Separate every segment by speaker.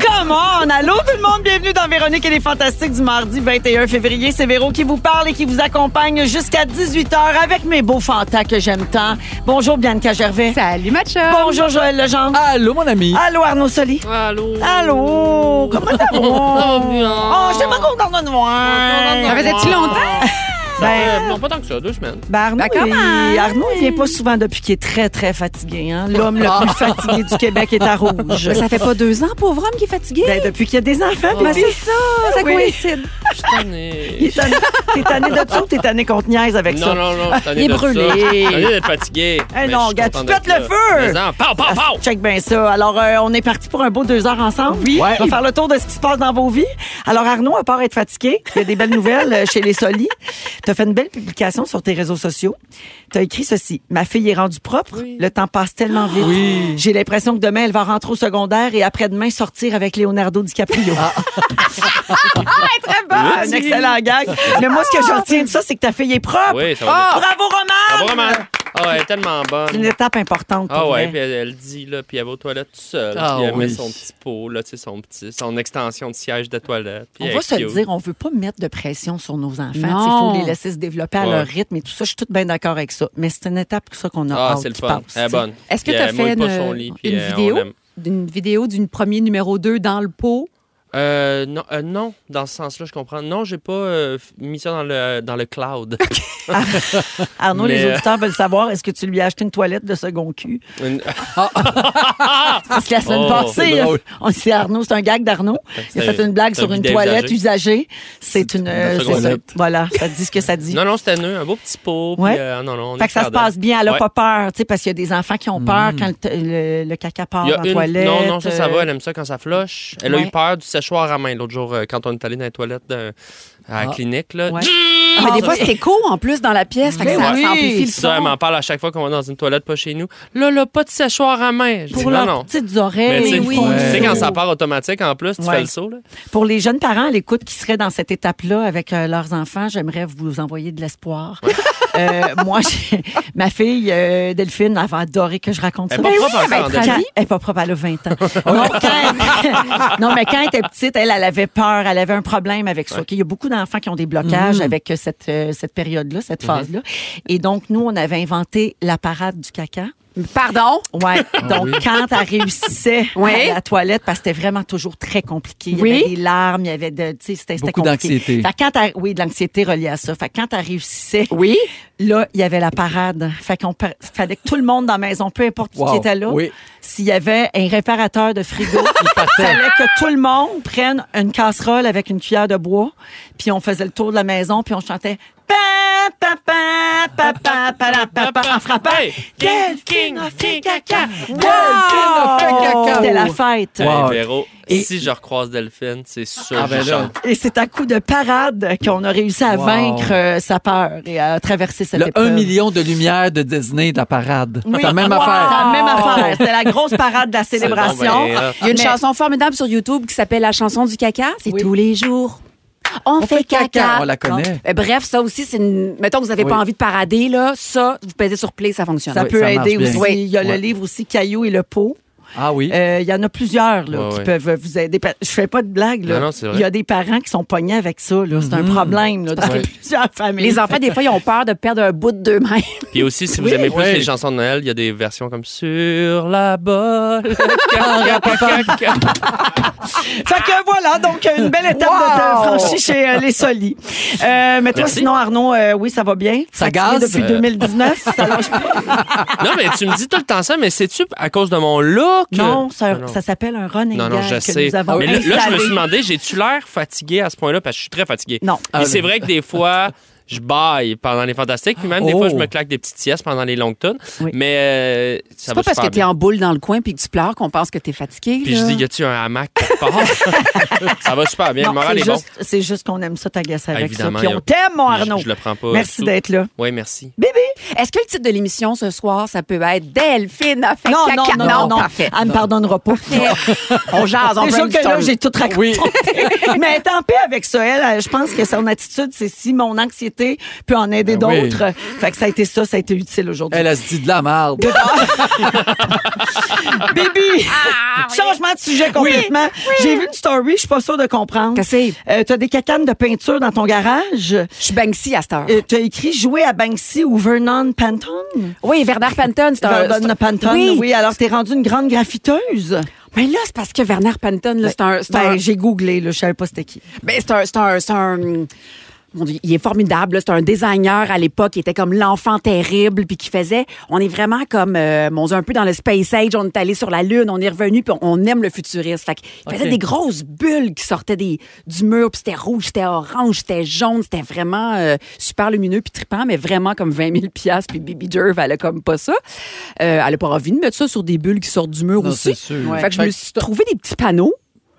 Speaker 1: Come on! Allô tout le monde, bienvenue dans Véronique et les Fantastiques du mardi 21 février. C'est Véro qui vous parle et qui vous accompagne jusqu'à 18h avec mes beaux fantas que j'aime tant. Bonjour Bianca Gervais.
Speaker 2: Salut, Matcha.
Speaker 1: Bonjour Joël Legendre.
Speaker 3: Allô, mon ami.
Speaker 1: Allô Arnaud Soli.
Speaker 4: Allô?
Speaker 1: Allô, comment ça va?
Speaker 4: bien.
Speaker 1: Oh, je suis pas contente de te
Speaker 2: Ça
Speaker 1: voir.
Speaker 2: faisait-tu longtemps?
Speaker 4: Euh,
Speaker 1: Ben,
Speaker 4: non, pas tant que ça, deux semaines.
Speaker 1: ben, Arnaud,
Speaker 2: Ben, quand
Speaker 1: il-
Speaker 2: même.
Speaker 1: Arnaud, il vient pas souvent depuis qu'il est très, très fatigué. hein. L'homme le plus fatigué du Québec est à rouge.
Speaker 2: Ça fait pas deux ans, pauvre homme qui est fatigué.
Speaker 1: Ben, depuis qu'il y a des enfants,
Speaker 2: Ben,
Speaker 1: puis-
Speaker 2: c'est ça, ça
Speaker 1: Oui.
Speaker 2: coïncide.
Speaker 4: Je suis tanné.
Speaker 1: Il est tanné- T'es tanné de ça ou t'es tanné qu'on te niaise avec ça?
Speaker 4: Non, non, non, je suis tanné
Speaker 2: Il est
Speaker 4: de
Speaker 2: brûlé.
Speaker 4: ça. Je suis tanné d'être fatigué.
Speaker 1: Eh
Speaker 4: Mais
Speaker 1: non,
Speaker 4: je suis
Speaker 1: gars, tu
Speaker 4: content
Speaker 1: pètes
Speaker 4: d'être
Speaker 1: le
Speaker 4: là.
Speaker 1: feu.
Speaker 4: Mais-en, pow, pow, pow!
Speaker 1: Check bien ça. Alors, euh, on est parti pour un beau deux heures ensemble.
Speaker 3: Oui.
Speaker 1: On va faire le tour de ce qui se passe dans vos vies. Alors, Arnaud, à part être fatigué, il y a des belles nouvelles euh, chez les Solis. Tu as fait une belle publication sur tes réseaux sociaux. Tu as écrit ceci. Ma fille est rendue propre. Le temps passe tellement vite. J'ai l'impression que demain, elle va rentrer au secondaire et après-demain, sortir avec Leonardo DiCaprio. Ah, très bon! Un excellent gag. Mais moi, ce que je retiens de ça, c'est que ta fille est propre.
Speaker 4: Oui, ça va.
Speaker 1: Bravo, Roman!
Speaker 4: Ça va vraiment. Ah, elle est tellement
Speaker 1: C'est une
Speaker 4: bonne.
Speaker 1: étape importante.
Speaker 4: Ah
Speaker 1: pour
Speaker 4: ouais,
Speaker 1: vrai.
Speaker 4: puis elle, elle dit, là, puis elle va aux toilettes toute seule.
Speaker 3: Ah
Speaker 4: puis elle met
Speaker 3: oui.
Speaker 4: son petit pot, là, tu sais, son petit, son extension de siège de toilette. puis
Speaker 2: On
Speaker 4: elle
Speaker 2: va
Speaker 4: est
Speaker 2: se le
Speaker 4: cute.
Speaker 2: dire, on veut pas mettre de pression sur nos enfants. Il
Speaker 1: Non.
Speaker 2: faut les laisser se développer à
Speaker 4: Ouais.
Speaker 2: leur rythme et tout ça. Je suis toute bien d'accord avec ça. Mais c'est une étape que ça qu'on a
Speaker 4: Ah,
Speaker 2: hâte
Speaker 4: c'est le
Speaker 2: qui
Speaker 4: fun.
Speaker 2: passe,
Speaker 4: Elle est
Speaker 2: t'sais.
Speaker 4: bonne.
Speaker 5: Est-ce que
Speaker 4: Puis
Speaker 5: t'as
Speaker 4: elle mouille
Speaker 5: fait
Speaker 4: pas
Speaker 5: une-
Speaker 4: son lit, puis,
Speaker 5: une
Speaker 4: euh, on
Speaker 5: vidéo?
Speaker 4: l'aime.
Speaker 5: D'une vidéo d'une premier numéro 2 dans le pot.
Speaker 4: Euh, non, euh, non, dans ce sens-là, je comprends. Non, j'ai pas euh, mis ça dans le, dans le cloud.
Speaker 1: Arnaud,
Speaker 4: Mais,
Speaker 1: les
Speaker 4: euh,
Speaker 1: auditeurs veulent savoir, est-ce que tu lui as acheté une toilette de second cul?
Speaker 4: Une-
Speaker 1: Parce que la semaine
Speaker 4: Oh,
Speaker 1: passée,
Speaker 4: c'est drôle.
Speaker 1: euh, on c'est Arnaud, c'est un gag d'Arnaud. Il a
Speaker 4: C'est-
Speaker 1: fait une blague
Speaker 4: c'est
Speaker 1: sur
Speaker 4: un
Speaker 1: une
Speaker 4: bidet
Speaker 1: toilette usagée. C'est une... euh,
Speaker 4: seconde
Speaker 1: c'est ça.
Speaker 4: lettre.
Speaker 1: Voilà, ça dit ce que ça dit.
Speaker 4: Non, non, c'était un, un beau petit pot. puis,
Speaker 1: Ouais.
Speaker 4: euh, non, non, on
Speaker 1: fait
Speaker 4: est
Speaker 1: que ça se
Speaker 4: fiers d'elle.
Speaker 1: passe bien, elle n'a
Speaker 4: Ouais. Mm.
Speaker 1: pas peur, tu sais, parce qu'il y a des enfants qui ont peur quand le, t- le- le caca part
Speaker 4: Il y a
Speaker 1: dans
Speaker 4: une-
Speaker 1: la toilette.
Speaker 4: Non, non, ça, ça va.
Speaker 1: euh,
Speaker 4: Elle aime ça quand ça floche. Elle a
Speaker 1: Ouais.
Speaker 4: eu peur du séchoir à main l'autre jour euh, quand on est allé dans les toilettes de- à la
Speaker 3: Ah.
Speaker 4: clinique. Là.
Speaker 1: Ouais.
Speaker 5: Ah, mais des fois, c'est écho en plus dans la pièce. Fait que
Speaker 1: Mais
Speaker 5: ça,
Speaker 1: oui.
Speaker 5: ça amplifie le
Speaker 4: Ça,
Speaker 5: son.
Speaker 4: elle m'en parle à chaque fois qu'on va dans une toilette pas chez nous. Là, là, pas de séchoir à main. Je dis,
Speaker 1: Pour
Speaker 4: non,
Speaker 1: leurs
Speaker 4: non.
Speaker 1: petites
Speaker 4: Mais
Speaker 1: oreilles.
Speaker 4: tu sais,
Speaker 5: oui.
Speaker 4: tu sais,
Speaker 3: Ouais.
Speaker 4: quand ça part automatique, en plus, tu
Speaker 1: Ouais.
Speaker 4: fais le saut. Là.
Speaker 1: Pour les jeunes parents à l'écoute qui seraient dans cette étape-là avec euh, leurs enfants, j'aimerais vous envoyer de l'espoir. Euh, moi, j'ai- ma fille euh, Delphine, elle va adorer que je raconte
Speaker 4: Elle
Speaker 1: ça.
Speaker 4: est pas propre
Speaker 1: elle,
Speaker 4: encore,
Speaker 1: quand-
Speaker 5: Delphine.
Speaker 1: elle est pas propre, elle a 20 ans. non, quand- non, mais quand elle était petite, elle, elle avait peur, elle avait un problème avec ça. OK, Il y a beaucoup d'enfants qui ont des blocages avec euh, cette, euh, cette période-là,
Speaker 4: Mhm.
Speaker 1: cette phase-là. Et donc, nous, on avait inventé la parade du caca.
Speaker 5: Pardon?
Speaker 1: Ouais.
Speaker 3: Ah
Speaker 1: Donc, quand elle réussissait
Speaker 5: Oui.
Speaker 1: à la toilette, parce que c'était vraiment toujours très compliqué. Il y
Speaker 5: Oui.
Speaker 1: avait des larmes, il y avait de, tu sais, c'était c'était
Speaker 3: Beaucoup
Speaker 1: compliqué.
Speaker 3: d'anxiété.
Speaker 1: Fait que quand elle- oui, de l'anxiété reliée à ça. Fait que quand elle réussissait,
Speaker 5: Oui.
Speaker 1: là, il y avait la parade. Fait qu'on par- fallait que tout le monde dans la maison, peu importe qui
Speaker 3: Wow.
Speaker 1: était là,
Speaker 3: Oui.
Speaker 1: s'il y avait un réparateur de frigo, il fallait que tout le monde prenne une casserole avec une cuillère de bois, puis on faisait le tour de la maison, puis on chantait pa pa pa pa pa pa la, pa, pa en frappant.
Speaker 4: Hey!
Speaker 1: Delphine a fait caca.
Speaker 3: a fait caca.
Speaker 1: C'était la fête.
Speaker 3: Wow.
Speaker 4: Hey, Véro,
Speaker 1: Et-
Speaker 4: si je recroise Delphine, c'est sûr
Speaker 3: Ah,
Speaker 4: que
Speaker 3: ben
Speaker 4: je
Speaker 3: là.
Speaker 4: chante.
Speaker 1: Et c'est à coup de parade qu'on a réussi à
Speaker 3: Wow.
Speaker 1: vaincre euh, sa peur et à traverser cette
Speaker 3: Le 1
Speaker 1: épreuve.
Speaker 3: million de lumières de Disney de la parade.
Speaker 1: Oui.
Speaker 3: C'est la même
Speaker 1: Wow. C'est
Speaker 3: affaire.
Speaker 1: la même affaire. C'était la grosse parade de la
Speaker 4: C'est bon,
Speaker 1: célébration.
Speaker 4: ben, euh,
Speaker 5: Il y a une
Speaker 1: Mais-
Speaker 5: chanson formidable sur YouTube qui s'appelle La chanson du caca. C'est
Speaker 1: Oui.
Speaker 5: tous les jours. On, fait, caca.
Speaker 3: On la connaît.
Speaker 5: Euh, Bref, ça aussi, c'est une. Mettons que vous n'avez
Speaker 3: Oui.
Speaker 5: pas envie de parader, là. Ça, vous pesez sur play, ça fonctionne.
Speaker 1: Ça
Speaker 3: Oui,
Speaker 4: Ah
Speaker 1: peut
Speaker 3: ça marche
Speaker 1: aider
Speaker 3: bien.
Speaker 1: aussi.
Speaker 3: Oui.
Speaker 1: Il y a le
Speaker 3: Ouais.
Speaker 1: livre aussi Caillou et le pot.
Speaker 3: Ah oui.
Speaker 1: Euh, Il y en a plusieurs là,
Speaker 4: Ouais,
Speaker 1: qui
Speaker 4: ouais.
Speaker 1: peuvent vous aider. Pa- Je fais pas de blague. là.
Speaker 4: Non, non, c'est vrai. Mhm.
Speaker 1: Il y a des parents qui sont pognés avec ça. là. C'est un problème là, dans
Speaker 4: Ouais.
Speaker 1: plusieurs familles.
Speaker 5: Les enfants, des fois, ils ont peur de perdre un bout d'eux-mêmes.
Speaker 4: Puis aussi, si vous
Speaker 3: Oui.
Speaker 4: aimez plus
Speaker 3: Ouais.
Speaker 4: les chansons de Noël, il y a des versions comme Sur la bolle.
Speaker 1: Fait que voilà, donc une belle étape de, de franchie chez euh, les Solis. Euh, mais toi,
Speaker 4: Merci.
Speaker 1: sinon, Arnaud, euh, oui, ça va bien.
Speaker 3: Ça
Speaker 1: Fatigué
Speaker 3: gaze.
Speaker 1: Depuis
Speaker 4: Euh.
Speaker 1: 2019, ça lâche pas.
Speaker 4: non, mais tu me dis tout le temps ça, mais c'est-tu à cause de mon look?
Speaker 1: Non, ça,
Speaker 4: non.
Speaker 1: ça s'appelle un running
Speaker 4: Non, non,
Speaker 1: gag
Speaker 4: je
Speaker 1: que
Speaker 4: sais. Ah
Speaker 1: nous avons
Speaker 4: Mais là, là, je me
Speaker 1: installé.
Speaker 4: suis demandé, j'ai-tu l'air fatigué à ce point-là? Parce que je suis très fatigué.
Speaker 1: Non. Ah,
Speaker 4: Et c'est vrai que des fois, je baille pendant les fantastiques, puis même des
Speaker 3: Oh.
Speaker 4: fois, je me claque des petites siestes pendant les longues tonnes.
Speaker 1: Oui.
Speaker 4: Mais euh, ça
Speaker 5: C'est
Speaker 4: va
Speaker 5: pas parce
Speaker 4: super
Speaker 5: que t'es
Speaker 4: bien.
Speaker 5: en boule dans le coin puis que tu pleures qu'on pense que t'es fatigué.
Speaker 4: Puis je
Speaker 5: là.
Speaker 4: dis, y a-tu un hamac quelque part? ça va super bien.
Speaker 1: Non,
Speaker 4: le moral est,
Speaker 1: c'est
Speaker 4: bon.
Speaker 1: juste- C'est juste, qu'on aime ça t'agacer
Speaker 4: Ah,
Speaker 1: avec ça.
Speaker 4: évidemment,
Speaker 1: Puis
Speaker 4: il y
Speaker 1: on
Speaker 4: a-
Speaker 1: t'aime, mon
Speaker 4: Je-
Speaker 1: Arnaud.
Speaker 4: Je, le prends pas.
Speaker 1: Merci d'être là.
Speaker 4: Oui, merci.
Speaker 5: Est-ce que le titre de l'émission ce soir, ça peut être Delphine a fait
Speaker 1: Non, non,
Speaker 5: caca?
Speaker 1: non, non, non.
Speaker 5: parfait.
Speaker 1: Elle me pardonnera pas.
Speaker 5: on jase, on
Speaker 1: C'est sûr que là,
Speaker 5: brainstorm.
Speaker 1: j'ai tout raconté.
Speaker 3: Oui.
Speaker 1: Mais tant pis avec ça, elle. Je pense que son attitude, c'est si mon anxiété peut en aider
Speaker 3: Ben oui.
Speaker 1: d'autres. Fait que ça a été ça, ça a été utile aujourd'hui.
Speaker 3: Elle, elle se dit de la merde.
Speaker 1: Bibi!
Speaker 5: Ah,
Speaker 1: Changement de sujet complètement. J'ai vu une story, je suis pas sûre de comprendre.
Speaker 5: Qu'est-ce que
Speaker 1: Euh, t'as des cacanes de peinture dans ton garage.
Speaker 5: Je suis Banksy à cette heure.
Speaker 1: Euh, t'as écrit jouer à Banksy ou Vernon Panton.
Speaker 5: Oui, Werner Panton, c'est un. c'est
Speaker 1: Vernon
Speaker 5: un-
Speaker 1: Panton, oui.
Speaker 5: Oui.
Speaker 1: Alors, t'es rendue une grande graffiteuse.
Speaker 5: Mais là, c'est parce que Werner Panton, là, c'est un. c'est
Speaker 1: Ben,
Speaker 5: un-
Speaker 1: j'ai googlé, là, je savais pas c'était qui.
Speaker 5: Ben, c'est un, c'est un, c'est un- mon Dieu, il est formidable. là. C'est un designer à l'époque qui était comme l'enfant terrible, puis qui faisait. On est vraiment comme, euh, mon Dieu, un peu dans le space age. On est allé sur la lune, on est revenu, puis on, on aime le futuriste. Fait qu'il faisait
Speaker 3: Ok.
Speaker 5: des grosses bulles qui sortaient des, du mur, puis c'était rouge, c'était orange, c'était jaune, c'était vraiment euh, super lumineux, puis trippant, mais vraiment comme 20 000 piastres, puis Bibi Jerv, elle a comme pas ça. Euh, elle a pas envie de mettre ça sur des bulles qui sortent du mur
Speaker 3: Non,
Speaker 5: aussi.
Speaker 3: c'est sûr.
Speaker 5: Fait que je me suis trouvé des petits panneaux.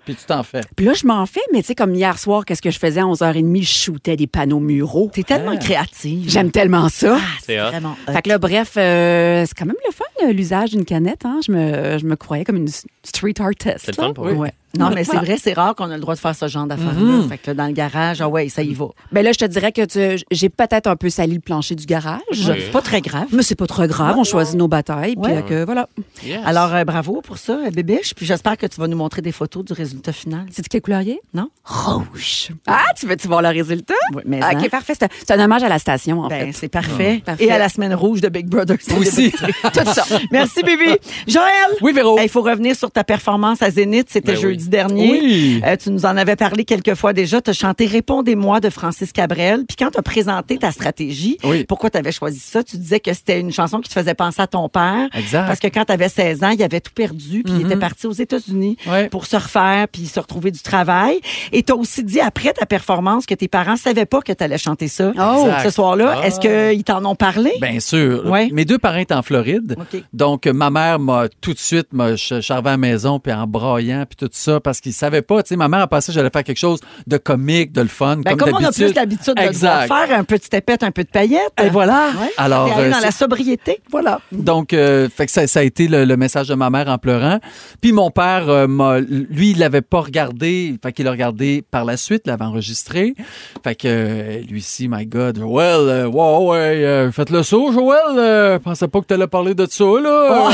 Speaker 3: Puis tu t'en fais.
Speaker 5: Puis là, je m'en fais, mais tu sais, comme hier soir, qu'est-ce que je faisais à 11h30? Je shootais des panneaux muraux.
Speaker 1: T'es tellement créative.
Speaker 5: Ah.
Speaker 1: Ah,
Speaker 5: J'aime tellement ça.
Speaker 4: C'est hot.
Speaker 1: Vraiment.
Speaker 5: fait que là, bref, euh, c'est quand même le fun, euh, l'usage d'une canette. Hein? Je, me, je me croyais comme une s- street artist.
Speaker 4: C'est le
Speaker 5: là.
Speaker 4: fun pour vous.
Speaker 5: Ouais.
Speaker 1: non, mais c'est vrai, c'est rare qu'on a le droit de faire ce genre d'affaires-là.
Speaker 5: Mhm.
Speaker 1: Fait que là, dans le garage, ah ouais, ça y va.
Speaker 5: Ben là, je te dirais que tu- j'ai peut-être un peu sali le plancher du garage.
Speaker 4: Ouais.
Speaker 1: C'est pas très grave.
Speaker 5: Mais c'est pas trop grave, on choisit nos batailles. Puis
Speaker 1: Ouais.
Speaker 5: euh, que voilà.
Speaker 4: Yes.
Speaker 1: Alors, euh, bravo pour ça, euh, Bébiche. Puis j'espère que tu vas nous montrer des photos du résultat final.
Speaker 5: C'est-tu quel couleur
Speaker 1: Non?
Speaker 5: Rouge. Ah, tu veux-tu voir le résultat?
Speaker 1: Oui, mais
Speaker 5: Ah,
Speaker 1: hein.
Speaker 5: OK, parfait. C'est un- C'est un hommage à la station, en
Speaker 1: Ben,
Speaker 5: fait.
Speaker 1: c'est parfait.
Speaker 5: Parfait.
Speaker 1: Et à la semaine rouge de Big Brother. c'est
Speaker 3: Aussi.
Speaker 1: Tout ça. Merci, Bibi. Joël.
Speaker 3: Oui, Véro.
Speaker 1: Il faut revenir sur ta performance à Zénith. C'était
Speaker 4: Ben oui.
Speaker 1: jeudi dernier.
Speaker 3: Oh. Oui.
Speaker 1: Euh, tu nous en avais parlé quelques fois déjà. Tu as chanté Répondez-moi de Francis Cabrel. Puis quand tu as présenté ta stratégie,
Speaker 3: Oui.
Speaker 1: pourquoi tu avais choisi ça, tu disais que c'était une chanson qui te faisait penser à ton père.
Speaker 3: Exact. Mm-hmm.
Speaker 1: Parce que quand tu avais 16 ans, il avait tout perdu. Puis il était parti aux États-Unis
Speaker 3: Ouais.
Speaker 1: pour se refaire puis se retrouver du travail. Et tu as aussi dit après ta performance que tes parents savaient pas que tu allais chanter ça
Speaker 3: Oh.
Speaker 1: ce soir-là.
Speaker 3: Ah.
Speaker 1: Est-ce qu'ils t'en ont parlé?
Speaker 3: Bien sûr.
Speaker 1: Ouais.
Speaker 3: Mes deux parents étaient en Floride.
Speaker 1: OK.
Speaker 3: Donc, euh, ma mère m'a tout de suite m'a ch- charvé à la maison, puis en braillant, puis tout ça, parce qu'ils savaient pas. Tu sais, ma mère a pensé que j'allais faire quelque chose de comique, de le fun,
Speaker 1: Ben,
Speaker 3: comme
Speaker 1: comme, on a plus
Speaker 3: d'habitude.
Speaker 1: l'habitude de devoir
Speaker 3: Exact.
Speaker 1: faire un peu de stepette, un peu de paillettes.
Speaker 3: Et voilà.
Speaker 1: Ouais.
Speaker 3: Alors,
Speaker 1: Ah, T'es allé
Speaker 3: euh,
Speaker 1: dans
Speaker 3: c'est-
Speaker 1: la sobriété.
Speaker 3: Voilà. Donc, euh, fait que ça, ça a été le, le message de ma mère en pleurant. Puis mon père, euh, m'a- lui, il l'avait pas regardé. Fait qu'il l'a regardé par la suite, l'avait enregistré. Fait que euh, lui ici, my God, Joël, euh, wow, ouais, euh, faites le saut, Joël. Euh, pensais pas que t'allais parler de ça, là. Euh,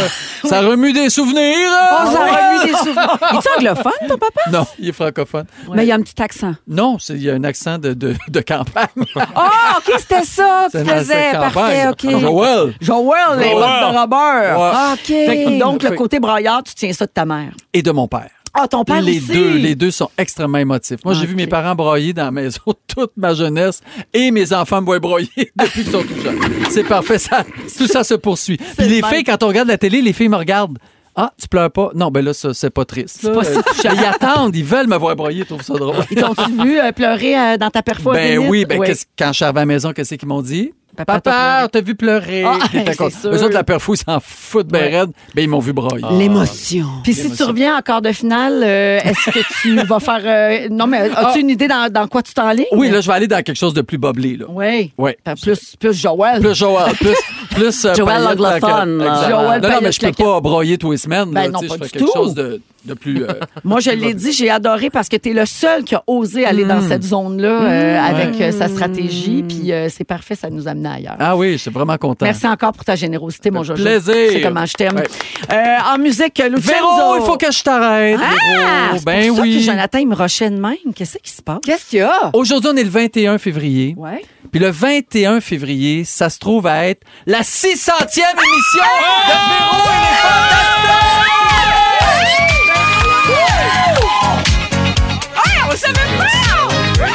Speaker 3: ça remue des souvenirs.
Speaker 5: Oh,
Speaker 3: euh.
Speaker 5: ça remue des souvenirs. Es-tu anglophone, ton papa?
Speaker 3: Non, il est francophone.
Speaker 5: Mais il y a un petit accent.
Speaker 3: Non, c'est- il y a un accent de, de, de campagne.
Speaker 5: Ah, OK, c'était ça que
Speaker 3: C'est Ah,
Speaker 5: tu
Speaker 3: un accent
Speaker 5: faisais.
Speaker 3: de
Speaker 5: Parfait,
Speaker 3: campagne.
Speaker 5: OK.
Speaker 3: Joël.
Speaker 1: Joël, les bottes de Robert.
Speaker 3: Ouais.
Speaker 5: OK.
Speaker 1: Fait que donc, le
Speaker 3: Fait-
Speaker 1: côté braillard, tu tiens ça de ta mère.
Speaker 3: Et de mon père.
Speaker 1: Ah, ton père
Speaker 3: les
Speaker 1: aussi.
Speaker 3: deux, les deux sont extrêmement émotifs. Moi, j'ai vu mes parents broyer dans la maison toute ma jeunesse et mes enfants me voient broyer depuis qu'ils sont tout jeunes. C'est parfait, ça, tout ça se poursuit. Puis les
Speaker 1: le
Speaker 3: filles, quand on regarde la télé, les filles me regardent. Ah, tu pleures pas? Non, ben là, ça, c'est pas triste. là. Euh, Ils attendent, ils veulent me voir broyer, ils trouvent ça drôle.
Speaker 1: Ils t'ont-tu vu euh, pleurer euh, dans ta performance?
Speaker 3: Ben oui, ben qu'est-ce- quand je suis arrivé à la maison, qu'est-ce qu'ils m'ont dit?
Speaker 1: Papa,
Speaker 3: Papa,
Speaker 1: t'as
Speaker 3: t'as vu pleurer.
Speaker 1: Ah,
Speaker 3: Puis t'as
Speaker 1: c'est
Speaker 3: con-
Speaker 1: sûr.
Speaker 3: Eux autres, la perfou, ils s'en foutent ben raide. Ben, ils m'ont vu broyer.
Speaker 5: L'émotion.
Speaker 1: Puis si tu
Speaker 3: L'émotion.
Speaker 1: reviens en quart de finale, euh, est-ce que tu vas faire... euh, non, mais as-tu une idée dans, dans quoi tu t'enlignes?
Speaker 3: Ah. Oui, là, je vais aller dans quelque chose de plus boblé, là.
Speaker 1: Oui.
Speaker 3: Ouais.
Speaker 1: Fait Plus, plus Joël.
Speaker 3: Plus Joël, plus, plus euh,
Speaker 5: Joël
Speaker 3: paillettes,
Speaker 5: anglophone,
Speaker 3: claquettes.
Speaker 5: là.
Speaker 3: Exactement.
Speaker 1: Joël
Speaker 3: non, non, mais je peux
Speaker 1: paillettes,
Speaker 3: pas broyer tous les semaines.
Speaker 1: euh, Ben
Speaker 3: là,
Speaker 1: non,
Speaker 3: tu sais,
Speaker 1: pas
Speaker 3: je fais
Speaker 1: du
Speaker 3: quelque
Speaker 1: tout.
Speaker 3: chose de de plus. euh,
Speaker 1: Moi, je l'ai dit, j'ai adoré parce que tu es le seul qui a osé aller
Speaker 3: Hmm.
Speaker 1: dans cette zone-là euh, avec euh, sa stratégie. Puis euh, c'est parfait, ça nous amène ailleurs.
Speaker 3: Ah oui, je suis vraiment content.
Speaker 1: Merci encore pour ta générosité, mon
Speaker 3: fait
Speaker 1: Jojo.
Speaker 3: plaisir.
Speaker 1: C'est comment je t'aime.
Speaker 3: Ouais.
Speaker 1: Euh, en musique, le
Speaker 3: Véro, il faut que je t'arrête. Véro.
Speaker 1: Ah! c'est
Speaker 3: ben
Speaker 1: pour ça que
Speaker 3: oui.
Speaker 1: Jonathan, il me rushait de même. Qu'est-ce qui se passe?
Speaker 5: Qu'est-ce qu'il y a?
Speaker 3: Aujourd'hui, on est le 21 février.
Speaker 1: Ouais.
Speaker 3: Puis le 21 février, ça se trouve à être la 600e émission de Véro et les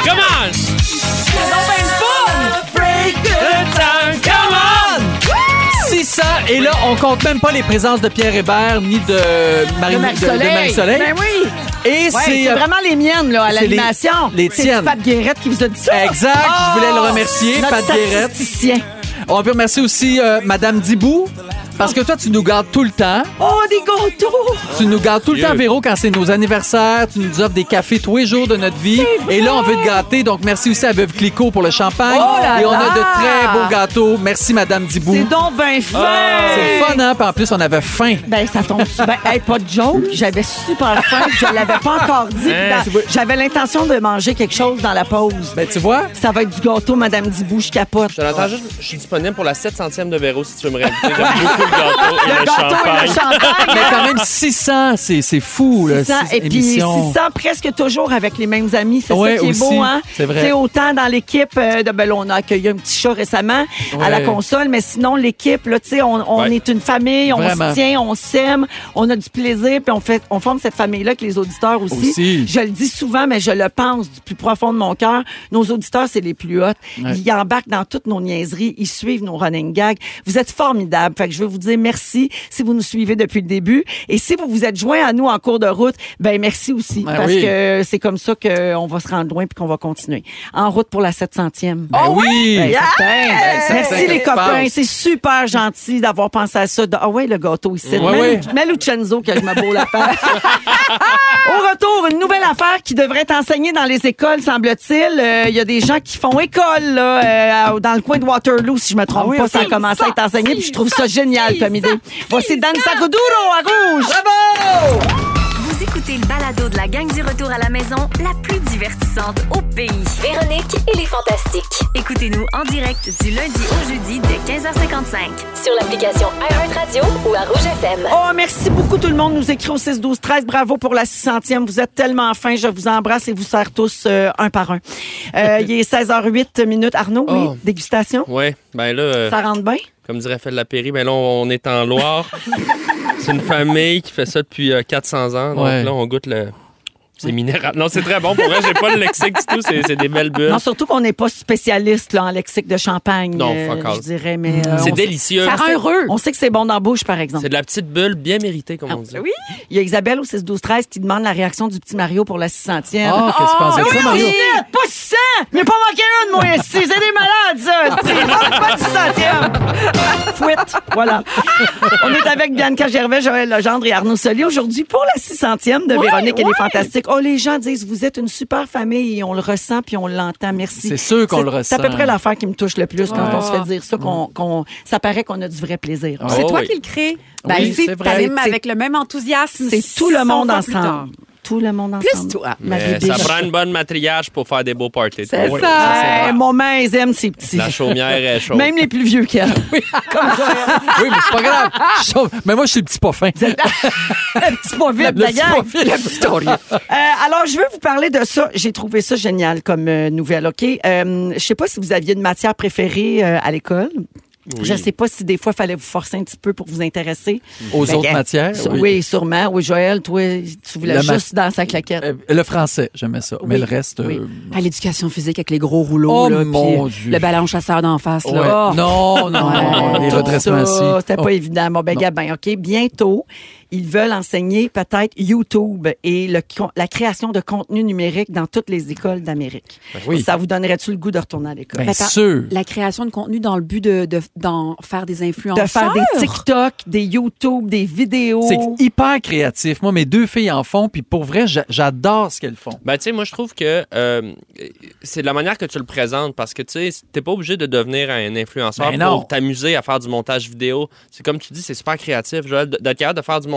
Speaker 4: Come on! Break the time, come on!
Speaker 3: 600 et là on compte même pas les présences de Pierre Hébert ni de Marie
Speaker 1: Marie-Soleil.
Speaker 3: Soleil.
Speaker 1: Ben oui.
Speaker 3: Et
Speaker 1: Ouais,
Speaker 3: c'est
Speaker 1: c'est
Speaker 3: euh,
Speaker 1: vraiment les miennes là, à
Speaker 3: c'est les-
Speaker 1: l'animation.
Speaker 3: les
Speaker 1: C'est
Speaker 3: tiennes.
Speaker 1: Pat Guérette qui vous a dit ça. Oh!
Speaker 3: exact, je voulais le remercier
Speaker 1: Notre
Speaker 3: Pat Guérette.
Speaker 1: statisticien.
Speaker 3: On peut remercier aussi euh, madame Dibou parce que toi tu nous gardes tout le temps.
Speaker 1: Oh, des gâteaux!
Speaker 3: Tu nous gardes tout le temps Véro quand c'est nos anniversaires, tu nous offres des cafés tous les jours de notre vie et là on veut te gâter donc merci aussi à Veuve Clicquot pour le champagne
Speaker 1: Oh là
Speaker 3: et on
Speaker 1: là!
Speaker 3: a de très beaux gâteaux. Merci madame Dibou.
Speaker 1: C'est donc ben fin!
Speaker 3: Ah, C'est fun hein, Puis en plus on avait faim.
Speaker 1: Ben, ça tombe super. Hey, pas de joke. J'avais super faim. puis Je l'avais pas encore dit. puis
Speaker 4: Hein?
Speaker 1: dans- J'avais l'intention de manger quelque chose dans la pause.
Speaker 3: Ben tu vois
Speaker 1: Ça va être du gâteau, Madame Dibou, je capote.
Speaker 4: Jonathan, juste, je suis disponible pour la 700e de Véro si tu veux me réinviter. J'aime beaucoup le gâteau et le,
Speaker 1: Gâteau et
Speaker 4: champagne.
Speaker 1: le champagne.
Speaker 3: Mais quand même, 600, c'est, c'est fou, là.
Speaker 1: 600,
Speaker 3: six
Speaker 1: et puis
Speaker 3: émissions.
Speaker 1: 600 presque toujours avec les mêmes amis. C'est
Speaker 3: Ouais,
Speaker 1: ça qui est
Speaker 3: aussi,
Speaker 1: beau, hein?
Speaker 3: c'est vrai.
Speaker 1: Tu sais, autant dans l'équipe euh, de ben, là, on a accueilli un petit chat récemment à la
Speaker 3: Ouais.
Speaker 1: console, mais sinon l'équipe, là, tu sais, on, on
Speaker 4: Ouais.
Speaker 1: est une famille, on
Speaker 3: Vraiment.
Speaker 1: se tient, on s'aime, on a du plaisir, puis on fait, on forme cette famille-là avec les auditeurs aussi.
Speaker 3: Aussi.
Speaker 1: Je le dis souvent, mais je le pense du plus profond de mon cœur. Nos auditeurs, c'est les plus hauts. Ils embarquent dans toutes nos niaiseries, ils suivent nos running gags. Vous êtes formidables. Fait que je veux vous dire merci si vous nous suivez depuis le début. Et si vous vous êtes joints à nous en cours de route, ben merci aussi.
Speaker 3: Ben
Speaker 1: parce
Speaker 3: oui.
Speaker 1: que c'est comme ça qu'on va se rendre loin puis qu'on va continuer. En route pour la 700e.
Speaker 3: Ben oui!
Speaker 1: Ben, certain.
Speaker 3: Ben,
Speaker 1: Merci
Speaker 3: certain
Speaker 1: les
Speaker 3: que ça se
Speaker 1: copains,
Speaker 3: passe.
Speaker 1: c'est super gentil d'avoir pensé à ça. De- Ah ouais, le gâteau ici.
Speaker 3: Ouais,
Speaker 1: Mel-
Speaker 3: ouais.
Speaker 1: Meluchenzo que je me beau la face. Au retour, une nouvelle affaire qui devrait être enseignée dans les écoles, semble-t-il. Euh, Il y a des gens qui font école là, euh, à- dans le coin de Waterloo, si je me trompe
Speaker 3: Ah oui,
Speaker 1: pas.
Speaker 3: ok.
Speaker 1: Ça a commencé à être enseigné, puis je trouve ça génial comme idée. Voici Dan Sacoduro à rouge.
Speaker 6: Vous écoutez le balado de la gang du retour à la maison, la plus divertissante au pays.
Speaker 7: Véronique et les Fantastiques.
Speaker 6: Écoutez-nous en direct du lundi au jeudi dès 15h55.
Speaker 7: Sur l'application iHeartRadio ou à Rouge FM.
Speaker 1: Oh, merci beaucoup tout le monde. Nous écrit au 6 12 13 Bravo pour la 600e. Vous êtes tellement fins. Je vous embrasse et vous serre tous euh, un par un. Euh, il est 16h08 minutes. Arnaud, oui,
Speaker 4: Oh.
Speaker 1: dégustation.
Speaker 4: Ouais, ben là, euh,
Speaker 1: Ça rentre bien?
Speaker 4: comme dirait Fred Lapéry, ben là, on est en Loire. c'est une famille qui fait ça depuis euh, 400 ans. Donc
Speaker 3: Ouais.
Speaker 4: là, on goûte le. C'est minéral. Non, c'est très bon. Pour vrai, j'ai pas le lexique du tout. C'est c'est des belles bulles.
Speaker 1: Non, surtout qu'on n'est pas spécialiste là, en lexique de champagne.
Speaker 4: Non,
Speaker 1: euh,
Speaker 4: fuck all.
Speaker 1: Je dirais, mais. euh,
Speaker 4: C'est
Speaker 1: on-
Speaker 4: délicieux.
Speaker 5: Ça rend heureux.
Speaker 1: on sait que c'est bon dans la bouche, par exemple.
Speaker 4: C'est de la petite bulle bien méritée, comme on dit.
Speaker 1: Ah, Oui. Il y a Isabelle au 6 12 13 qui demande la réaction du petit Mario pour la 600e.
Speaker 3: Ah, qu'est-ce que tu
Speaker 1: Oh,
Speaker 3: penses de ça, Mario?
Speaker 1: Minute, pas 600! Mais pas manqué une, moi, ici! C'est des malades, ça! C'est pas du centième! Fouette, voilà. On est avec Bianca Gervais, Joël Legendre et Arnaud Solier aujourd'hui pour la 600e de Véronique Elle est fantastique. Oh, les gens disent, vous êtes une super famille et on le ressent puis on l'entend. Merci.
Speaker 3: C'est sûr qu'on le
Speaker 1: C'est
Speaker 3: ressent.
Speaker 1: à peu près l'affaire qui me touche le plus quand
Speaker 3: Ouais.
Speaker 1: on se fait dire ça, qu'on, qu'on- ça paraît qu'on a du vrai plaisir.
Speaker 3: Ah.
Speaker 5: C'est
Speaker 3: Oh
Speaker 5: toi
Speaker 3: oui.
Speaker 5: qui le crée.
Speaker 3: Ben, Oui, c'est
Speaker 5: c'est
Speaker 3: vrai.
Speaker 5: t'animes
Speaker 1: C'est-
Speaker 5: avec le même enthousiasme.
Speaker 1: C'est tout le
Speaker 5: 600
Speaker 1: monde
Speaker 5: fois plus tard.
Speaker 1: ensemble. Tout le monde ensemble.
Speaker 5: Plus toi.
Speaker 1: Ma
Speaker 4: Mais
Speaker 1: bébé.
Speaker 4: Euh, ça prend une bonne matriage pour faire des beaux parties.
Speaker 5: C'est
Speaker 4: Oui,
Speaker 5: ça.
Speaker 4: c'est vrai.
Speaker 1: Hey, mon main, ils aiment ces petits.
Speaker 4: La chaumière est chaude.
Speaker 1: Même les plus vieux qu'elle. Comme Joël.
Speaker 3: Oui, mais c'est pas grave. Je sauve- Mais moi, je suis le petit pas fin.
Speaker 1: Le petit pas vite,
Speaker 3: Le
Speaker 1: la
Speaker 3: petit
Speaker 1: gang.
Speaker 3: pas fin, le petit taurier.
Speaker 1: Euh, alors, je veux vous parler de ça. J'ai trouvé ça génial comme euh, nouvelle, OK? Euh, je sais pas si vous aviez une matière préférée euh, à l'école. Je sais pas si des fois, fallait vous forcer un petit peu pour vous intéresser.
Speaker 3: Aux
Speaker 1: Fait
Speaker 3: autres
Speaker 1: que,
Speaker 3: matières.
Speaker 1: Sur-
Speaker 3: oui.
Speaker 1: oui. sûrement. Oui, Joël, toi, tu voulais
Speaker 3: La ma-
Speaker 1: juste dans sa claquette.
Speaker 3: Euh, Le français, j'aimais ça. Mais le reste.
Speaker 5: Oui.
Speaker 3: euh,
Speaker 5: À Ah, l'éducation physique avec les gros rouleaux.
Speaker 3: Oh,
Speaker 5: là,
Speaker 3: mon
Speaker 5: puis euh,
Speaker 3: Dieu.
Speaker 5: Le ballon chasseur d'en face.
Speaker 3: ouais.
Speaker 5: Là. Oh.
Speaker 3: Non, non, non.
Speaker 1: Ouais,
Speaker 3: Les
Speaker 1: tout
Speaker 3: redressements
Speaker 1: ça,
Speaker 3: assis.
Speaker 1: C'était pas
Speaker 3: Oh.
Speaker 1: évident. Bon, ben,
Speaker 3: Non.
Speaker 1: Gabin, OK. Bientôt, ils veulent enseigner peut-être YouTube et le con- la création de contenu numérique dans toutes les écoles d'Amérique.
Speaker 3: oui. Ben,
Speaker 1: Ça vous donnerait-tu le goût de retourner à l'école?
Speaker 3: Bien
Speaker 5: Attends.
Speaker 3: sûr.
Speaker 5: La création de contenu dans le but de, de- d'en faire des influenceurs.
Speaker 1: de faire des TikTok, des YouTube, des vidéos. Ben,
Speaker 3: C'est hyper créatif. Moi, mes deux filles en font, puis pour vrai, j'a- j'adore ce qu'elles font.
Speaker 4: Ben, tu sais, moi, je trouve que euh, c'est de la manière que tu le présentes parce que, tu sais, t'es pas obligé de devenir un influenceur
Speaker 3: Ben non.
Speaker 4: pour t'amuser à faire du montage vidéo. C'est comme tu dis, c'est super créatif, Joël, de- d'être capable de faire du montage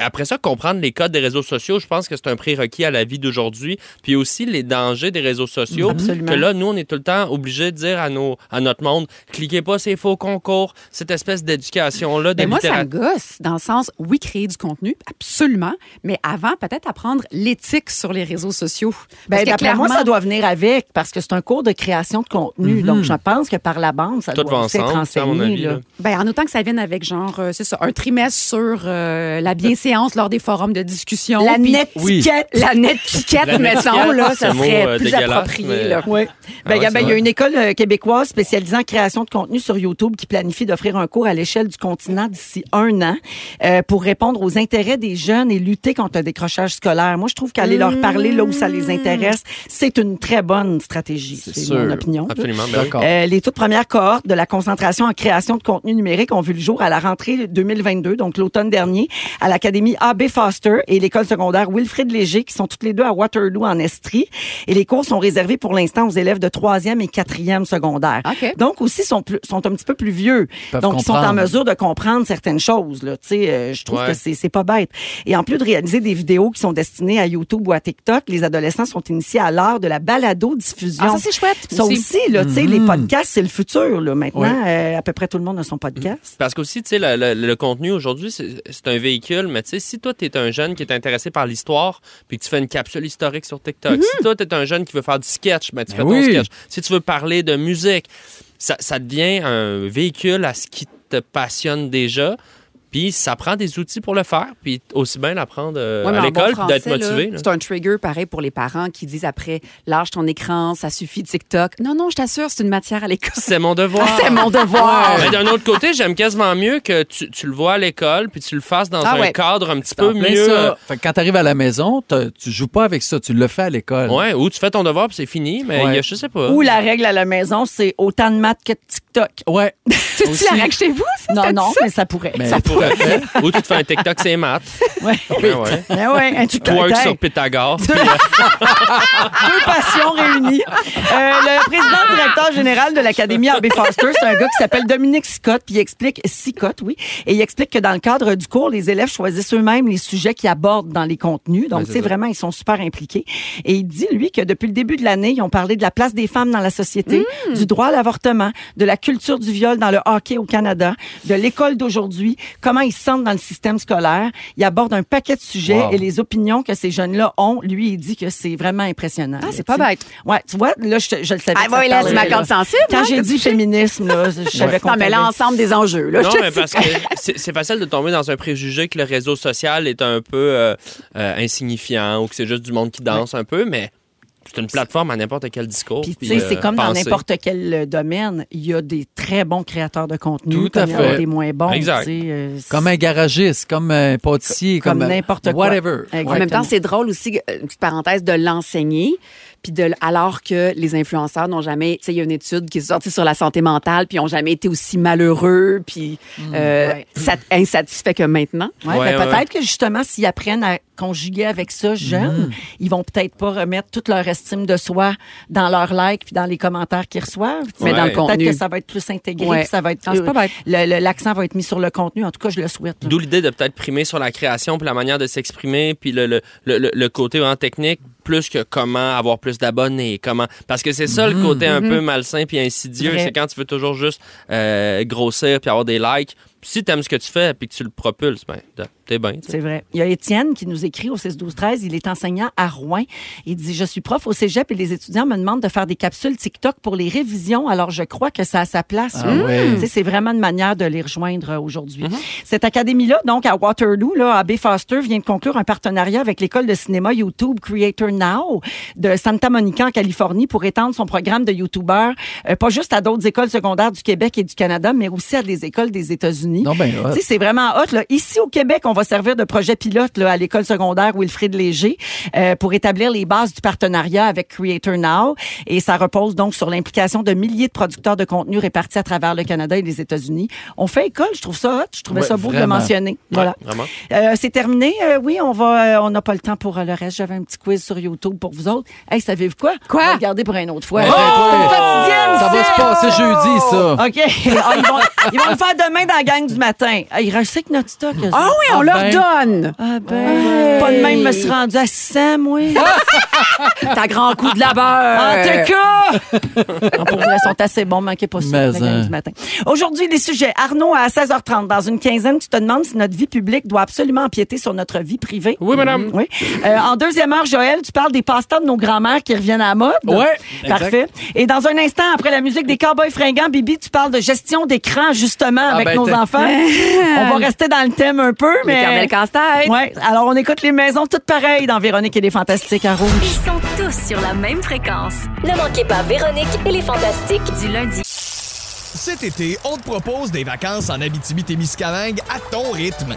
Speaker 4: après ça, comprendre les codes des réseaux sociaux, je pense que c'est un prérequis à la vie d'aujourd'hui. Puis aussi les dangers des réseaux sociaux.
Speaker 5: Absolument.
Speaker 4: Que là, nous, on est tout le temps obligés de dire à, nos, à notre monde cliquez pas ces faux concours, cette espèce d'éducation-là, de
Speaker 5: Ben moi, ça me
Speaker 4: littérature.
Speaker 5: gosse, dans le sens, oui, créer du contenu, absolument, mais avant, peut-être apprendre l'éthique sur les réseaux sociaux.
Speaker 1: Ben,
Speaker 5: Parce que
Speaker 1: d'après moi,
Speaker 5: clairement-
Speaker 1: ça doit venir avec, parce que c'est un cours de création de contenu. Donc, je pense que par la bande, ça
Speaker 4: Tout
Speaker 1: doit
Speaker 4: va
Speaker 1: aussi être
Speaker 4: ensemble, ça, à mon
Speaker 1: enseigné.
Speaker 4: avis.
Speaker 1: là.
Speaker 4: là.
Speaker 5: Ben, en autant que ça vienne avec, genre, euh, c'est ça, un trimestre sur euh, la bienséance lors des forums de discussion.
Speaker 1: La
Speaker 5: puis-
Speaker 1: netiquette.
Speaker 3: Oui.
Speaker 5: La net piquette,
Speaker 4: La
Speaker 5: mettons,
Speaker 4: netiquette,
Speaker 5: là,
Speaker 4: c'est
Speaker 5: ça
Speaker 4: un mot,
Speaker 5: serait
Speaker 4: euh,
Speaker 5: plus
Speaker 4: dégueulasse,
Speaker 5: approprié.
Speaker 4: mais-
Speaker 5: là.
Speaker 1: Oui.
Speaker 4: Ah
Speaker 1: Ben,
Speaker 4: ouais,
Speaker 1: il y a-
Speaker 4: c'est
Speaker 1: ben, il y a
Speaker 4: vrai.
Speaker 1: une école euh, québécoise spécialisée en création de contenu sur YouTube qui planifie d'offrir un cours à l'échelle du continent d'ici un an euh, pour répondre aux intérêts des jeunes et lutter contre le décrochage scolaire. Moi, je trouve qu'aller leur parler là où ça les intéresse, c'est une très bonne stratégie. C'est mon
Speaker 4: Mmh. sûr.
Speaker 1: opinion. là.
Speaker 4: Absolument. ben oui.
Speaker 3: D'accord.
Speaker 1: Euh, les toutes premières cohortes de la concentration en création de contenu numérique ont vu le jour à la rentrée 2022, donc l'automne dernier, à l'Académie AB Foster et l'école secondaire Wilfrid Léger, qui sont toutes les deux à Waterloo, en Estrie. Et les cours sont réservés pour l'instant aux élèves de troisième et quatrième secondaire.
Speaker 5: OK.
Speaker 1: Donc aussi, sont, plus- sont un petit peu plus vieux.
Speaker 3: peuvent
Speaker 1: donc, ils sont en
Speaker 3: comprendre.
Speaker 1: mesure de comprendre certaines choses. Là. Tu sais, euh, je trouve
Speaker 4: Ouais.
Speaker 1: que c'est c'est pas bête. Et en plus de réaliser des vidéos qui sont destinées à YouTube ou à TikTok, les adolescents sont initiés à l'art de la balado-diffusion.
Speaker 5: Ah, ça, c'est chouette.
Speaker 1: Ça
Speaker 5: aussi.
Speaker 1: aussi, là, tu sais,
Speaker 3: Mm-hmm.
Speaker 1: les podcasts, c'est le futur, là, maintenant. Euh, à peu près tout le monde a son podcast.
Speaker 4: Parce qu'aussi, tu sais, le, le- le contenu aujourd'hui, c'est c'est un véhicule, mais tu sais, si toi, tu es un jeune qui est intéressé par l'histoire, puis que tu fais une capsule historique sur TikTok, si toi, tu es un jeune qui veut faire du sketch, ben, tu
Speaker 3: Ben
Speaker 4: fais
Speaker 3: oui.
Speaker 4: ton sketch. Si tu veux parler de musique, ça, ça devient un véhicule à ce qui te passionne déjà. Puis ça prend des outils pour le faire, puis aussi bien l'apprendre euh,
Speaker 5: Ouais, mais
Speaker 4: à
Speaker 5: en
Speaker 4: l'école,
Speaker 5: bon
Speaker 4: puis d'être
Speaker 5: français, là,
Speaker 4: motivé. là.
Speaker 5: C'est un trigger pareil pour les parents qui disent après, lâche ton écran, ça suffit TikTok. Non, non, je t'assure, c'est une matière à l'école.
Speaker 4: C'est mon devoir.
Speaker 5: C'est mon devoir.
Speaker 4: Mais d'un autre côté, j'aime quasiment mieux que tu, tu le vois à l'école, puis tu le fasses dans
Speaker 5: Ah
Speaker 4: un
Speaker 5: ouais.
Speaker 4: cadre un petit
Speaker 3: C'est en
Speaker 4: peu
Speaker 3: plein
Speaker 4: mieux.
Speaker 3: ça.
Speaker 4: euh,
Speaker 3: Fait que quand tu arrives à la maison, t'as- tu joues pas avec ça, tu le fais à l'école.
Speaker 4: Ouais, ou tu fais ton devoir puis c'est fini, mais
Speaker 3: Ouais.
Speaker 4: il y a, je sais
Speaker 5: Mm-hmm.
Speaker 4: pas.
Speaker 1: Ou la règle à la maison, c'est autant de maths que de TikTok.
Speaker 3: Ouais.
Speaker 5: C'est-tu la règle chez vous? ça?
Speaker 1: Non,
Speaker 5: C'était
Speaker 1: non,
Speaker 5: ça?
Speaker 1: mais ça pourrait.
Speaker 3: Mais-
Speaker 4: Tout à fait. ou tu te fais un TikTok, c'est maths.
Speaker 1: Ouais.
Speaker 4: Ben ouais.
Speaker 1: Mais ouais, un tuto-
Speaker 4: Twerk
Speaker 1: hey,
Speaker 4: sur Pythagore.
Speaker 1: deux passions réunies. Euh, le président directeur général de l'Académie AB Foster, c'est un gars qui s'appelle Dominique Scott, puis il explique Scott, oui, et il explique que dans le cadre du cours, les élèves choisissent eux-mêmes les sujets qu'ils abordent dans les contenus. Donc,
Speaker 3: Ouais,
Speaker 1: tu
Speaker 3: c'est
Speaker 1: sais,
Speaker 3: ça.
Speaker 1: vraiment, ils sont super impliqués. Et il dit, lui, que depuis le début de l'année, ils ont parlé de la place des femmes dans la société,
Speaker 5: Mm.
Speaker 1: du droit à l'avortement, de la culture du viol dans le hockey au Canada, de l'école d'aujourd'hui, comment ils se sentent dans le système scolaire. Il aborde un paquet de sujets
Speaker 3: Wow.
Speaker 1: et les opinions que ces jeunes-là ont. Lui, il dit que c'est vraiment impressionnant.
Speaker 5: Ah,
Speaker 1: là,
Speaker 5: c'est pas
Speaker 1: tu sais.
Speaker 5: bête.
Speaker 1: Ouais, tu vois, là, je, te- je le savais.
Speaker 5: Ah,
Speaker 1: que ça
Speaker 5: ouais, là,
Speaker 1: parlait,
Speaker 5: c'est ma corde
Speaker 1: là.
Speaker 5: sensible.
Speaker 1: Quand
Speaker 5: hein,
Speaker 1: j'ai
Speaker 5: t'as
Speaker 1: dit
Speaker 5: touché.
Speaker 1: féminisme, là, je savais qu'on
Speaker 5: Non,
Speaker 1: parlait.
Speaker 5: mais là, ensemble des enjeux, là.
Speaker 4: Non,
Speaker 5: je
Speaker 4: mais
Speaker 5: sais.
Speaker 4: parce que c'est c'est facile de tomber dans un préjugé que le réseau social est un peu euh, euh, insignifiant ou que c'est juste du monde qui danse un peu, mais c'est une plateforme à n'importe quel discours.
Speaker 1: Puis, tu sais, c'est
Speaker 4: euh,
Speaker 1: comme dans
Speaker 4: pensée.
Speaker 1: n'importe quel euh, domaine. Il y a des très bons créateurs de contenu.
Speaker 3: Tout à
Speaker 1: comme il y en a
Speaker 3: fait.
Speaker 1: des moins bons.
Speaker 4: Exact.
Speaker 1: tu sais, euh, c'est-
Speaker 3: Comme un garagiste, comme un pâtissier,
Speaker 1: Comme
Speaker 3: comme, euh,
Speaker 1: n'importe quoi.
Speaker 3: Whatever.
Speaker 1: Exactement.
Speaker 3: Ouais.
Speaker 5: En même temps, c'est drôle aussi, euh, une petite parenthèse, de l'enseigner, puis de, l- alors que les influenceurs n'ont jamais, tu sais, il y a une étude qui est sortie sur la santé mentale, puis ils n'ont jamais été aussi malheureux, puis euh, sat- insatisfaits que maintenant.
Speaker 1: Ouais,
Speaker 4: Ouais,
Speaker 1: ben,
Speaker 4: ouais,
Speaker 1: peut-être que
Speaker 4: ouais. Mm.
Speaker 1: justement, s'ils apprennent à conjuguer avec ça jeune, ils vont peut-être pas remettre toute leur estime de soi dans leurs likes puis dans les commentaires qu'ils reçoivent. tu sais.
Speaker 5: Mais
Speaker 4: dans le
Speaker 1: Peut-être
Speaker 5: contenu.
Speaker 1: que ça va être plus intégré,
Speaker 5: Ouais.
Speaker 1: puis ça va être
Speaker 5: Ah, c'est pas bête.
Speaker 1: le- le- l'accent va être mis sur le contenu. En tout cas, je le souhaite. là.
Speaker 4: D'où l'idée de peut-être primer sur la création, puis la manière de s'exprimer, puis le, le, le- le- le côté vraiment technique, plus que comment avoir plus d'abonnés, comment... Parce que c'est ça
Speaker 5: Mm-hmm.
Speaker 4: le côté un peu malsain puis insidieux,
Speaker 1: Vrai.
Speaker 4: c'est quand tu veux toujours juste euh, grossir puis avoir des likes. Si t'aimes ce que tu fais puis que tu le propulses, ben t'es bien. tu sais.
Speaker 1: C'est vrai. Il y a Étienne qui nous écrit au 6-12-13. Il est enseignant à Rouen. Il dit Je suis prof au cégep et les étudiants me demandent de faire des capsules TikTok pour les révisions. Alors, je crois que ça a sa place.
Speaker 3: Ah
Speaker 1: oui.
Speaker 3: ouais. Uh-huh.
Speaker 1: Tu sais, C'est vraiment une manière de les rejoindre euh, aujourd'hui. Cette académie-là, donc à Waterloo, là, à Bay Foster, vient de conclure un partenariat avec l'école de cinéma YouTube Creator Now de Santa Monica en Californie pour étendre son programme de YouTubeurs, euh, pas juste à d'autres écoles secondaires du Québec et du Canada, mais aussi à des écoles des États-Unis.
Speaker 3: Non, ben,
Speaker 1: Tu sais, c'est vraiment hot. Là. Ici, au Québec, on va servir de projet pilote là, à l'école secondaire Wilfrid Léger euh, pour établir les bases du partenariat avec Creator Now. Et ça repose donc sur l'implication de milliers de producteurs de contenu répartis à travers le Canada et les États-Unis. On fait école, je trouve ça hot. Je trouvais
Speaker 3: Ouais,
Speaker 1: ça beau de le
Speaker 3: vraiment.
Speaker 1: mentionner. Voilà.
Speaker 4: Ouais, vraiment.
Speaker 1: Euh, c'est terminé. Euh, oui, on va. euh, on n'a pas le temps pour euh, le reste. J'avais un petit quiz sur YouTube pour vous autres. Hey, savez-vous quoi?
Speaker 5: Quoi?
Speaker 1: On va le garder pour Oh! une autre fois.
Speaker 3: Ben, ben, Eh toi,
Speaker 1: quotidienne,
Speaker 3: ça va se passer jeudi, ça.
Speaker 1: OK. Ah, ils vont- Ils vont le faire demain dans la gang du matin. Ah, Ils recyclent notre stock. eux
Speaker 5: Ah
Speaker 1: autres.
Speaker 5: oui, on
Speaker 3: Ah
Speaker 5: leur
Speaker 3: ben.
Speaker 5: donne.
Speaker 1: Ah ben,
Speaker 5: Hey.
Speaker 1: pas de même, je me suis rendue à 100, moi.
Speaker 5: T'as grand coup de labeur.
Speaker 1: En tout cas! Non, pour vrai, ils sont assez bons, manquez pas ça.
Speaker 3: Mais,
Speaker 1: la gang
Speaker 3: hein.
Speaker 1: du matin. Aujourd'hui, les sujets. Arnaud, à 16h30, dans une quinzaine, tu te demandes si notre vie publique doit absolument empiéter sur notre vie privée.
Speaker 4: Oui, madame.
Speaker 1: Oui. Euh, en deuxième heure, Joël, tu parles des passe-temps de nos grands-mères qui reviennent à la mode.
Speaker 3: Ouais,
Speaker 1: Ah! Parfait. Et dans un instant, après la musique des Cowboys fringants, Bibi, tu parles de gestion d'écran, justement, avec
Speaker 3: ben,
Speaker 1: nos
Speaker 3: t'es-
Speaker 1: enfants. on va rester dans le thème un peu, mais...
Speaker 5: L'éternel casse-tête.
Speaker 1: Ouais. Alors, on écoute les maisons toutes pareilles dans Véronique et les Fantastiques à Rouge.
Speaker 6: Ils sont tous sur la même fréquence.
Speaker 8: Ne manquez pas Véronique et les Fantastiques.
Speaker 6: Du lundi
Speaker 9: Cet été, on te propose des vacances en Abitibi-Témiscamingue à ton rythme.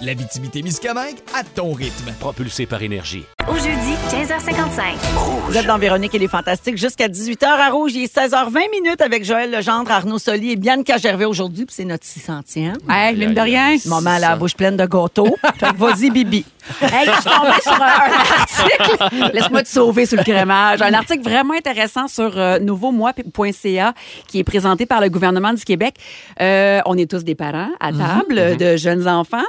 Speaker 9: L'Abitibi-Témiscamingue à ton rythme.
Speaker 10: Propulsé par énergie.
Speaker 6: au jeudi 15h55.
Speaker 1: Vous êtes dans Véronique et les Fantastiques jusqu'à 18h à Rouge. Il est 16h20 minutes avec Joël Legendre, Arnaud Soli et Bianca Gervais aujourd'hui. Puis c'est notre 600e.
Speaker 5: Hey, mine de rien.
Speaker 1: Moment à la bouche pleine de gâteaux. Fait que vas-y, Bibi.
Speaker 5: Hey, je suis tombée sur un, un article. Laisse-moi te sauver sur le crémage. Un article vraiment intéressant sur euh, nouveaumoi.ca qui est présenté par le gouvernement du Québec. Euh, on est tous des parents à
Speaker 3: Mhm,
Speaker 5: table euh, de jeunes enfants.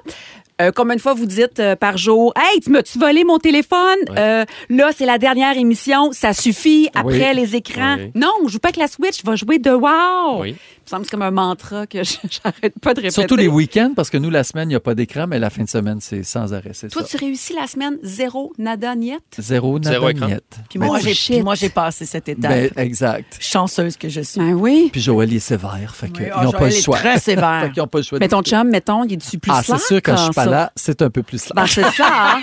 Speaker 5: Euh, combien de fois vous dites euh, par jour, hey, tu m'as-tu volé mon téléphone? Euh, là, c'est la dernière émission, ça suffit. Après les écrans,
Speaker 4: Oui.
Speaker 5: non, je joue pas avec la Switch, je vais jouer de Wow.
Speaker 4: Oui.
Speaker 5: Il me semble que c'est comme un mantra que je- j'arrête pas de répéter.
Speaker 3: Surtout les week-ends, parce que nous, la semaine, il n'y a pas d'écran, mais la fin de semaine, c'est sans arrêt. C'est
Speaker 5: Toi,
Speaker 3: ça.
Speaker 5: tu réussis la semaine zéro, nada, niette?
Speaker 3: Zéro,
Speaker 4: Zéro écran.
Speaker 3: nadagnette.
Speaker 1: Puis moi,
Speaker 5: Oh,
Speaker 1: j'ai,
Speaker 5: shit.
Speaker 1: puis moi, j'ai passé cette étape.
Speaker 3: Ben, exact.
Speaker 1: Chanceuse que je suis.
Speaker 5: Ben oui.
Speaker 3: Puis Joël, il est sévère.
Speaker 5: Ah
Speaker 3: Fait que, ils n'ont pas
Speaker 1: Joël
Speaker 3: le
Speaker 1: est
Speaker 3: choix.
Speaker 1: très sévère.
Speaker 3: fait qu'ils n'ont pas le choix.
Speaker 5: Mais ton
Speaker 3: d'écouter.
Speaker 5: chum, mettons, il est-tu plus
Speaker 3: Ah, c'est
Speaker 5: slack
Speaker 3: sûr, quand je suis
Speaker 5: en
Speaker 3: pas
Speaker 5: ça?
Speaker 3: là, c'est un peu plus
Speaker 5: Ben,
Speaker 3: slack.
Speaker 5: c'est ça. hein?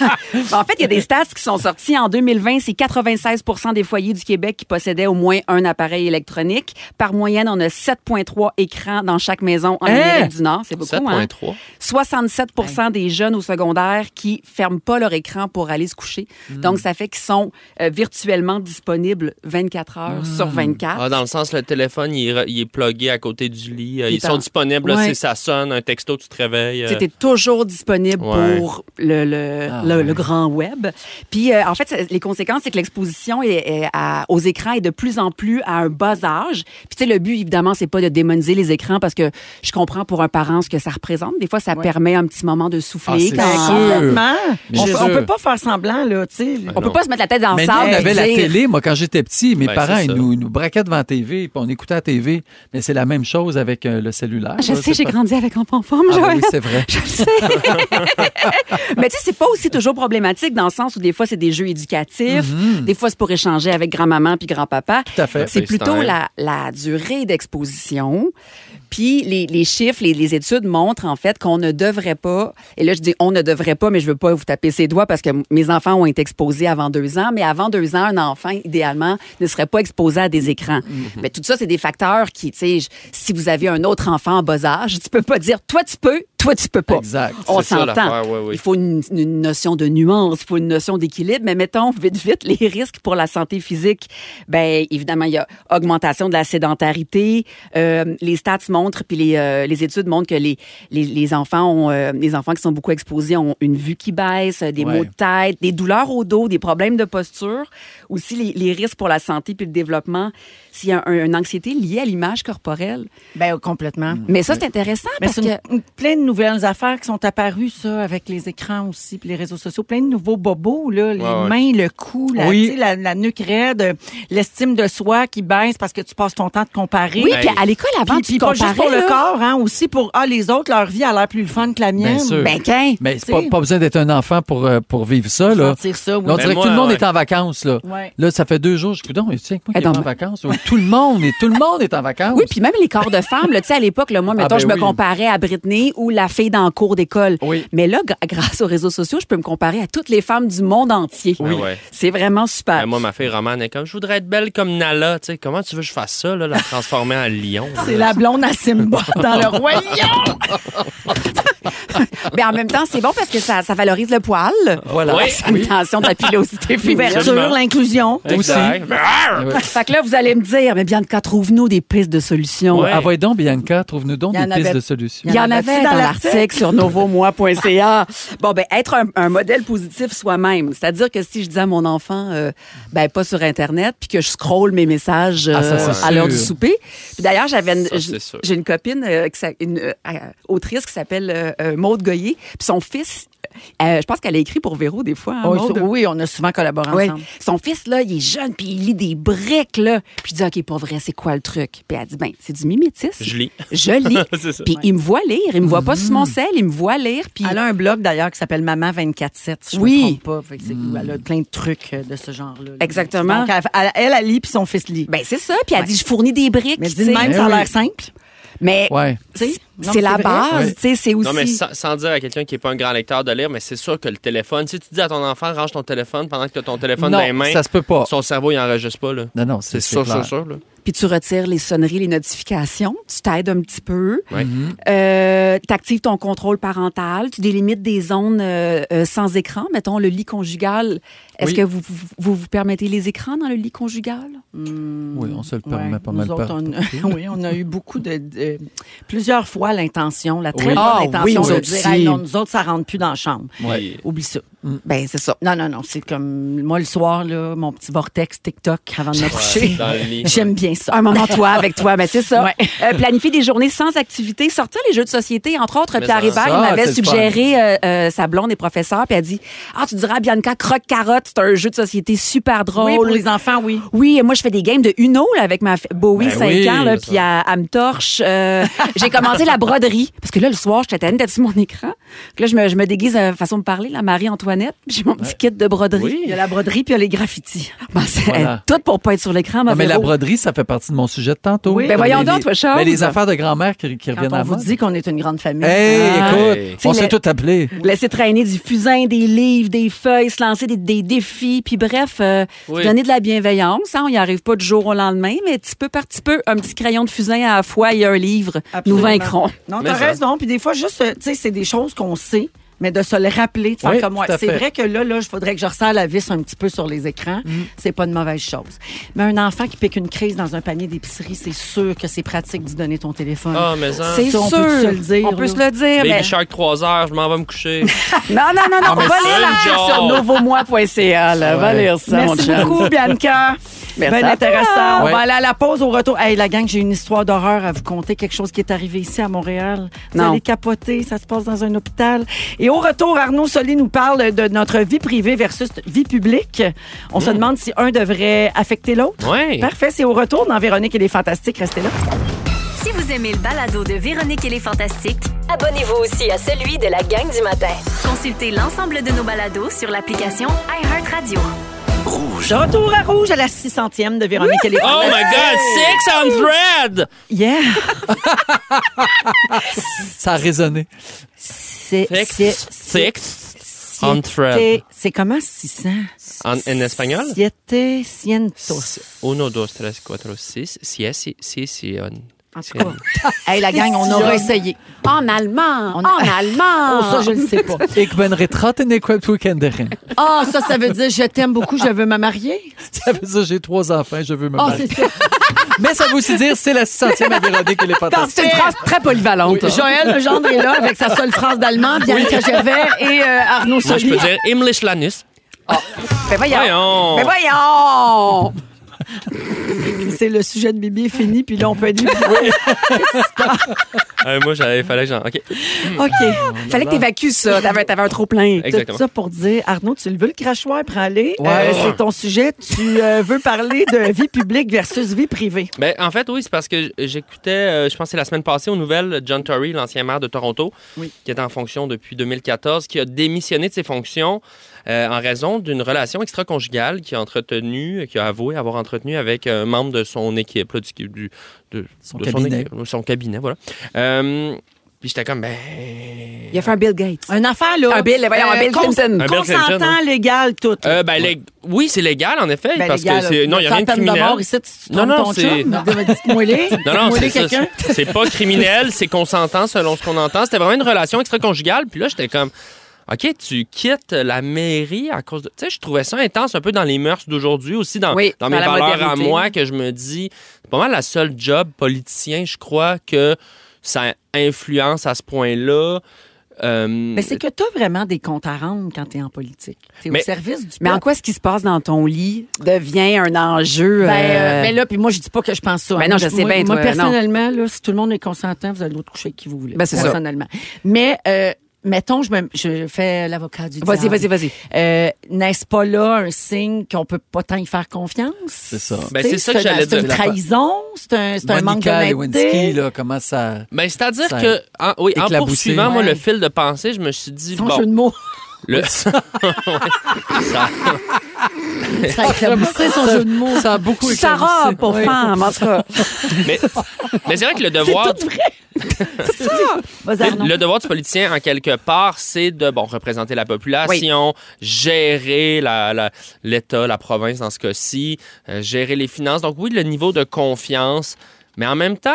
Speaker 5: Ben, en fait, il y a des stats qui sont sortis en 2020. C'est 96 des foyers du Québec qui possédaient au moins un appareil électronique. Par moyenne, on a 7,3 écrans dans chaque maison en
Speaker 3: Hein?
Speaker 5: Amérique du Nord. C'est beaucoup, hein?
Speaker 4: 7.3.
Speaker 5: 67 des jeunes au secondaire qui ferment pas leur écran pour aller se coucher.
Speaker 4: Hmm.
Speaker 5: Donc, ça fait qu'ils sont euh, virtuellement disponibles 24 heures sur 24.
Speaker 4: Ah, dans le sens, le téléphone, il est, re- il est plugué à côté du lit. Euh,
Speaker 5: Il est
Speaker 4: Ils sont
Speaker 5: en-
Speaker 4: disponibles. là,
Speaker 5: Ouais.
Speaker 4: si ça sonne, un texto, tu te réveilles. euh,
Speaker 5: C'était toujours disponible
Speaker 4: Ouais.
Speaker 5: pour le, le,
Speaker 3: Ah
Speaker 5: le,
Speaker 3: ouais.
Speaker 5: le grand web. Puis, euh, en fait, ça- les conséquences, c'est que l'exposition est- est à- aux écrans est de plus en plus à un bas âge. Puis, tu sais, le but, évidemment, c'est pas de démoniser les écrans parce que je comprends pour un parent ce que ça représente. Des fois, ça permet un petit moment de souffler.
Speaker 3: Ah, c'est
Speaker 5: quand-
Speaker 3: sûr.
Speaker 1: Complètement.
Speaker 3: Bien
Speaker 1: On, peut-
Speaker 3: sûr.
Speaker 1: on peut pas faire semblant, là, tu sais.
Speaker 5: On peut pas se mettre la tête dans le
Speaker 3: Mais nous, on
Speaker 5: sable.
Speaker 3: avait
Speaker 5: et
Speaker 3: la
Speaker 5: dire-
Speaker 3: télé. Moi, quand j'étais petit, mes
Speaker 4: Ben,
Speaker 3: parents,
Speaker 4: c'est
Speaker 3: ils
Speaker 4: ça.
Speaker 3: nous, ils nous braquaient devant la TV, puis on écoutait la TV. Mais c'est la même chose avec euh, le cellulaire.
Speaker 5: Ah, Je
Speaker 3: là,
Speaker 5: sais,
Speaker 3: c'est
Speaker 5: j'ai
Speaker 3: pas-
Speaker 5: grandi avec un en forme,
Speaker 3: Ah, ben
Speaker 5: Joël.
Speaker 3: oui, c'est vrai.
Speaker 5: Je le sais. Mais tu sais, c'est pas aussi toujours problématique dans le sens où des fois c'est des jeux éducatifs,
Speaker 3: Mm-hmm.
Speaker 5: des fois c'est pour échanger avec grand-maman puis grand-papa.
Speaker 3: Tout à fait.
Speaker 5: C'est plutôt
Speaker 4: FaceTime.
Speaker 5: la, la durée d'exposition. Puis les, les chiffres, les, les études montrent en fait qu'on ne devrait pas, et là je dis on ne devrait pas, mais je veux pas vous taper ses doigts parce que m- mes enfants ont été exposés avant deux ans, mais avant deux ans, un enfant idéalement ne serait pas exposé à des écrans. Mais tout ça, c'est des facteurs qui, tu sais, je- si vous avez un autre enfant en bas âge, tu peux pas dire toi tu peux, toi tu peux pas.
Speaker 3: Exact.
Speaker 5: On
Speaker 4: C'est ça,
Speaker 5: s'entend.
Speaker 4: l'affaire, ouais, ouais.
Speaker 5: Il faut une, une notion de nuance, il faut une notion d'équilibre, mais mettons vite, vite, les risques pour la santé physique, ben évidemment, il y a augmentation de la sédentarité. Euh, les stats montrent, puis les, euh, les études montrent que les, les, les enfants ont, euh, les enfants qui sont beaucoup exposés ont une vue qui baisse, euh, des
Speaker 3: Ouais.
Speaker 5: maux de tête, des douleurs au dos, des problèmes de posture. Aussi, les, les risques pour la santé puis le développement, s'il y a un- une anxiété liée à l'image corporelle.
Speaker 1: Ben, complètement.
Speaker 3: Mm.
Speaker 5: Mais ça, c'est intéressant
Speaker 1: Mais
Speaker 5: parce
Speaker 1: c'est
Speaker 5: que...
Speaker 1: une- une- plein de nouvelles affaires qui sont apparues, ça, avec les écrans aussi, puis les réseaux sociaux. Plein de nouveaux bobos, là. Les
Speaker 4: Ouais, ouais.
Speaker 1: mains, le cou, la,
Speaker 3: Oui.
Speaker 1: tu sais, la, la nuque raide, l'estime de soi qui baisse parce que tu passes ton temps de comparer.
Speaker 5: Oui,
Speaker 3: Ben,
Speaker 4: Hey.
Speaker 5: puis à l'école, avant,
Speaker 1: Puis,
Speaker 5: tu
Speaker 1: puis pas juste pour
Speaker 5: comparais,
Speaker 1: le
Speaker 5: là.
Speaker 1: corps, hein, aussi pour ah, les autres, leur vie a l'air plus le fun que la mienne.
Speaker 3: Bien sûr.
Speaker 5: Ben, qu'un.
Speaker 3: Mais c'est
Speaker 1: tu
Speaker 3: pas,
Speaker 1: sais.
Speaker 3: pas besoin d'être un enfant pour, euh, pour vivre ça, là.
Speaker 1: Sentir ça, oui.
Speaker 3: Là, on
Speaker 4: Ben
Speaker 3: dirait que
Speaker 4: moi,
Speaker 3: tout le monde
Speaker 4: ouais.
Speaker 3: est en vacances, là.
Speaker 1: Ouais.
Speaker 3: Là, ça fait deux jours, je suis coudonc, tiens, moi qui est
Speaker 5: Attends,
Speaker 3: en
Speaker 5: mais-
Speaker 3: vacances. Oui, tout le monde est, tout le monde est en vacances.
Speaker 5: Eh ben, Oui, puis même les corps de femmes, là, tu sais, à l'époque, là, moi,
Speaker 4: Ah,
Speaker 5: mettons,
Speaker 3: ben
Speaker 5: je me
Speaker 3: oui.
Speaker 5: comparais à Britney ou la fille dans le cours d'école.
Speaker 3: Oui.
Speaker 5: Mais là, gra- grâce aux réseaux sociaux, je peux me comparer à toutes les femmes du monde entier.
Speaker 4: Oui. Ah ouais.
Speaker 5: C'est vraiment super.
Speaker 4: Ben, moi, ma fille Romane est comme, je voudrais être belle comme Nala. Tu sais, comment tu veux que je fasse ça, là, la transformer en lion?
Speaker 1: C'est la blonde à Simba dans le roi lion.
Speaker 5: Mais Ben, en même temps, c'est bon parce que ça, ça valorise le poil.
Speaker 3: Voilà.
Speaker 4: Oui,
Speaker 5: C'est une tension de la pilosité féminine.
Speaker 1: L'ouverture,
Speaker 4: Absolument.
Speaker 1: l'inclusion.
Speaker 4: Exact. Ben,
Speaker 3: Ah
Speaker 5: Fait que là, vous allez me dire, mais Bianca, trouve-nous des pistes de solutions.
Speaker 4: Ouais.
Speaker 3: Ah, va donc, Bianca, trouve-nous donc
Speaker 5: Il y
Speaker 3: des
Speaker 5: en
Speaker 3: pistes
Speaker 5: avait-
Speaker 3: de solutions.
Speaker 5: Il y en
Speaker 1: avait-tu
Speaker 5: avait
Speaker 1: dans
Speaker 5: dans
Speaker 1: l'article?
Speaker 5: l'article sur novomoi.ca. Bon, ben, être un, un modèle positif soi-même. C'est-à-dire que si je dis à mon enfant, euh, ben, pas sur Internet, puis que je scrolle mes messages
Speaker 3: Ah, ça,
Speaker 5: euh,
Speaker 3: c'est
Speaker 5: à l'heure
Speaker 3: sûr.
Speaker 5: du souper. Puis d'ailleurs, j'avais une-
Speaker 4: Ça,
Speaker 5: j-
Speaker 4: c'est sûr.
Speaker 5: j'ai une copine, euh, qui s'a- une euh, euh, autrice qui s'appelle euh, euh, Maude Goyer. Puis son fils, euh, je pense qu'elle a écrit pour Véro des fois. hein,
Speaker 1: Oui,
Speaker 5: Maude?
Speaker 1: oui, on a souvent collaboré
Speaker 5: Ouais.
Speaker 1: ensemble.
Speaker 5: Son fils, là, il est jeune, puis il lit des briques, là. Puis je dis, OK, pas vrai, c'est quoi le truc? Puis elle dit, ben, c'est du mimétisme.
Speaker 4: Je lis.
Speaker 5: Je lis.
Speaker 4: C'est ça.
Speaker 5: Puis il me voit lire. Il me voit pas sur mon sel, il me voit lire. Puis
Speaker 1: Mm-hmm. Elle a un blog d'ailleurs qui s'appelle Maman 24-7, si je
Speaker 5: Oui. Mm.
Speaker 1: me trompe pas. Fait que c'est- Elle a plein de trucs euh, de ce genre-là. là.
Speaker 5: Exactement.
Speaker 1: Donc, elle, elle, elle, elle lit puis son fils lit.
Speaker 5: ben, c'est ça. Puis elle dit, je fournis des briques.
Speaker 1: mais
Speaker 5: tu
Speaker 1: dis
Speaker 5: sais.
Speaker 1: même, ça a
Speaker 3: Ben oui.
Speaker 1: l'air simple.
Speaker 5: Mais
Speaker 3: Ouais.
Speaker 1: tu sais. Non,
Speaker 5: c'est la
Speaker 1: vrai.
Speaker 5: base.
Speaker 3: Ouais.
Speaker 5: tu sais, C'est aussi.
Speaker 4: Non, mais sans, sans dire à quelqu'un qui n'est pas un grand lecteur de lire, mais c'est sûr que le téléphone, si tu dis à ton enfant, range ton téléphone pendant que tu as ton téléphone dans les
Speaker 3: Non,
Speaker 4: mains,
Speaker 3: ça se peut pas.
Speaker 4: son cerveau, il n'enregistre pas. Là.
Speaker 3: Non, non,
Speaker 4: C'est
Speaker 3: c'est
Speaker 4: sûr,
Speaker 3: clair.
Speaker 4: sûr, sûr. là.
Speaker 5: Puis tu retires les sonneries, les notifications. Tu t'aides un petit peu.
Speaker 4: Ouais.
Speaker 5: Euh, tu actives ton contrôle parental. Tu délimites des zones euh, euh, sans écran. Mettons, le lit conjugal. Est-ce
Speaker 3: Oui.
Speaker 5: que vous vous, vous vous permettez les écrans dans le lit conjugal?
Speaker 3: Oui, on se le permet
Speaker 1: Ouais,
Speaker 3: pas
Speaker 1: nous
Speaker 3: mal.
Speaker 1: autres,
Speaker 3: pas-
Speaker 1: on a- oui, on a eu beaucoup de, de- plusieurs fois l'intention, la très
Speaker 3: Oui.
Speaker 1: bonne
Speaker 5: Ah, oui,
Speaker 1: intention
Speaker 5: nous
Speaker 1: de
Speaker 5: autres
Speaker 1: dire
Speaker 5: aussi.
Speaker 1: Hey, non, nous autres, ça rentre plus dans la chambre.
Speaker 4: Ouais.
Speaker 1: Oublie ça.
Speaker 5: Ben, c'est ça.
Speaker 1: Non, non, non. C'est comme moi le soir, là, mon petit vortex TikTok avant de me coucher.
Speaker 4: dans le lit.
Speaker 1: J'aime bien ça.
Speaker 5: Ben un moment toi avec toi, mais c'est ça.
Speaker 1: Ouais.
Speaker 5: Euh, planifier des journées sans activité, sortir les jeux de société, entre autres.
Speaker 4: Mais
Speaker 5: Pierre
Speaker 4: ça-
Speaker 5: Hébert, il
Speaker 3: ça,
Speaker 5: m'avait
Speaker 3: c'est le fun.
Speaker 5: suggéré euh, euh, sa blonde et professeur, puis elle dit ah tu diras à Bianca croque carotte, c'est un jeu de société super drôle.
Speaker 1: Oui, pour les enfants, oui.
Speaker 5: Oui, et moi, je fais des games de Uno là, avec ma fi- Bowie,
Speaker 4: Ben
Speaker 5: 5
Speaker 4: oui,
Speaker 5: ans, là,
Speaker 4: ça.
Speaker 5: puis elle, elle me torche. Euh, j'ai commencé la broderie, parce que là, le soir, j'étais tannée d'être sur mon écran. Puis là, je me, je me déguise euh, façon de parler, la Marie-Antoinette, puis j'ai mon petit kit de broderie.
Speaker 1: Il y a la broderie puis il y a les graffitis.
Speaker 5: Ben, c'est
Speaker 3: Voilà.
Speaker 5: tout pour pas être sur l'écran, ma
Speaker 3: Non, mais la
Speaker 5: Véro.
Speaker 3: broderie, ça fait partie de mon sujet de tantôt.
Speaker 1: Oui.
Speaker 5: Ben, voyons
Speaker 3: Les-
Speaker 5: donc,
Speaker 3: les-
Speaker 5: toi, Charles.
Speaker 3: ben, les affaires de grand-mère qui, qui
Speaker 1: Quand
Speaker 3: reviennent
Speaker 1: on
Speaker 3: à
Speaker 1: vous
Speaker 3: mode.
Speaker 1: dit qu'on est une grande famille.
Speaker 3: Hey,
Speaker 1: Ah.
Speaker 4: Hey.
Speaker 3: écoute, on
Speaker 5: Tu sais,
Speaker 3: s'est tout appelé.
Speaker 5: Laisser traîner du fusain, des livres, des feuilles, se lancer des, des défis, puis bref, euh,
Speaker 4: Oui.
Speaker 5: se donner de la bienveillance. hein. on n'y arrive pas du jour au lendemain, mais petit peu par petit peu, un petit crayon de fusain à la fois et un livre,
Speaker 1: Absolument.
Speaker 5: nous vaincrons.
Speaker 1: Non,
Speaker 4: Mais
Speaker 1: t'as
Speaker 4: ça.
Speaker 1: raison. Puis des fois, juste, euh, tu sais, c'est des choses qu'on sait, mais de se le rappeler, de faire
Speaker 3: Oui,
Speaker 1: comme moi.
Speaker 3: tout à
Speaker 1: C'est
Speaker 3: fait.
Speaker 1: vrai que là, là, je faudrait que je resserre la vis un petit peu sur les écrans.
Speaker 3: Mm.
Speaker 1: C'est pas une mauvaise chose. Mais un enfant qui pique une crise dans un panier d'épicerie, c'est sûr que c'est pratique d'y donner ton téléphone.
Speaker 4: Ah, mais ça.
Speaker 5: C'est
Speaker 1: Ça,
Speaker 5: sûr.
Speaker 1: on peut se le dire,
Speaker 5: On peut
Speaker 1: là.
Speaker 5: se le dire.
Speaker 4: Baby
Speaker 5: mais-
Speaker 4: Shark 3 heures, je m'en vais me coucher.
Speaker 5: Non, non, non, non.
Speaker 3: mais
Speaker 5: va
Speaker 4: c'est
Speaker 5: lire
Speaker 4: le
Speaker 5: l'article sur
Speaker 4: genre.
Speaker 5: novomoi.ca. là. Va
Speaker 3: Ouais.
Speaker 5: lire ça, mon
Speaker 1: Merci
Speaker 5: chum.
Speaker 1: beaucoup, Bianca.
Speaker 5: Merci
Speaker 1: Bien
Speaker 5: à
Speaker 1: intéressant. On
Speaker 3: Ouais.
Speaker 1: va aller à la pause au retour. Hey, la gang, j'ai une histoire d'horreur à vous conter. Quelque chose qui est arrivé ici à Montréal. Vous
Speaker 5: Non.
Speaker 1: allez capoter. Ça se passe dans un hôpital. Et au retour, Arnaud Solé nous parle de notre vie privée versus vie publique. On
Speaker 5: Mm.
Speaker 1: se demande si un devrait affecter l'autre.
Speaker 4: Ouais.
Speaker 1: Parfait. C'est au retour dans Véronique et les Fantastiques. Restez là.
Speaker 6: Si vous aimez le balado de Véronique et les Fantastiques,
Speaker 11: Abonnez-vous aussi à celui de la gang du matin.
Speaker 6: consultez l'ensemble de nos balados sur l'application iHeartRadio.
Speaker 1: De retour à Rouge à la 600e de Véronique et les
Speaker 4: Oh
Speaker 1: Fantastiques.
Speaker 4: my God, 600!
Speaker 1: Yeah.
Speaker 3: Ça a résonné.
Speaker 1: C'est. c'est-
Speaker 4: Six,
Speaker 1: c'est-
Speaker 4: six, on thread.
Speaker 1: C'est comment 600?
Speaker 4: En, en espagnol?
Speaker 1: Siete cientos.
Speaker 4: 1, 2, 3, 4, 6, 6, 6, 6,
Speaker 1: En tout cas, hey, la gang, on aura essayé.
Speaker 5: En allemand.
Speaker 1: On-
Speaker 5: En allemand.
Speaker 1: Oh, ça, je le sais pas.
Speaker 3: Ich bin retraten et quept weekenderen.
Speaker 1: Ah, ça, ça veut dire je t'aime beaucoup, je veux me marier.
Speaker 3: Ça veut dire j'ai trois enfants, je veux me
Speaker 1: Ah,
Speaker 3: marier.
Speaker 1: c'est ça.
Speaker 3: Mais ça veut aussi dire c'est la 600e à Véronique et les
Speaker 4: Ah,
Speaker 5: C'est une
Speaker 3: Fantastiques.
Speaker 5: phrase très polyvalente.
Speaker 1: Joël Legendre est là avec sa seule phrase d'allemand, Bianca Gervais et euh, Arnaud
Speaker 4: Moi, je
Speaker 1: Soli.
Speaker 4: peux dire English Lanus.
Speaker 1: Ben voyons.
Speaker 4: Voyons!
Speaker 5: Mais voyons!
Speaker 1: C'est le sujet de Bibi est fini, puis là, on peut dire.
Speaker 4: Euh, moi, j'avais, fallait que j'en. OK.
Speaker 3: Oh
Speaker 1: OK.
Speaker 3: là
Speaker 5: Fallait que
Speaker 3: là.
Speaker 5: t'évacues ça. T'avais t'avais un trop-plein.
Speaker 1: Tout
Speaker 4: Exactement.
Speaker 1: ça pour dire, Arnaud, tu le veux le crachoir, prends-le. Euh,
Speaker 3: Ouais.
Speaker 1: c'est ton sujet. Tu euh, veux parler de vie publique versus vie privée.
Speaker 4: Ben, en fait, oui, c'est parce que j'écoutais, euh, je pense que c'est la semaine passée, aux nouvelles, John Tory, l'ancien maire de Toronto,
Speaker 1: Oui.
Speaker 4: qui est en fonction depuis 2014, qui a démissionné de ses fonctions euh, en raison d'une relation extra-conjugale qu'il a entretenue, qu'il a avoué avoir entretenue avec euh, un membre de son équipe, là, du, du- de,
Speaker 3: Son
Speaker 4: de
Speaker 3: cabinet.
Speaker 4: équipe, son cabinet, voilà. Euh, Puis j'étais comme, ben.
Speaker 5: Il a fait un Bill Gates.
Speaker 1: Une affaire, là. Euh,
Speaker 5: Un Bill, voyons, un Bill
Speaker 1: cons-
Speaker 5: Clinton.
Speaker 4: Un Bill Clinton,
Speaker 1: Consentant
Speaker 4: hein.
Speaker 1: légal, tout.
Speaker 4: Euh, ben, lég- Oui, c'est légal, en effet.
Speaker 1: Ben,
Speaker 4: parce
Speaker 1: légal,
Speaker 4: que c'est. Non, il n'y a
Speaker 1: t'as
Speaker 4: rien de
Speaker 1: peine
Speaker 4: criminel.
Speaker 1: mort ici, si tu
Speaker 4: Non,
Speaker 1: trompes
Speaker 4: non,
Speaker 1: ton
Speaker 4: c'est-
Speaker 1: chum. Dites-moi-les.
Speaker 4: Non, non,
Speaker 1: Dites-moi-les
Speaker 4: c'est ça,
Speaker 1: quelqu'un.
Speaker 4: c'est- C'est pas criminel, c'est consentant selon ce qu'on entend. C'était vraiment une relation extra-conjugale. Puis là, j'étais comme, OK, tu quittes la mairie à cause de. Tu sais, je trouvais ça intense un peu dans les mœurs d'aujourd'hui aussi, dans,
Speaker 5: Oui,
Speaker 4: dans
Speaker 5: dans
Speaker 4: mes
Speaker 5: la
Speaker 4: valeurs à
Speaker 5: modernité.
Speaker 4: moi, que je me dis, c'est pas mal la seule job politicien, je crois, que ça influence à ce point-là. Euh,
Speaker 1: Mais c'est que t'as vraiment des comptes à rendre quand t'es en politique. T'es au
Speaker 4: Mais-
Speaker 1: service du
Speaker 5: Mais en
Speaker 1: peuple.
Speaker 5: quoi ce qui se passe dans ton lit devient un enjeu?
Speaker 1: Ben,
Speaker 5: euh,
Speaker 1: euh, mais là, puis moi, je dis pas que je pense ça.
Speaker 5: Ben
Speaker 1: hein.
Speaker 5: non,
Speaker 1: Moi,
Speaker 5: je sais
Speaker 1: moi-
Speaker 5: bien,
Speaker 1: Moi,
Speaker 5: toi,
Speaker 1: personnellement, là, si tout le monde est consentant, vous allez vous coucher avec qui vous voulez.
Speaker 5: Ben, c'est ça.
Speaker 1: personnellement. Mais, euh, mettons, je, me, je fais l'avocat du
Speaker 5: Vas-y,
Speaker 1: diable.
Speaker 5: vas-y, vas-y.
Speaker 1: Euh, N'est-ce pas là un signe qu'on peut pas tant y faire confiance? C'est
Speaker 3: ça.
Speaker 4: Ben, c'est ça que j'allais
Speaker 1: C'est
Speaker 4: dire.
Speaker 1: une trahison? C'est un, c'est un manque
Speaker 3: Monica Lewinsky,
Speaker 1: d'honnêteté?
Speaker 3: là, comment ça...
Speaker 4: ben, c'est-à-dire
Speaker 3: Ça
Speaker 4: que, en, oui, en
Speaker 3: éclaboussé.
Speaker 4: poursuivant, moi,
Speaker 1: Ouais.
Speaker 4: le fil de pensée, je me suis dit,
Speaker 1: Ton
Speaker 4: bon,
Speaker 1: jeu de mots.
Speaker 4: le- Ouais. Ça-
Speaker 1: Ça a éclaboussé son jeu de mots.
Speaker 3: Ça a beaucoup
Speaker 5: Sarah, pour femme, en tout cas.
Speaker 4: mais, mais c'est vrai que le devoir.
Speaker 1: Vas-y, Arnaud.
Speaker 4: Le, le devoir du politicien, en quelque part, c'est de bon représenter la population, gérer la- la- l'État, la, province dans ce cas-ci, euh, gérer les finances. Donc oui, le niveau de confiance, mais en même temps,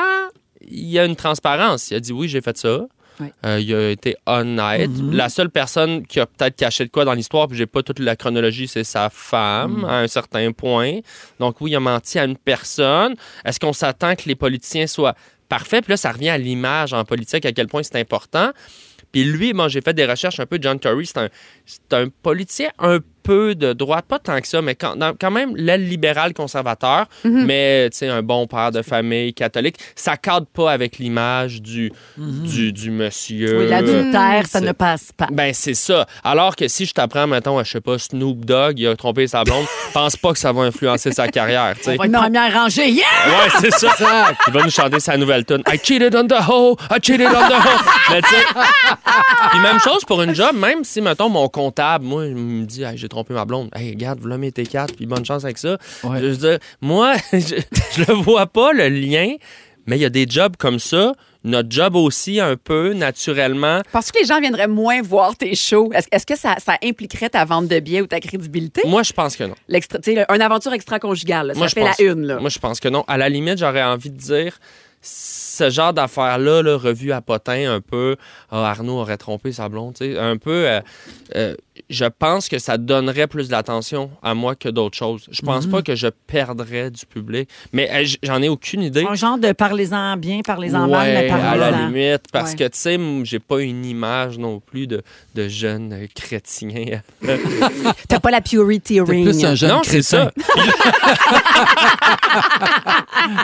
Speaker 4: il y a une transparence. Il a dit oui, j'ai fait ça.
Speaker 1: Oui. Mm-hmm.
Speaker 4: Euh, il a été honnête. La seule personne qui a peut-être caché de quoi dans l'histoire, puis j'ai pas toute la chronologie, c'est sa femme
Speaker 1: Mm.
Speaker 4: à un certain point. Donc oui, il a menti à une personne. Est-ce qu'on s'attend que les politiciens soient parfaits? Puis là, ça revient à l'image en politique, à quel point c'est important. Puis lui, moi, j'ai fait des recherches un peu. John Tory, c'est un, c'est un politicien un peu de droite, pas tant que ça, mais quand, dans- quand même l'aile libérale conservateur, mais tu sais, un bon père de famille catholique. Ça cadre pas avec l'image du, du, du monsieur.
Speaker 1: Oui, l'adultère, ça
Speaker 4: Euh, c'est-
Speaker 1: ne passe pas.
Speaker 4: Ben, c'est ça. Alors que si je t'apprends, mettons, à, je sais pas, Snoop Dogg, il a trompé sa blonde, pense pas que ça va influencer sa carrière, tu sais.
Speaker 1: Votre première rangée, yeah!
Speaker 4: Ouais, c'est ça. Il va nous chanter sa nouvelle tune. I cheated on the hoe, I cheated on the hoe. Mais tu sais, puis même chose pour une job, même si, mettons, mon comptable, moi, il me dit, Hey, j'ai trompé ma blonde. Hey, regarde, voilà mes T4, puis bonne chance avec ça.
Speaker 3: Ouais.
Speaker 4: Je veux dire, moi, je, je le vois pas, le lien, mais il y a des jobs comme ça. Notre job aussi, un peu, naturellement.
Speaker 5: Parce que les gens viendraient moins voir tes shows. Est-ce est-ce que ça, ça impliquerait ta vente de billets ou ta crédibilité?
Speaker 4: Moi, je pense que non.
Speaker 5: L'extra- tu sais, le- une aventure extra-conjugale, là, ça
Speaker 4: Moi, je
Speaker 5: fait
Speaker 4: pense-
Speaker 5: la une.
Speaker 1: Ah.
Speaker 5: Là.
Speaker 4: Moi, je pense que non. À la limite, j'aurais envie de dire ce genre d'affaire-là, là, revue à potin, un peu. Ah, Arnaud aurait trompé sa blonde, tu sais. Un peu. euh, euh, je pense que ça donnerait plus d'attention à moi que d'autres choses. Je pense pas que je perdrais du public. Mais euh, j- j'en ai aucune idée.
Speaker 1: Un genre de parlez-en bien, parlez-en mal, mais
Speaker 4: Ouais, à la
Speaker 1: parlez-en.
Speaker 4: limite, parce
Speaker 1: hein. Ouais.
Speaker 4: que tu sais, m- j'ai pas une image non plus de, de jeune euh, chrétien.
Speaker 5: T'as pas la purity
Speaker 3: T'es plus un jeune
Speaker 4: non, c'est
Speaker 3: crétin.
Speaker 4: ça.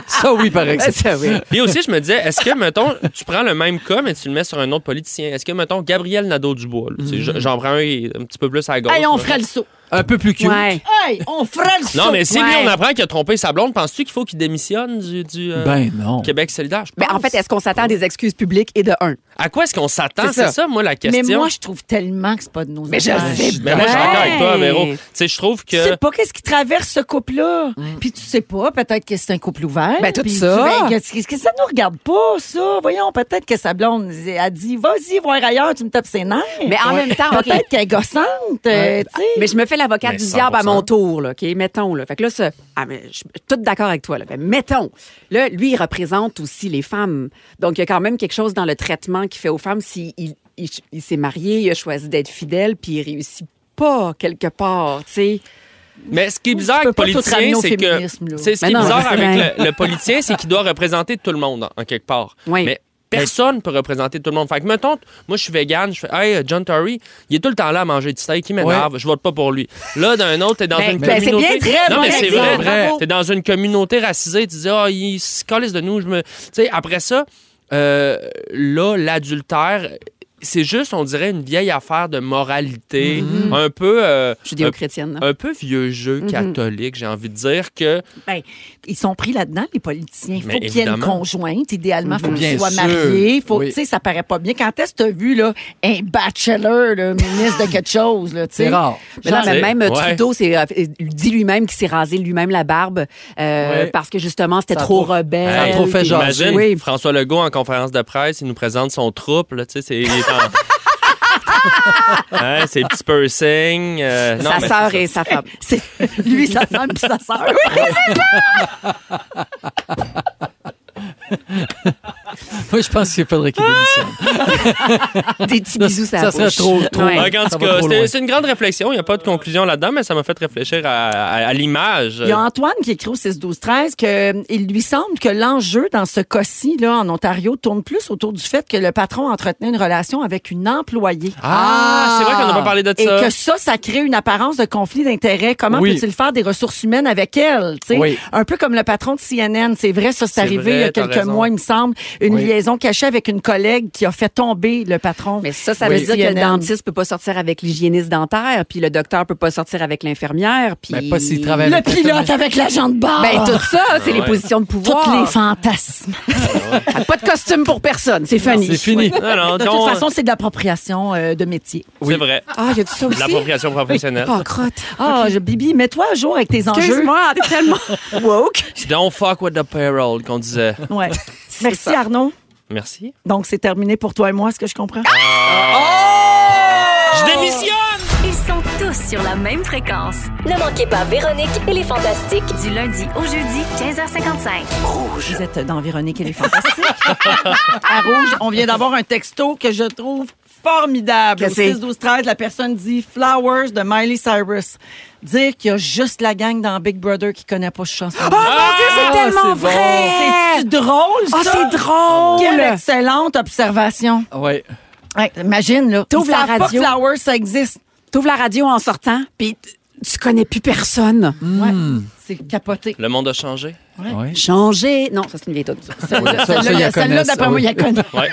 Speaker 3: Ça, oui, par exemple.
Speaker 5: Ça, oui.
Speaker 4: Puis aussi, je me disais, est-ce que, mettons, tu prends le même cas, mais tu le mets sur un autre politicien? Est-ce que, mettons, Gabriel Nadeau-Dubois, là, tu sais, je- j'en prends un, qui est un petit peu plus à gauche.
Speaker 1: Mm-hmm. Hey, on
Speaker 4: là.
Speaker 1: ferait le saut.
Speaker 3: Un peu plus cute.
Speaker 5: Ouais.
Speaker 1: Hey, on ferait le saut.
Speaker 4: Non, mais si lui,
Speaker 5: Ouais.
Speaker 4: on apprend qu'il a trompé sa blonde, penses-tu qu'il faut qu'il démissionne du, du, euh,
Speaker 3: Ben non.
Speaker 4: Québec solidaire? Je
Speaker 1: Ben,
Speaker 5: Mais Ben, en
Speaker 4: pense.
Speaker 5: fait, est-ce qu'on s'attend à des excuses publiques et de un?
Speaker 4: À quoi est-ce qu'on s'attend?
Speaker 5: C'est
Speaker 4: C'est
Speaker 5: ça.
Speaker 4: ça. moi, la
Speaker 1: Mais
Speaker 4: question.
Speaker 1: moi, je trouve tellement que c'est pas de nos
Speaker 5: Mais je
Speaker 1: affaires.
Speaker 5: sais
Speaker 4: Mais moi, je suis
Speaker 5: Ouais.
Speaker 4: d'accord avec toi, Véro. Tu sais, je trouve
Speaker 1: Tu
Speaker 4: que.
Speaker 1: sais pas qu'est-ce qui traverse ce couple-là. Puis tu sais pas, peut-être que c'est un couple ouvert.
Speaker 5: Ben, tout
Speaker 1: Puis
Speaker 5: ça.
Speaker 1: tu- ben, qu'est-ce qu'est-ce que ça nous regarde pas, ça? Voyons, peut-être que sa blonde a dit, vas-y, voir ailleurs, tu me tapes ses nerfs.
Speaker 5: Mais en même temps, OK.
Speaker 1: Peut-être qu'elle est gossante, euh, tu sais.
Speaker 5: Mais je me fais l'avocate
Speaker 4: Mais
Speaker 5: du diable à
Speaker 4: 100%.
Speaker 5: mon tour, là, OK? Mettons, là. Fait que là, ça- ah, mais je suis toute d'accord avec toi, là. Mais mettons, là, lui, il représente aussi les femmes. Donc, il y a quand même quelque chose dans le traitement qu'il fait aux femmes s'il il, il- il s'est marié, il a choisi d'être fidèle, puis il réussit pas quelque part, tu sais.
Speaker 4: Mais ce qui est bizarre
Speaker 1: peux
Speaker 4: avec
Speaker 1: pas
Speaker 4: le
Speaker 1: tout
Speaker 4: politicien,
Speaker 1: ramener au
Speaker 4: c'est que.
Speaker 1: féminisme, là.
Speaker 4: tu sais, Ce
Speaker 5: Mais
Speaker 4: qui est
Speaker 5: non,
Speaker 4: bizarre
Speaker 5: je sais
Speaker 4: avec le, le politicien, c'est qu'il doit représenter tout le monde, en, en quelque part.
Speaker 5: Oui.
Speaker 4: Mais personne ne peut représenter tout le monde. Fait que, mettons, t- moi, je suis vegan, je fais, hey, John Tory, il est tout le temps là à manger du steak, il m'énerve, je vote pas pour lui. Là, d'un autre, t'es dans
Speaker 5: Ben,
Speaker 4: une
Speaker 5: ben, c'est
Speaker 4: communauté.
Speaker 5: bien, très
Speaker 4: non,
Speaker 5: bon
Speaker 4: mais c'est vrai.
Speaker 5: exemple,
Speaker 3: bravo.
Speaker 4: T'es dans une communauté racisée, tu dis, ah, il se calisse de nous, je me. Tu sais, après ça, euh, là, l'adultère. c'est juste, on dirait, une vieille affaire de moralité, un peu... euh,
Speaker 5: Judéo-chrétienne. non?
Speaker 4: un peu vieux jeu catholique, j'ai envie de dire que
Speaker 1: Ben, ils sont pris là-dedans, les politiciens. Il faut
Speaker 4: Mais
Speaker 1: qu'il y ait une
Speaker 4: évidemment.
Speaker 1: conjointe. Idéalement, il faut
Speaker 3: Bien
Speaker 1: qu'ils soient
Speaker 3: sûr.
Speaker 1: mariés. Faut,
Speaker 3: Oui.
Speaker 1: tu sais, ça paraît pas bien. Quand est-ce que t'as vu, là, un bachelor, le ministre de quelque chose, là, tu sais?
Speaker 3: C'est rare.
Speaker 5: Mais non,
Speaker 4: Genre,
Speaker 5: mais
Speaker 4: c'est-
Speaker 5: même
Speaker 4: ouais.
Speaker 5: Trudeau s'est, euh, dit lui-même qu'il s'est rasé lui-même la barbe euh,
Speaker 3: Ouais.
Speaker 5: parce que justement, c'était
Speaker 3: Ça a
Speaker 5: trop
Speaker 3: trop-
Speaker 5: rebelle.
Speaker 3: ça a trop fait
Speaker 5: puis-
Speaker 3: jaser.
Speaker 4: Imagine,
Speaker 5: Oui.
Speaker 4: François Legault en conférence de presse, il nous présente son troupe, là, tu sais, c'est... il est en- Hein, ses petits piercings. euh, non,
Speaker 5: sa
Speaker 4: mais
Speaker 5: sœur
Speaker 4: c'est
Speaker 5: et sa femme.
Speaker 1: C'est lui, sa femme, puis sa sœur.
Speaker 3: Moi, je pense qu'il faudrait qu'il démissionne.
Speaker 5: Des petits bisous, ça
Speaker 3: Ça serait trop, trop.
Speaker 5: Ouais.
Speaker 4: ça. Ouais, en
Speaker 3: Ça
Speaker 4: tout
Speaker 3: va
Speaker 4: cas,
Speaker 3: trop
Speaker 4: c'était-
Speaker 3: loin.
Speaker 4: c'est une grande réflexion. Il n'y a pas de conclusion là-dedans, mais ça m'a fait réfléchir à, à- à l'image.
Speaker 1: Il y a Antoine qui écrit au 6-12-13 qu'il lui semble que l'enjeu dans ce cas-ci, là, en Ontario, tourne plus autour du fait que le patron entretenait une relation avec une employée.
Speaker 4: Ah, c'est vrai qu'on n'a pas parlé de
Speaker 1: Et
Speaker 4: ça.
Speaker 1: que ça, ça crée une apparence de conflit d'intérêts. Comment
Speaker 3: Oui.
Speaker 1: peut-il faire des ressources humaines avec elle? tu sais?
Speaker 3: Oui.
Speaker 1: Un peu comme le patron de CNN. C'est vrai, ça, c'est
Speaker 4: C'est
Speaker 1: arrivé
Speaker 4: vrai,
Speaker 1: il y a
Speaker 4: t'as
Speaker 1: quelques
Speaker 4: raison.
Speaker 1: mois, il me semble. Une
Speaker 3: Oui.
Speaker 1: liaison cachée avec une collègue qui a fait tomber le patron.
Speaker 5: Mais ça, ça
Speaker 1: Oui.
Speaker 5: veut dire que le
Speaker 1: CNN.
Speaker 5: dentiste peut pas sortir avec l'hygiéniste dentaire, puis le docteur peut pas sortir avec l'infirmière, puis...
Speaker 3: Mais Ben, pas s'il travaille
Speaker 1: Le
Speaker 3: avec
Speaker 1: pilote avec l'agent de bord.
Speaker 5: Ben, tout ça, c'est les
Speaker 4: ouais.
Speaker 5: positions de pouvoir.
Speaker 1: Tous les fantasmes. Ah,
Speaker 5: Pas de costume pour personne, c'est funny.
Speaker 3: C'est fini.
Speaker 4: Non, non,
Speaker 1: De
Speaker 4: donc,
Speaker 1: toute façon, c'est de l'appropriation euh, de métier.
Speaker 4: c'est vrai.
Speaker 5: Ah, y a du ça aussi?
Speaker 4: L'appropriation professionnelle.
Speaker 5: Oh, crotte.
Speaker 1: Ah, je, Bibi, mets-toi à jour avec tes enjeux.
Speaker 5: Excuse-moi, tellement...
Speaker 1: Woke.
Speaker 4: Don't fuck with the payroll, qu'on disait.
Speaker 1: Ouais. Merci,
Speaker 5: ça.
Speaker 1: Arnaud.
Speaker 4: Merci.
Speaker 1: Donc, c'est terminé pour toi et moi, est-ce que je comprends?
Speaker 4: Je démissionne!
Speaker 6: Ils sont tous sur la même fréquence.
Speaker 7: Ne manquez pas Véronique et les Fantastiques.
Speaker 6: Du lundi au jeudi, 15h55.
Speaker 1: Vous êtes dans Véronique et les Fantastiques. à Rouge, on vient d'avoir un texto que je trouve formidable. Au
Speaker 5: Qu'est-ce que c'est?
Speaker 1: 6 12 13 la personne dit Flowers de Miley Cyrus. Dire qu'il y a juste la gang dans Big Brother qui connaît pas Ah, cette chanson.
Speaker 5: Oh mon Dieu, c'est tellement
Speaker 3: c'est bon.
Speaker 5: vrai!
Speaker 1: C'est drôle,
Speaker 5: Oh,
Speaker 1: ça?
Speaker 5: c'est drôle!
Speaker 1: Ah, Quelle excellente observation.
Speaker 3: Ouais.
Speaker 1: Ouais, imagine, là.
Speaker 5: T'ouvres
Speaker 1: Ils
Speaker 5: la
Speaker 1: savent pas
Speaker 5: radio.
Speaker 1: que Flowers, ça existe.
Speaker 5: T'ouvres la radio en sortant, puis t- tu connais plus personne.
Speaker 1: Mm. Ouais. C'est capoté.
Speaker 4: Le monde a changé.
Speaker 3: Ouais.
Speaker 5: Changer. Non, ça, c'est une vieille toute.
Speaker 3: Ça, ça, ils la
Speaker 1: Celle-là, celle-là,
Speaker 3: connaissent,
Speaker 1: d'après moi,
Speaker 3: oui.
Speaker 1: il la connaît.
Speaker 4: Ouais.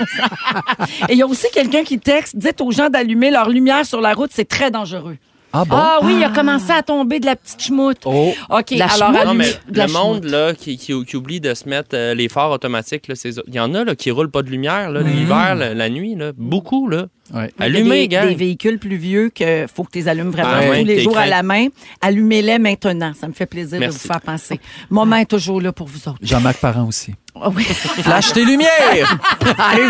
Speaker 1: Et il y a aussi quelqu'un qui texte Dites aux gens d'allumer leur lumière sur la route, c'est très dangereux.
Speaker 3: Ah bon?
Speaker 1: Ah oui, il a commencé à tomber de la petite schmoute.
Speaker 3: Oh.
Speaker 1: OK,
Speaker 5: La
Speaker 1: alors
Speaker 5: schmoute?
Speaker 4: Non,
Speaker 1: allumez
Speaker 4: mais
Speaker 1: de la
Speaker 4: le monde
Speaker 1: schmoute.
Speaker 4: là, qui, qui, qui oublie de se mettre euh, les phares automatiques, là, c'est- il y en a là, qui roulent pas de lumière là, l'hiver, la, la nuit. Là, beaucoup. Là.
Speaker 3: Ouais.
Speaker 4: Allumez,
Speaker 1: Il y a
Speaker 4: gars.
Speaker 1: Mm. des, des véhicules plus vieux que faut que tu les allumes vraiment
Speaker 4: Ah ouais,
Speaker 1: tous les
Speaker 4: t'es
Speaker 1: jours à
Speaker 4: craint.
Speaker 1: la main. Allumez-les maintenant. Ça me fait plaisir de
Speaker 4: Merci.
Speaker 1: vous faire penser. Moment est toujours là pour vous autres.
Speaker 3: Jean-Marc Parent aussi.
Speaker 1: Ah oui.
Speaker 3: Flash tes lumières!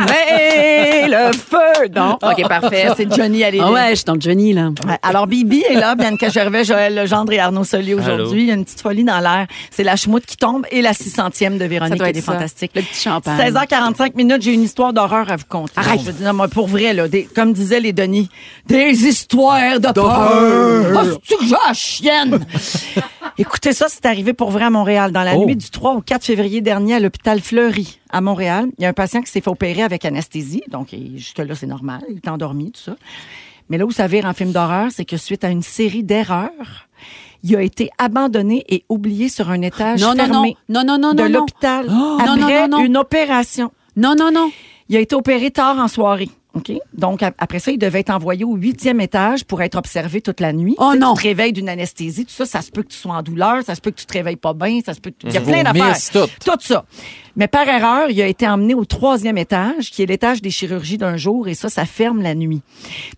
Speaker 5: Allumez le feu! Non? OK, parfait.
Speaker 1: C'est Johnny à
Speaker 5: Ah ouais, je suis dans le Johnny, là.
Speaker 1: Ouais. Alors, Bibi est là, Bianca Gervais, Joël Legendre et Arnaud Soli aujourd'hui. Il y a une petite folie dans l'air. C'est la choumoute qui tombe et la 600e de Véronique
Speaker 5: doit
Speaker 1: qui
Speaker 5: être
Speaker 1: est
Speaker 5: ça.
Speaker 1: fantastique.
Speaker 5: Le petit champagne.
Speaker 1: 16h45 minutes, j'ai une histoire d'horreur à vous conter.
Speaker 5: Arrête.
Speaker 1: Je veux dire, non, mais pour vrai, là, des- comme disaient les Denis, des histoires de peur. Ah, c'est-tu que j'ai la chienne? Écoutez ça, c'est arrivé pour vrai à Montréal. Dans la
Speaker 3: Oh.
Speaker 1: nuit du 3 au 4 février dernier à l'hôpital Fleury à Montréal, il y a un patient qui s'est fait opérer avec anesthésie. Donc, il- jusque-là, c'est normal. Il est endormi, tout ça. Mais là où ça vire en film d'horreur, c'est que suite à une série d'erreurs, il a été abandonné et oublié sur un étage
Speaker 5: Non, non, non.
Speaker 1: fermé
Speaker 5: Non, non, non,
Speaker 1: de
Speaker 5: non, non.
Speaker 1: l'hôpital
Speaker 5: Oh. Non,
Speaker 1: après
Speaker 5: non, non, non.
Speaker 1: une opération.
Speaker 5: Non, non, non.
Speaker 1: Il a été opéré tard en soirée. OK? Donc, ap- après ça, il devait être envoyé au huitième étage pour être observé toute la nuit.
Speaker 5: Oh
Speaker 1: Tu sais,
Speaker 5: non.
Speaker 1: Tu te réveilles d'une anesthésie, tout ça, ça se peut que tu sois en douleur, ça se peut que tu te réveilles pas bien, ça se peut que
Speaker 5: Mm-hmm.
Speaker 1: tu... Il y a plein d'affaires.
Speaker 3: vomisses, tout.
Speaker 1: Tout ça. Mais par erreur, il a été emmené au troisième étage, qui est l'étage des chirurgies d'un jour, et ça, ça ferme la nuit.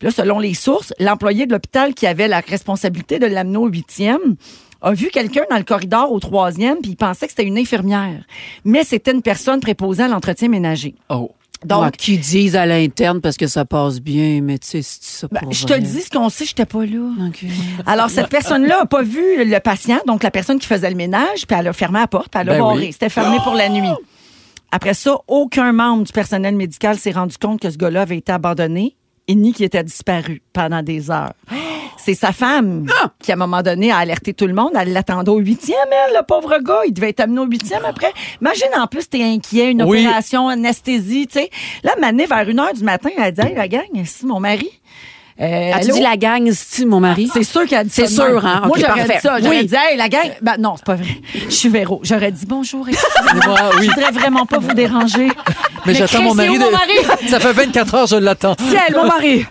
Speaker 1: Puis là, selon les sources, l'employé de l'hôpital qui avait la responsabilité de l'amener au huitième a vu quelqu'un dans le corridor au troisième, puis il pensait que c'était une infirmière. Mais c'était une personne préposée à l'entretien ménager.
Speaker 3: Oh.
Speaker 1: Donc,
Speaker 5: Ouais, qu'ils disent à l'interne parce que ça passe bien, mais tu sais, c'est ça
Speaker 1: Ben,
Speaker 5: pour
Speaker 1: je te
Speaker 5: vrai. euh,
Speaker 1: dis ce qu'on sait, j'étais pas là.
Speaker 5: OK.
Speaker 1: Alors, cette personne-là a pas vu le patient, donc la personne qui faisait le ménage, puis elle a fermé la porte, puis elle a
Speaker 3: Ben
Speaker 1: barré.
Speaker 3: oui.
Speaker 1: C'était fermé pour la nuit. Après ça, aucun membre du personnel médical s'est rendu compte que ce gars-là avait été abandonné et ni qu'il était disparu pendant des heures. C'est sa femme qui, à un moment donné, a alerté tout le monde. Elle l'attendait au huitième, elle, le pauvre gars. Il devait être amené au huitième après. Imagine, en plus, t'es inquiet, une
Speaker 3: Oui.
Speaker 1: opération, anesthésie, tu sais. Là, Mané, vers une heure du matin, elle dit, hey, la gang, si mon mari. Euh,
Speaker 5: As-tu
Speaker 1: allô? Ah,
Speaker 5: dit la gang, c'est-tu mon mari?
Speaker 1: C'est sûr qu'elle a dit
Speaker 5: C'est
Speaker 1: ça de
Speaker 5: sûr,
Speaker 1: même.
Speaker 5: hein?
Speaker 1: Moi,
Speaker 5: Ok,
Speaker 1: j'aurais
Speaker 5: parfait.
Speaker 1: dit ça. J'aurais
Speaker 5: Oui.
Speaker 1: dit, hey, la gang. Ben, non, c'est pas vrai. Je suis Véro. J'aurais dit bonjour. excusez-moi,
Speaker 3: Moi, oui.
Speaker 1: Je voudrais vraiment pas vous déranger.
Speaker 3: Mais j'attends mon
Speaker 5: Chris, il est
Speaker 3: mari.
Speaker 5: où, mon mari?
Speaker 3: Ça fait 24 heures, je l'attends.
Speaker 5: Ciel, mon mari!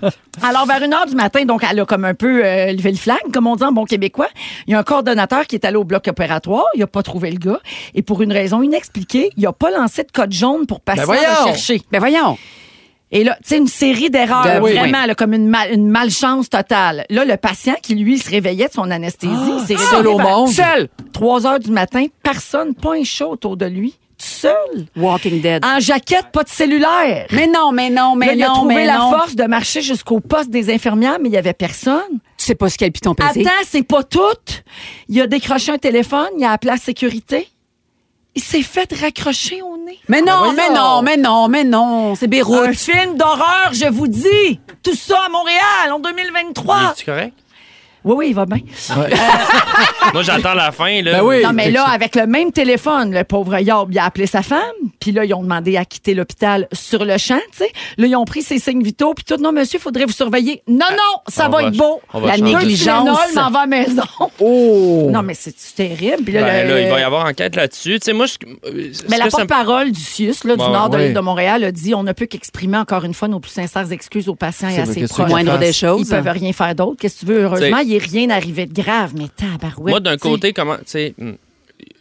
Speaker 1: Alors, vers une heure du matin, donc, elle a comme un peu euh, levé le flag, comme on dit en bon québécois. Il y a un coordonnateur qui est allé au bloc opératoire. Il n'a pas trouvé le gars. Et pour une raison inexpliquée, il n'a pas lancé de code jaune pour passer
Speaker 3: Ben voyons!
Speaker 1: à rechercher.
Speaker 5: Ben voyons.
Speaker 1: Et là, tu sais, une série d'erreurs,
Speaker 5: Ben oui.
Speaker 1: vraiment, là, comme une, mal- une malchance totale. Là, le patient qui, lui, se réveillait de son anesthésie, il s'est réveillé
Speaker 3: seul au
Speaker 1: vers
Speaker 3: monde.
Speaker 5: Ah, Seul!
Speaker 1: 3 heures du matin, personne, pas un chat autour de lui, tout seul,
Speaker 5: Walking Dead.
Speaker 1: en jaquette, pas de cellulaire.
Speaker 5: Mais non, mais non, mais
Speaker 1: Ah. Là, il a
Speaker 5: non,
Speaker 1: trouvé
Speaker 5: mais
Speaker 1: la
Speaker 5: non.
Speaker 1: force de marcher jusqu'au poste des infirmières, mais il y avait personne.
Speaker 5: Tu sais pas ce qu'elle piton pesé.
Speaker 1: Attends, c'est pas tout. Il a décroché un téléphone, il a appelé la sécurité. Il s'est fait raccrocher au nez.
Speaker 5: Mais
Speaker 4: Ben,
Speaker 5: non, mais non, mais non, mais non. C'est
Speaker 1: Un
Speaker 5: Beyrouth. Ah,
Speaker 1: film d'horreur, je vous dis. Tout ça à Montréal en 2023.
Speaker 4: Es-tu correct?
Speaker 1: Oui, oui, il va bien.
Speaker 4: Moi, j'attends la fin, là.
Speaker 3: Ben oui.
Speaker 1: Non, mais là, avec le même téléphone, le pauvre Yob, il a appelé sa femme, puis là, ils ont demandé à quitter l'hôpital sur le champ, tu sais. Là, ils ont pris ses signes vitaux, puis tout. Non, monsieur, faudrait vous surveiller. Non, non, ça
Speaker 4: on
Speaker 1: va,
Speaker 4: va-
Speaker 1: être beau.
Speaker 4: on va
Speaker 1: La
Speaker 4: changer.
Speaker 1: négligence.
Speaker 5: Négligence.
Speaker 1: m'en va à la maison.
Speaker 3: Oh!
Speaker 1: Non, mais c'est terrible. Puis là,
Speaker 4: Ben,
Speaker 1: le-
Speaker 4: là, il va y avoir enquête là-dessus. Tu sais, moi, je. euh, est-ce
Speaker 1: Mais la
Speaker 4: que ça me-
Speaker 1: porte-parole du CIUS, là, du
Speaker 4: Ouais,
Speaker 1: nord de
Speaker 3: ouais.
Speaker 1: l'île de Montréal, a dit on ne peut qu'exprimer encore une fois nos plus sincères excuses aux patients et
Speaker 3: C'est
Speaker 1: à
Speaker 3: vrai,
Speaker 1: ses
Speaker 3: qu'est-ce que
Speaker 1: proches.
Speaker 3: tu veux
Speaker 5: Moindre
Speaker 3: Ils
Speaker 5: des
Speaker 1: Ils
Speaker 5: choses.
Speaker 1: peuvent rien faire d'autre. Qu'est-ce que tu veux? Heureusement,
Speaker 4: T'sais-
Speaker 1: il n'est rien arrivé de grave, mais tabarouette.
Speaker 4: Moi, d'un
Speaker 1: t'sais.
Speaker 4: côté, comment. Tu sais, hmm,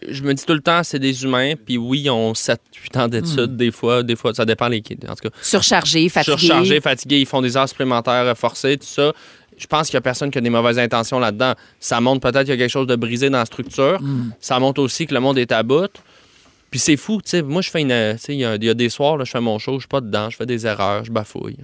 Speaker 4: je me dis tout le temps, c'est des humains, puis oui, ils ont 7-8 ans d'études,
Speaker 1: Mm.
Speaker 4: des fois, des fois, ça dépend les kids. En tout cas,
Speaker 5: Surchargé, fatigué.
Speaker 4: surchargés, fatigués, ils font des heures supplémentaires euh, forcées, tout ça. Je pense qu'il n'y a personne qui a des mauvaises intentions là-dedans. Ça montre peut-être qu'il y a quelque chose de brisé dans la structure. Ça montre aussi que le monde est à bout. Puis c'est fou, tu sais. Moi, je fais une. euh, Tu sais, il y, a- il y a des soirs, là, je fais mon show, je suis pas dedans, je fais des erreurs, je bafouille.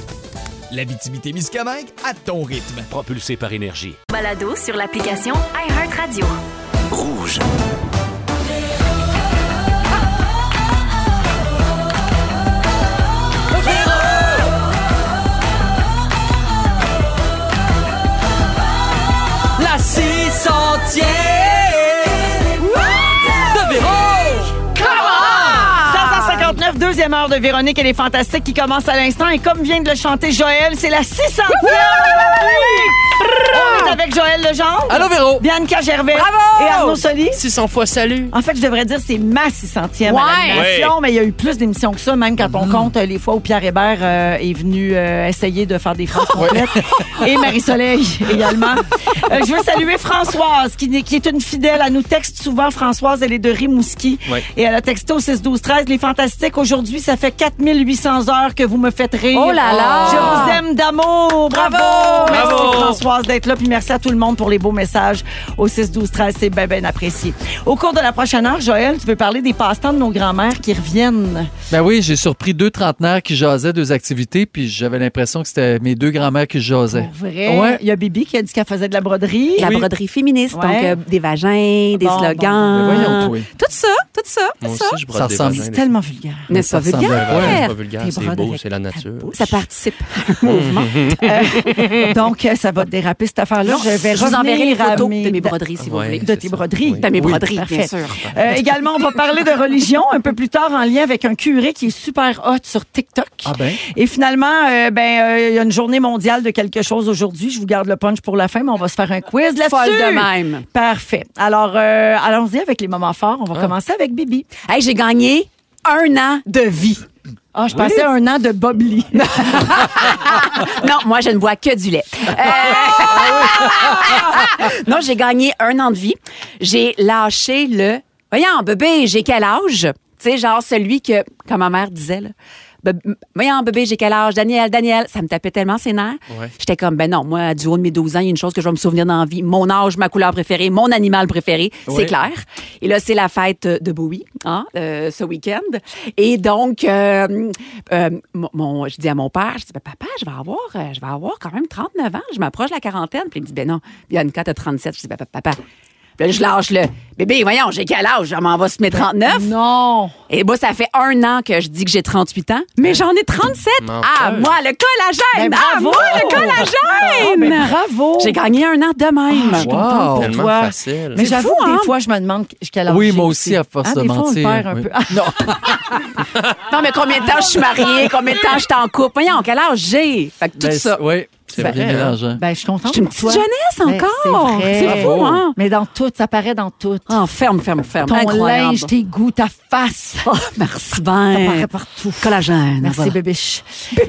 Speaker 9: L'Abitibi-Témiscamingue à ton rythme.
Speaker 10: Propulsé par énergie.
Speaker 6: balado sur l'application iHeartRadio.
Speaker 10: Rouge.
Speaker 1: La 600e. de Véro. 159, deuxième heure de Véronique et les Fantastiques qui commence à l'instant. Et comme vient de le chanter Joël, c'est la 600e. Oui! On est avec Joël Legendre.
Speaker 3: Allô, Véro?
Speaker 1: Bianca Gervais.
Speaker 5: Bravo!
Speaker 1: Et Arnaud Solis.
Speaker 4: 600 fois salut.
Speaker 1: En fait, je devrais dire c'est ma 600e à
Speaker 5: Mm. Ouais. Mm.
Speaker 1: l'animation, mais il y a eu plus d'émissions que ça, même quand on compte euh, les fois où Pierre Hébert euh, est venu euh, essayer de faire des phrases complètes. Et Marie-Soleil également. Euh, je veux saluer Françoise, qui, n'est- qui est une fidèle. Elle nous texte souvent. Françoise, elle est de Rimouski.
Speaker 4: Ouais.
Speaker 1: Et elle a texté au 6-12-13. Les Fantastiques, aujourd'hui, ça fait 4800 heures que vous me faites rire.
Speaker 5: Oh là là!
Speaker 1: Je vous aime d'amour! Bravo!
Speaker 5: Bravo!
Speaker 1: Merci
Speaker 4: Bravo!
Speaker 1: Françoise d'être là, puis merci à tout le monde pour les beaux messages au 6-12-13, c'est bien, bien apprécié. Au cours de la prochaine heure, Joël, tu veux parler des passe-temps de nos grands-mères qui reviennent.
Speaker 3: Ben oui, j'ai surpris deux trentenaires qui jasaient deux activités, puis j'avais l'impression que c'était mes deux grands-mères qui jasaient.
Speaker 1: Pour vrai,
Speaker 3: Ouais.
Speaker 1: il y a Bibi qui a dit qu'elle faisait de la broderie.
Speaker 5: La broderie féministe,
Speaker 1: Ouais.
Speaker 5: donc euh, des vagins, des
Speaker 1: Bon, bon,
Speaker 5: slogans.
Speaker 3: bon. Mais Ben
Speaker 1: Ah.
Speaker 3: voyons, toi.
Speaker 5: Tout ça, tout ça, tout
Speaker 4: Moi aussi,
Speaker 5: ça.
Speaker 4: je
Speaker 3: Ça
Speaker 4: brode des
Speaker 3: ressemble
Speaker 4: vagins,
Speaker 1: C'est
Speaker 4: des-
Speaker 1: tellement vulgaire.
Speaker 5: N'est-ce pas
Speaker 3: Ça ressemble à
Speaker 5: vulgaire?
Speaker 4: Ouais,
Speaker 3: un vulgaire.
Speaker 4: c'est pas vulgaire,
Speaker 1: Tes
Speaker 4: c'est
Speaker 1: brodes
Speaker 4: beau,
Speaker 1: avec
Speaker 4: c'est la nature.
Speaker 5: Ça participe.
Speaker 1: Donc, euh, ça va déraper cette affaire-là. Je vais
Speaker 5: je vous enverrai les
Speaker 1: revenir à
Speaker 5: photos
Speaker 1: mes-
Speaker 5: de mes broderies, si vous
Speaker 4: Ouais.
Speaker 5: voulez.
Speaker 1: de tes
Speaker 4: C'est ça.
Speaker 1: broderies.
Speaker 4: Oui.
Speaker 5: De mes broderies,
Speaker 1: parfait.
Speaker 5: bien sûr.
Speaker 1: Euh, également, on va parler de religion un peu plus tard en lien avec un curé qui est super hot sur TikTok.
Speaker 3: Ah ben.
Speaker 1: Et finalement, euh, ben, euh, il y a une journée mondiale de quelque chose aujourd'hui. Je vous garde le punch pour la fin, mais on va se faire un quiz là-dessus.
Speaker 5: Folle de même.
Speaker 1: Parfait. Alors, euh, allons-y avec les moments forts. On va commencer avec Bibi.
Speaker 5: Hey, j'ai gagné un an de vie.
Speaker 1: Ah, je pensais à un an de Bob Lee.
Speaker 5: Non, moi, je ne bois que du lait. Euh, non, j'ai gagné un an de vie. J'ai lâché le. Voyons, bébé, j'ai quel âge? Tu sais, genre celui que, comme ma mère disait, là. Be- Voyons, bébé, j'ai quel âge? Daniel, Daniel, ça me tapait tellement ses nerfs.
Speaker 4: Ouais.
Speaker 5: J'étais comme, ben non, moi, du haut de mes 12 ans, il y a une chose que je vais me souvenir dans la vie. Mon âge, ma couleur préférée, mon animal préféré,
Speaker 3: Ouais.
Speaker 5: c'est clair. Et là, c'est la fête de Bowie, hein, euh, ce week-end. Et donc, euh, euh, mon- mon- je dis à mon père, je dis, ben, papa, je vais avoir, euh, je vais avoir quand même 39 ans. Je m'approche de la quarantaine. Puis il me dit, ben non, Bianca, t'as 37. Je dis, ben, pa- papa. Puis là, je lâche le bébé, voyons, j'ai quel âge? Je m'en vais sur mes 39.
Speaker 1: non.
Speaker 5: Et moi, ça fait un an que je dis que j'ai 38 ans, mais j'en ai 37.
Speaker 4: Menteur.
Speaker 5: Ah, moi, le collagène!
Speaker 1: Ben,
Speaker 5: ah,
Speaker 1: bravo!
Speaker 5: moi, le collagène!
Speaker 1: mais bravo. Ah,
Speaker 5: J'ai gagné un an de même.
Speaker 3: Wow.
Speaker 4: Tellement
Speaker 1: toi.
Speaker 4: facile.
Speaker 1: Mais j'avoue,
Speaker 5: fou,
Speaker 1: que des
Speaker 5: hein?
Speaker 1: fois, je me demande quel âge
Speaker 3: Oui,
Speaker 1: j'ai
Speaker 3: moi aussi, à force
Speaker 1: Hein,
Speaker 3: de
Speaker 1: des fois, on le
Speaker 3: mentir.
Speaker 1: perd un
Speaker 3: oui.
Speaker 1: peu.
Speaker 3: Non,
Speaker 5: Non, Ah, mais combien de temps je suis mariée? Combien de temps je suis en couple? Voyons, quel âge j'ai? Fait que tout
Speaker 3: ben,
Speaker 5: ça.
Speaker 3: Oui, c'est
Speaker 4: Ben,
Speaker 3: bien
Speaker 4: hein.
Speaker 3: mélangeant.
Speaker 1: Ben, je suis contente.
Speaker 5: Je suis une
Speaker 1: pour
Speaker 5: petite
Speaker 1: toi.
Speaker 5: jeunesse
Speaker 1: Ben,
Speaker 5: encore.
Speaker 1: c'est vrai. Ah
Speaker 5: C'est fou, hein?
Speaker 1: Mais dans tout, ça paraît dans tout.
Speaker 5: Ah, ferme, ferme, ferme.
Speaker 1: Ton
Speaker 5: Incroyable.
Speaker 1: linge, tes goûts, ta face.
Speaker 5: Oh, merci
Speaker 1: Ça
Speaker 5: bien.
Speaker 1: paraît partout.
Speaker 5: Collagène.
Speaker 1: Merci,
Speaker 5: voilà.
Speaker 1: bébiche.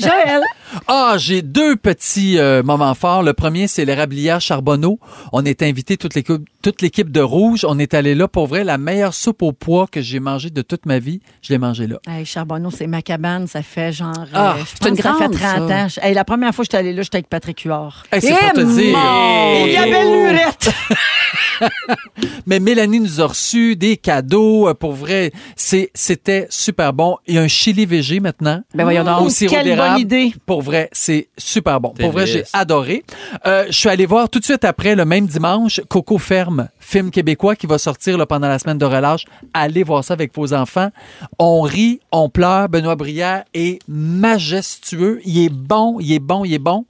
Speaker 1: Joël.
Speaker 3: Ah, j'ai deux petits euh, moments forts. Le premier, c'est l'érablière Charbonneau. On est invité toute l'équipe, toute l'équipe de Rouge. On est allé là pour vrai. La meilleure soupe au pois que j'ai mangée de toute ma vie, je l'ai mangée là.
Speaker 1: Hey, Charbonneau, c'est ma cabane. Ça fait genre. euh,
Speaker 3: Ah,
Speaker 1: je
Speaker 3: c'est
Speaker 1: pense
Speaker 3: une
Speaker 1: que ça fait 30
Speaker 3: grande, ça.
Speaker 1: ans. Je- hey, la première fois que j'étais allée là, j'étais avec Patrick Huard.
Speaker 3: Hey, c'est
Speaker 5: Eh,
Speaker 3: pour te dire.
Speaker 5: mon-
Speaker 1: Il y avait l'urette.
Speaker 3: Mais Mélanie nous a reçu des cadeaux. euh, Pour vrai, c'est, c'était super bon. Il y a un chili végé maintenant.
Speaker 5: Ben voyons donc.
Speaker 3: au sirop
Speaker 1: Quelle
Speaker 3: d'érable.
Speaker 1: bonne idée.
Speaker 3: Pour vrai, c'est super bon. Pour vrai,
Speaker 4: Délice.
Speaker 3: j'ai adoré. Euh, je suis allé voir tout de suite après, le même dimanche, Coco Ferme, film québécois qui va sortir là, pendant la semaine de relâche. Allez voir ça avec vos enfants. On rit, on pleure. Benoît Brière est majestueux. Il est bon, il est bon, il est bon.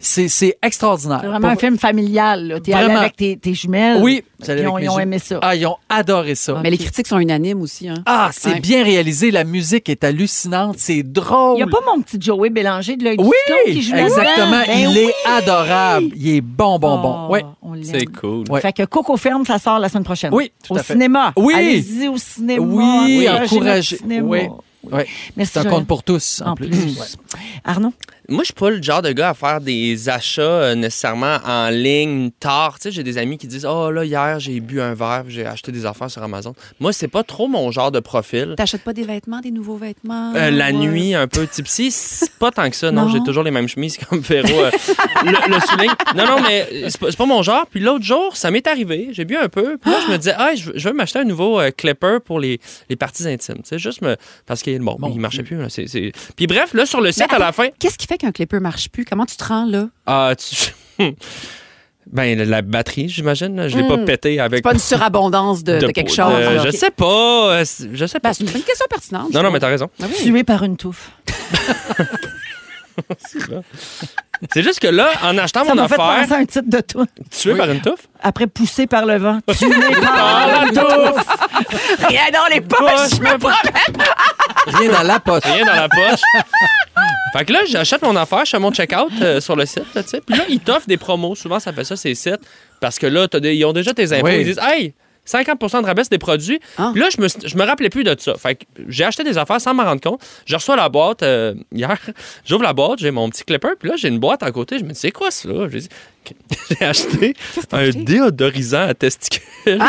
Speaker 3: C'est, c'est extraordinaire.
Speaker 1: C'est
Speaker 3: Pour
Speaker 1: vraiment un
Speaker 3: vrai-
Speaker 1: film familial. là. T'es allé
Speaker 3: Vraiment.
Speaker 1: avec tes, tes jumelles.
Speaker 3: Oui,
Speaker 1: Puis
Speaker 3: j'allais
Speaker 1: ils ont-
Speaker 3: avec mes
Speaker 1: ils ont
Speaker 3: jeux.
Speaker 1: aimé ça. Ah,
Speaker 3: Ah, ils ont adoré ça.
Speaker 5: Mais les critiques sont unanimes aussi, hein?
Speaker 3: Ah, c'est
Speaker 5: Ouais.
Speaker 3: bien réalisé. La musique est hallucinante. C'est drôle.
Speaker 1: Il n'y a pas mon petit Joey Bélanger de l'œil du
Speaker 3: Oui,
Speaker 1: cyclone qui joue là-dedans.
Speaker 3: exactement.
Speaker 1: Ben
Speaker 3: il
Speaker 1: oui.
Speaker 3: est adorable. Il est bon, bon, bon.
Speaker 1: Oh,
Speaker 3: Oui.
Speaker 1: on l'aime.
Speaker 4: C'est cool.
Speaker 3: Ouais.
Speaker 1: Fait que Coco Ferme, ça sort la semaine prochaine.
Speaker 3: Oui, tout
Speaker 1: Au
Speaker 3: à fait.
Speaker 1: cinéma.
Speaker 3: Oui.
Speaker 1: Allez-y au cinéma.
Speaker 3: Oui,
Speaker 1: Encouragez notre
Speaker 3: encouragez.
Speaker 1: cinéma.
Speaker 3: Oui. Ouais.
Speaker 1: Merci,
Speaker 3: C'est un
Speaker 1: Joël.
Speaker 3: compte pour tous, en,
Speaker 1: En plus. Arnaud?
Speaker 4: Moi, je suis pas le genre de gars à faire des achats euh, nécessairement en ligne tard. Tu sais, j'ai des amis qui disent Oh là, hier, j'ai bu un verre, puis j'ai acheté des affaires sur Amazon. Moi, c'est pas trop mon genre de profil.
Speaker 5: T'achètes pas des vêtements, des nouveaux vêtements?
Speaker 4: Euh, la
Speaker 5: Ah, Ouais.
Speaker 4: nuit, un peu tipsy, c'est pas tant que ça. Non,
Speaker 5: Non.
Speaker 4: j'ai toujours les mêmes chemises comme Véro euh, le, le souligne. Non, non, mais c'est pas, c'est pas mon genre. Puis l'autre jour, ça m'est arrivé. J'ai bu un peu. Puis là, je me disais, ah, je, veux- je veux m'acheter un nouveau euh, clipper pour les, les parties intimes. Tu sais, juste me. Parce qu'il bon,
Speaker 3: Mon
Speaker 4: il marchait plus. là, c'est- c'est- Puis bref, là, sur le site, à la fin,
Speaker 5: Qu'est-ce qui fait qu'un clipper marche plus? Comment tu te rends, là?
Speaker 4: ah, tu- ben, la, la batterie, j'imagine. là. Je l'ai
Speaker 5: Mm.
Speaker 4: pas pété avec.
Speaker 5: Pas une surabondance de, de quelque
Speaker 4: peau-
Speaker 5: chose.
Speaker 4: de-
Speaker 5: là.
Speaker 4: je
Speaker 5: Ok.
Speaker 4: sais pas. euh, c'est- Je sais pas.
Speaker 5: Ben, c'est une bonne question pertinente.
Speaker 4: non, non,
Speaker 5: je
Speaker 4: mais
Speaker 5: trouve.
Speaker 4: t'as raison.
Speaker 5: Ah oui.
Speaker 1: Tué par une touffe.
Speaker 4: C'est juste que là, en achetant
Speaker 1: Ça
Speaker 4: mon
Speaker 1: m'a fait
Speaker 4: affaire,
Speaker 1: penser à un titre de tout.
Speaker 4: tué par une touffe.
Speaker 1: Après poussé par le vent. Tué par
Speaker 4: Ah, la
Speaker 1: une touffe.
Speaker 5: Rien dans les poches, je me promets.
Speaker 3: Rien dans la poche.
Speaker 4: rien dans la poche. Fait que là, j'achète mon affaire, je fais mon check-out euh, sur le site, là, tu sais. Puis là, ils t'offrent des promos. Souvent, ça fait ça, ces sites. Parce que là, t'as des- ils ont déjà tes infos.
Speaker 3: Oui.
Speaker 4: Ils disent, hey, 50 de rabaisse des produits.
Speaker 5: Ah.
Speaker 4: Puis là, je me, je me rappelais plus de ça. Fait que j'ai acheté des affaires sans m'en rendre compte. Je reçois la boîte euh, hier. J'ouvre la boîte, j'ai mon petit clipper. Puis là, j'ai une boîte à côté. Je me dis, c'est quoi ça? J'ai dit, j'ai acheté un déodorisant à testicules.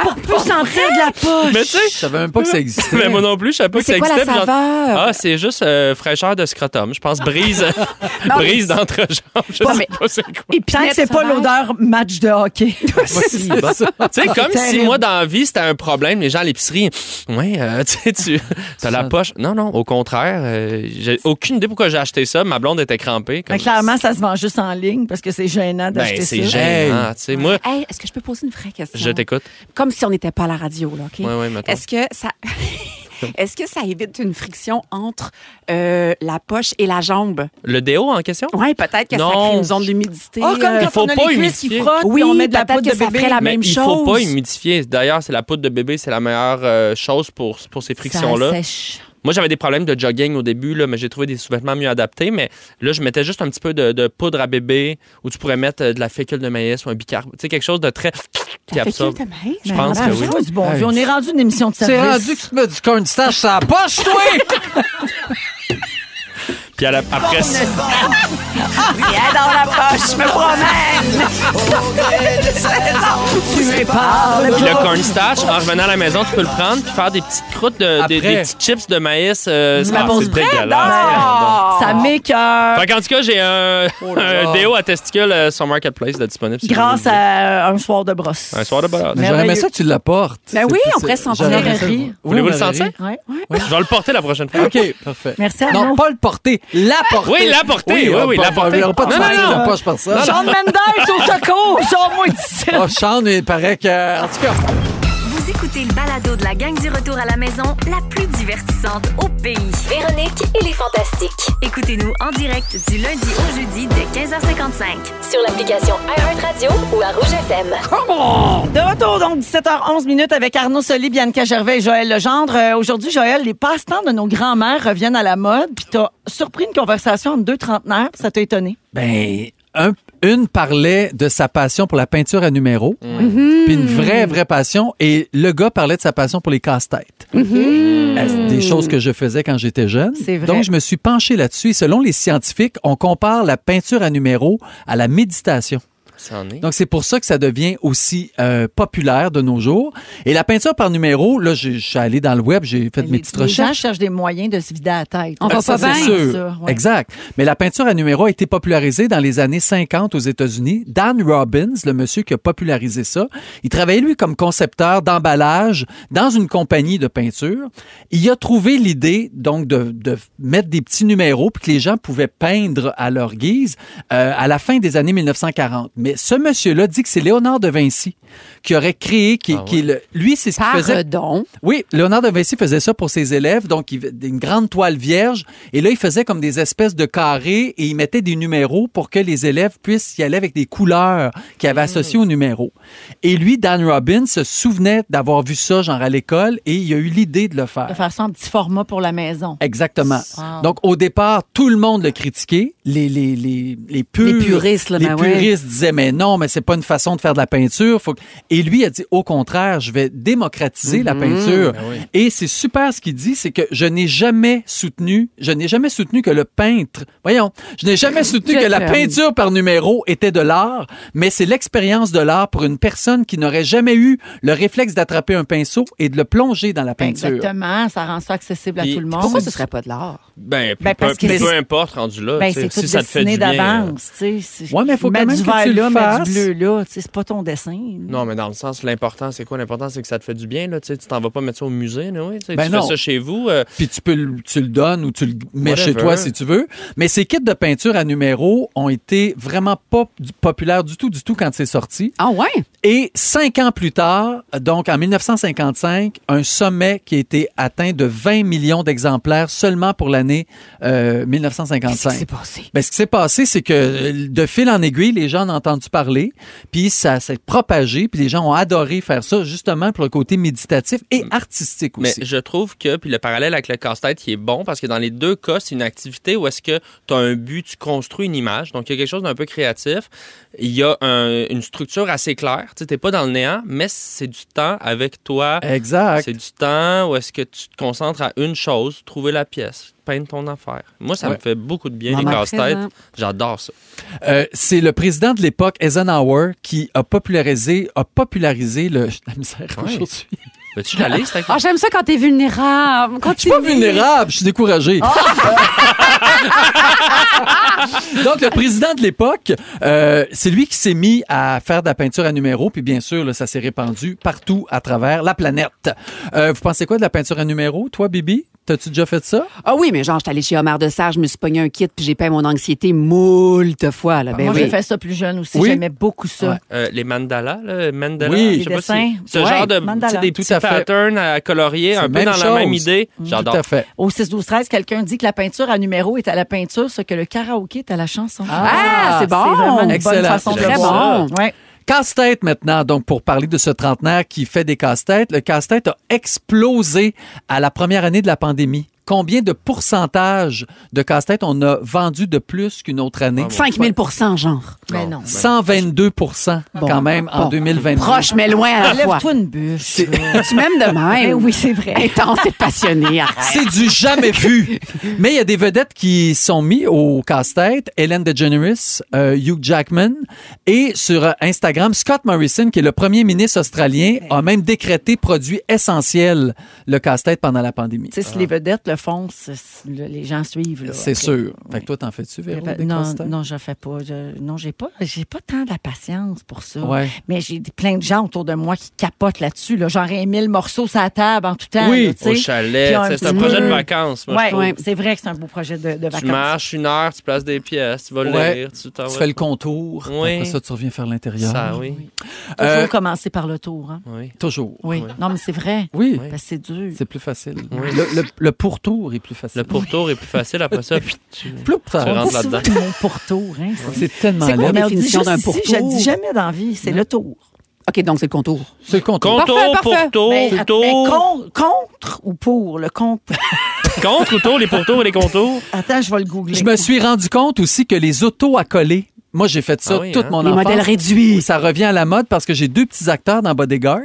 Speaker 5: Pour plus sentir de la poche.
Speaker 4: Mais tu sais,
Speaker 3: Je savais même pas que ça existait.
Speaker 4: mais moi non plus, je savais pas
Speaker 5: Mais
Speaker 4: que ça
Speaker 5: c'est quoi
Speaker 4: existait.
Speaker 5: la
Speaker 4: puis j'en-
Speaker 5: saveur?
Speaker 4: Ah, c'est juste euh, fraîcheur de scrotum. Je pense brise, euh, brise d'entrejambe. Je
Speaker 5: Pas-
Speaker 4: sais
Speaker 5: mais-
Speaker 4: pas c'est quoi.
Speaker 5: Et
Speaker 1: Tant que c'est pas l'odeur match de hockey.
Speaker 3: C'est ça.
Speaker 5: Ah,
Speaker 4: Tu sais, comme si
Speaker 1: terrible.
Speaker 4: moi, dans la vie, c'était un problème. Les gens à l'épicerie, ouais, euh, tu sais, tu as la poche. Non, non, au contraire, euh, j'ai aucune idée pourquoi j'ai acheté ça. Ma blonde était crampée. comme-
Speaker 5: Ben,
Speaker 1: Mais clairement, ça se vend juste en ligne parce que c'est gênant
Speaker 4: ben,
Speaker 1: d'acheter
Speaker 4: c'est
Speaker 1: ça. Euh,
Speaker 4: gênant. Tu sais, moi,
Speaker 5: Hey, est-ce que je peux poser une vraie question?
Speaker 4: je t'écoute.
Speaker 5: Comme si on n'était pas à la radio, là, OK?
Speaker 4: Ouais, ouais, mettons.
Speaker 5: Est-ce que ça. Est-ce que ça évite une friction entre euh, la poche et la jambe?
Speaker 4: Le déo en question?
Speaker 5: Oui, peut-être que
Speaker 4: Non.
Speaker 5: ça crée une zone d'humidité.
Speaker 1: Oh, comme
Speaker 5: euh,
Speaker 1: quand
Speaker 4: faut
Speaker 1: on a
Speaker 4: pas
Speaker 1: les cuisses
Speaker 4: humidifier.
Speaker 1: qui frottent,
Speaker 5: Oui,
Speaker 1: puis on met de la
Speaker 5: peut-être
Speaker 1: poudre de
Speaker 5: que ça
Speaker 1: bébé.
Speaker 5: ferait la
Speaker 4: Mais
Speaker 5: même
Speaker 4: il
Speaker 5: chose.
Speaker 4: faut pas humidifier. D'ailleurs, c'est la poudre de bébé, c'est la meilleure euh, chose pour, pour ces frictions-là.
Speaker 5: Ça sèche.
Speaker 4: Moi, j'avais des problèmes de jogging au début, là, mais j'ai trouvé des sous-vêtements mieux adaptés. Mais là, je mettais juste un petit peu de, de poudre à bébé où tu pourrais mettre euh, de la fécule de maïs ou un bicarbe. Tu sais, quelque chose de très. qui
Speaker 5: Ça fait
Speaker 4: absorbe.
Speaker 5: qu'il te mêle.
Speaker 4: Je pense que oui.
Speaker 1: Ah, du bon Dieu, on est rendu une émission de
Speaker 3: C'est
Speaker 1: service.
Speaker 3: rendu que tu mets du cornstarch sur la poche, toi!
Speaker 4: Puis à la- après ça.
Speaker 5: Rien dans la poche, je me promène.
Speaker 1: Tu es pas
Speaker 4: Puis le cornstarch, en revenant à la maison, tu peux le prendre puis faire des petites croûtes, de, des,
Speaker 3: Après.
Speaker 4: des petites chips de maïs. euh, c'est
Speaker 1: bon,
Speaker 4: c'est dégueulasse.
Speaker 1: Ça m'écœure.
Speaker 4: Fait qu'en tout cas, j'ai un,
Speaker 3: Oh là là.
Speaker 4: un déo à testicules euh, sur Marketplace de disponible. si vous
Speaker 1: Grâce
Speaker 4: voulez.
Speaker 1: à euh, un soir de brosse.
Speaker 4: Un soir de balade.
Speaker 3: Mais J'aurais aimé ça que tu l'apportes.
Speaker 5: Ben oui,
Speaker 3: C'est-
Speaker 5: on pourrait
Speaker 3: c'est-
Speaker 5: sentir
Speaker 3: j'aurais
Speaker 1: le
Speaker 3: aimé ça.
Speaker 1: riz.
Speaker 3: Oui,
Speaker 4: Voulez-vous
Speaker 3: on
Speaker 4: le
Speaker 3: aurait
Speaker 4: sentir?
Speaker 3: ri.
Speaker 1: Ouais.
Speaker 4: Je vais le porter la prochaine fois.
Speaker 3: OK, parfait.
Speaker 1: Merci à
Speaker 3: Non,
Speaker 1: nous.
Speaker 3: pas le porter, la porter.
Speaker 4: Oui, la porter, oui, oui,
Speaker 3: on
Speaker 4: la
Speaker 3: va-
Speaker 4: porter.
Speaker 3: on va pas te
Speaker 4: Non, non,
Speaker 3: sortir de
Speaker 4: non.
Speaker 3: la poche par ça.
Speaker 1: Sean Mendes, au secours! Sors-moi d'ici!
Speaker 3: Oh, Sean, il paraît que... En tout cas...
Speaker 6: Vous écoutez le balado de la gang du retour à la maison, la plus divertissante au pays.
Speaker 7: Véronique et les Fantastiques.
Speaker 6: Écoutez-nous en direct du lundi au jeudi dès 15h55.
Speaker 7: Sur l'application iHeartRadio ou à Rouge FM.
Speaker 1: De retour, donc, 17h11 minutes avec Arnaud Soli, Bianca Gervais et Joël Legendre. Euh, Aujourd'hui, Joël, les passe-temps de nos grands-mères reviennent à la mode. Puis t'as surpris une conversation entre deux trentenaires, puis ça t'a étonné.
Speaker 3: Ben, un- une parlait de sa passion pour la peinture à numéros,
Speaker 4: Mm.
Speaker 1: Mhm.
Speaker 3: puis une vraie, vraie passion, et le gars parlait de sa passion pour les casse-têtes.
Speaker 4: Mm.
Speaker 3: Ben, c'est Des choses que je faisais quand j'étais jeune.
Speaker 1: Mhm. C'est vrai.
Speaker 3: Donc, je me suis penché là-dessus. Et selon les scientifiques, on compare la peinture à numéros à la méditation.
Speaker 4: Ça en est.
Speaker 3: Donc, c'est pour ça que ça devient aussi euh, populaire de nos jours. Et la peinture par numéro, là, je je suis allé dans le web, j'ai fait mes
Speaker 1: Ben, les,
Speaker 3: petites
Speaker 1: les gens
Speaker 3: recherches.
Speaker 1: cherchent des moyens de se vider la tête.
Speaker 5: On va
Speaker 3: Ben, Ça,
Speaker 5: pas
Speaker 3: c'est
Speaker 5: bien.
Speaker 3: sûr.
Speaker 1: ouais.
Speaker 3: Exact. Mais la peinture à numéro a été popularisée dans les années 50 aux États-Unis. Dan Robbins, le monsieur qui a popularisé ça, il travaillait, lui, comme concepteur d'emballage dans une compagnie de peinture. Il a trouvé l'idée, donc, de, de mettre des petits numéros puis que les gens pouvaient peindre à leur guise euh, à la fin des années 1940. Mais ce monsieur-là dit que c'est Léonard de Vinci qui aurait créé, qui,
Speaker 4: Ah ouais.
Speaker 3: qui est le- lui, c'est ce qu'il faisait
Speaker 5: Pardon.
Speaker 3: oui, Léonard de Vinci faisait ça pour ses élèves, donc il, une grande toile vierge, et là il faisait comme des espèces de carrés et il mettait des numéros pour que les élèves puissent y aller avec des couleurs qu'il avait associées aux numéros. Et lui, Dan Robbins, se souvenait d'avoir vu ça genre à l'école et il a eu l'idée de le
Speaker 1: De
Speaker 3: faire.
Speaker 1: faire ça en petit format pour la maison.
Speaker 3: Exactement.
Speaker 1: Wow.
Speaker 3: Donc au départ, tout le monde le critiquait, les les les les, purs-
Speaker 5: Les puristes, là,
Speaker 3: les
Speaker 5: ben ouais.
Speaker 3: puristes disaient mais non, mais c'est pas une façon de faire de la peinture. Faut que- Et lui a dit au contraire, je vais démocratiser
Speaker 5: Mhm.
Speaker 3: la peinture. Et c'est super ce qu'il dit, c'est que je n'ai jamais soutenu, je n'ai jamais soutenu que le peintre, voyons, je n'ai jamais soutenu
Speaker 5: Je
Speaker 3: que la
Speaker 5: t'aime.
Speaker 3: peinture par numéro était de l'art, mais c'est l'expérience de l'art pour une personne qui n'aurait jamais eu le réflexe d'attraper un pinceau et de le plonger dans la
Speaker 5: Ben
Speaker 3: peinture.
Speaker 1: Exactement, ça rend ça accessible à
Speaker 4: Puis
Speaker 1: tout le monde.
Speaker 5: Pourquoi ce serait pas de l'art?
Speaker 4: Ben,
Speaker 1: Ben,
Speaker 4: peu,
Speaker 1: parce que
Speaker 4: peu
Speaker 1: c'est-
Speaker 4: importe, rendu là.
Speaker 1: Ben,
Speaker 4: tu sais,
Speaker 1: c'est tout
Speaker 4: si ça te fait
Speaker 1: dessiné
Speaker 4: du bien. euh,
Speaker 1: d'avance. tu sais, c'est-
Speaker 3: Ouais, mais faut
Speaker 1: Mets
Speaker 3: quand même
Speaker 1: du
Speaker 3: que tu
Speaker 1: vert là,
Speaker 3: le
Speaker 1: mets du
Speaker 3: fasses.
Speaker 1: bleu là. tu sais, C'est pas ton dessin.
Speaker 4: Non, mais dans le sens, l'important, c'est quoi? L'important, c'est que ça te fait du bien. Là, tu sais, tu t'en vas pas mettre ça au musée. là, ouais, tu sais,
Speaker 3: Ben
Speaker 4: tu
Speaker 3: non.
Speaker 4: fais ça chez vous. euh,
Speaker 3: puis tu peux le- tu le donnes ou tu le mets
Speaker 4: Whatever.
Speaker 3: chez toi si tu veux. Mais ces kits de peinture à numéros ont été vraiment pas du- populaires du tout, du tout quand c'est sorti.
Speaker 5: Ah ouais?
Speaker 3: Et cinq ans plus tard, donc en 1955, un sommet qui a été atteint de 20 millions d'exemplaires seulement pour l'année euh,
Speaker 5: Qu'est-ce qui
Speaker 3: 1955.
Speaker 5: s'est passé?
Speaker 3: Ben, ce qui s'est passé, c'est que euh, de fil en aiguille, les gens en entendent entendu parler, puis ça s'est propagé, puis les gens ont adoré faire ça, justement pour le côté méditatif et
Speaker 5: Mm.
Speaker 3: artistique
Speaker 4: Mais
Speaker 3: aussi.
Speaker 4: je trouve que, puis le parallèle avec le casse-tête, il est bon parce que dans les deux cas, c'est une activité où est-ce que tu as un but, tu construis une image. Donc, il y a quelque chose d'un peu créatif. Il y a un- une structure assez claire. Tu n'es pas dans le néant, mais c'est du temps avec toi.
Speaker 3: Exact.
Speaker 4: C'est du temps où est-ce que tu te concentres à une chose, trouver la pièce, peindre ton affaire. Moi, ça
Speaker 3: Ouais.
Speaker 4: me fait beaucoup de bien,
Speaker 5: Moment
Speaker 4: les casse-têtes.
Speaker 5: présent.
Speaker 4: J'adore ça.
Speaker 3: Euh, c'est le président de l'époque, Eisenhower, qui a popularisé, a popularisé le, la misère
Speaker 4: Ouais.
Speaker 3: aujourd'hui.
Speaker 4: Veux-tu la liste?
Speaker 5: Ah, j'aime ça quand t'es vulnérable. Quand
Speaker 3: Je suis pas vulnérable, je suis découragé. Donc, le président de l'époque, euh, c'est lui qui s'est mis à faire de la peinture à numéro, puis bien sûr, là, ça s'est répandu partout à travers la planète. Euh, vous pensez quoi de la peinture à numéro, toi, Bibi? T'as-tu déjà fait ça?
Speaker 5: Ah oui, mais genre, j'étais allée chez Omar de Sarre, je me suis pogné un kit, puis j'ai peint mon anxiété moult fois. Là. Ben
Speaker 1: Moi,
Speaker 5: oui.
Speaker 1: j'ai fait ça plus jeune aussi.
Speaker 3: Oui.
Speaker 1: J'aimais beaucoup ça.
Speaker 3: Ouais.
Speaker 4: Euh, les mandalas, là, mandala,
Speaker 3: Oui.
Speaker 4: je
Speaker 1: Les
Speaker 4: sais pas
Speaker 1: dessins.
Speaker 4: si- ce
Speaker 1: Ouais,
Speaker 4: genre de
Speaker 1: mandala.
Speaker 4: tu sais, des
Speaker 3: Tout
Speaker 4: petits
Speaker 3: à fait.
Speaker 4: patterns à colorier,
Speaker 3: C'est
Speaker 4: un peu
Speaker 3: même
Speaker 4: dans la même
Speaker 3: chose.
Speaker 4: idée.
Speaker 3: Tout
Speaker 4: J'adore.
Speaker 3: à fait.
Speaker 1: Au 6-12-13, quelqu'un dit que la peinture à numéro est à la peinture, ce que le karaoké est à la chanson.
Speaker 5: Ah, c'est bon.
Speaker 1: C'est vraiment une
Speaker 3: Excellent.
Speaker 1: bonne façon de
Speaker 4: J'aime
Speaker 1: le
Speaker 5: ça.
Speaker 1: voir. Ouais.
Speaker 3: Casse-tête maintenant, donc pour parler de ce trentenaire qui fait des casse-têtes, le casse-tête a explosé à la première année de la pandémie. Combien de pourcentage de casse-têtes on a vendu de plus qu'une autre
Speaker 5: Ah
Speaker 3: année?
Speaker 5: 5000 genre.
Speaker 1: Mais non.
Speaker 3: 122 quand même en
Speaker 5: Bon.
Speaker 3: 2022.
Speaker 5: Proche, mais loin à la fois.
Speaker 1: Lève-toi une bûche.
Speaker 3: C'est- Ben
Speaker 5: Tu m'aimes de
Speaker 1: Eh
Speaker 5: même.
Speaker 1: oui, c'est vrai.
Speaker 5: Intense et passionné.
Speaker 3: C'est du jamais vu. Mais il y a des vedettes qui sont mis au casse-tête. Hélène DeGeneres, euh, Hugh Jackman. Et sur euh, Instagram, Scott Morrison, qui est le premier ministre australien, a même décrété produit essentiel le casse-tête pendant la pandémie.
Speaker 1: Tu sais, si les vedettes le font, c'est- c'est- là, les gens suivent. là,
Speaker 3: Ah. C'est
Speaker 1: après.
Speaker 3: sûr. Fait
Speaker 1: Ouais.
Speaker 3: que toi, t'en fais-tu, Véro,
Speaker 1: Ben,
Speaker 3: des
Speaker 1: non,
Speaker 3: casse-têtes?
Speaker 1: non, je fais pas. Je- non, j'ai pas, j'ai pas tant de la patience pour ça.
Speaker 3: Ouais.
Speaker 1: Mais j'ai des- plein de gens autour de moi qui capotent là-dessus. Là. Genre aimé le morceau sur la table en tout temps.
Speaker 3: Oui.
Speaker 1: là, tu sais.
Speaker 4: Au chalet,
Speaker 1: Puis un
Speaker 4: tu sais, c'est un
Speaker 1: petit
Speaker 4: projet de
Speaker 1: peu.
Speaker 4: vacances. Moi, je
Speaker 1: Ouais,
Speaker 4: trouve.
Speaker 1: ouais, c'est vrai que c'est un beau projet de, de vacances.
Speaker 4: Tu marches une heure, tu places des pièces, tu vas
Speaker 3: Ouais.
Speaker 4: lire, tu t'en
Speaker 3: Tu
Speaker 4: vas-
Speaker 3: fais le contour.
Speaker 4: Oui.
Speaker 3: Après ça, tu reviens faire l'intérieur.
Speaker 4: Ça, oui.
Speaker 1: Toujours
Speaker 3: Euh,
Speaker 1: commencer par le tour. Hein.
Speaker 4: oui.
Speaker 3: Toujours.
Speaker 1: Oui. Non, mais c'est vrai.
Speaker 3: Oui.
Speaker 1: Parce que c'est dur.
Speaker 3: C'est plus facile.
Speaker 4: Oui.
Speaker 3: Le, le- le pourtour est plus facile.
Speaker 4: Le pourtour est plus facile après ça. puis tu-
Speaker 3: Ploup, ça
Speaker 4: Tu
Speaker 3: rentre.
Speaker 4: rentres
Speaker 1: souvent
Speaker 4: là-dedans.
Speaker 1: mon pourtour. Hein, c'est-
Speaker 3: C'est tellement
Speaker 5: C'est quoi
Speaker 3: laid.
Speaker 5: la
Speaker 1: Mais on dit
Speaker 5: définition
Speaker 1: juste
Speaker 5: d'un
Speaker 1: ici,
Speaker 5: pourtour?
Speaker 1: Je le dis jamais dans la vie, c'est le tour.
Speaker 5: OK, donc c'est le contour.
Speaker 3: C'est le contour.
Speaker 4: Contour,
Speaker 5: Parfait, parfait.
Speaker 4: pourtour,
Speaker 1: Mais- mais
Speaker 4: pourtour.
Speaker 1: Ben, con- contre ou pour? Le contre.
Speaker 4: Contre ou tour, les pourtours et les contours.
Speaker 1: Attends, je vais le googler.
Speaker 3: Je me suis rendu compte aussi que les autos à coller, moi j'ai fait ça
Speaker 4: Ah oui,
Speaker 3: toute
Speaker 4: hein?
Speaker 3: mon
Speaker 5: Les
Speaker 3: enfance.
Speaker 5: modèles réduits.
Speaker 3: Ça revient à la mode parce que j'ai deux petits acteurs dans Bodyguard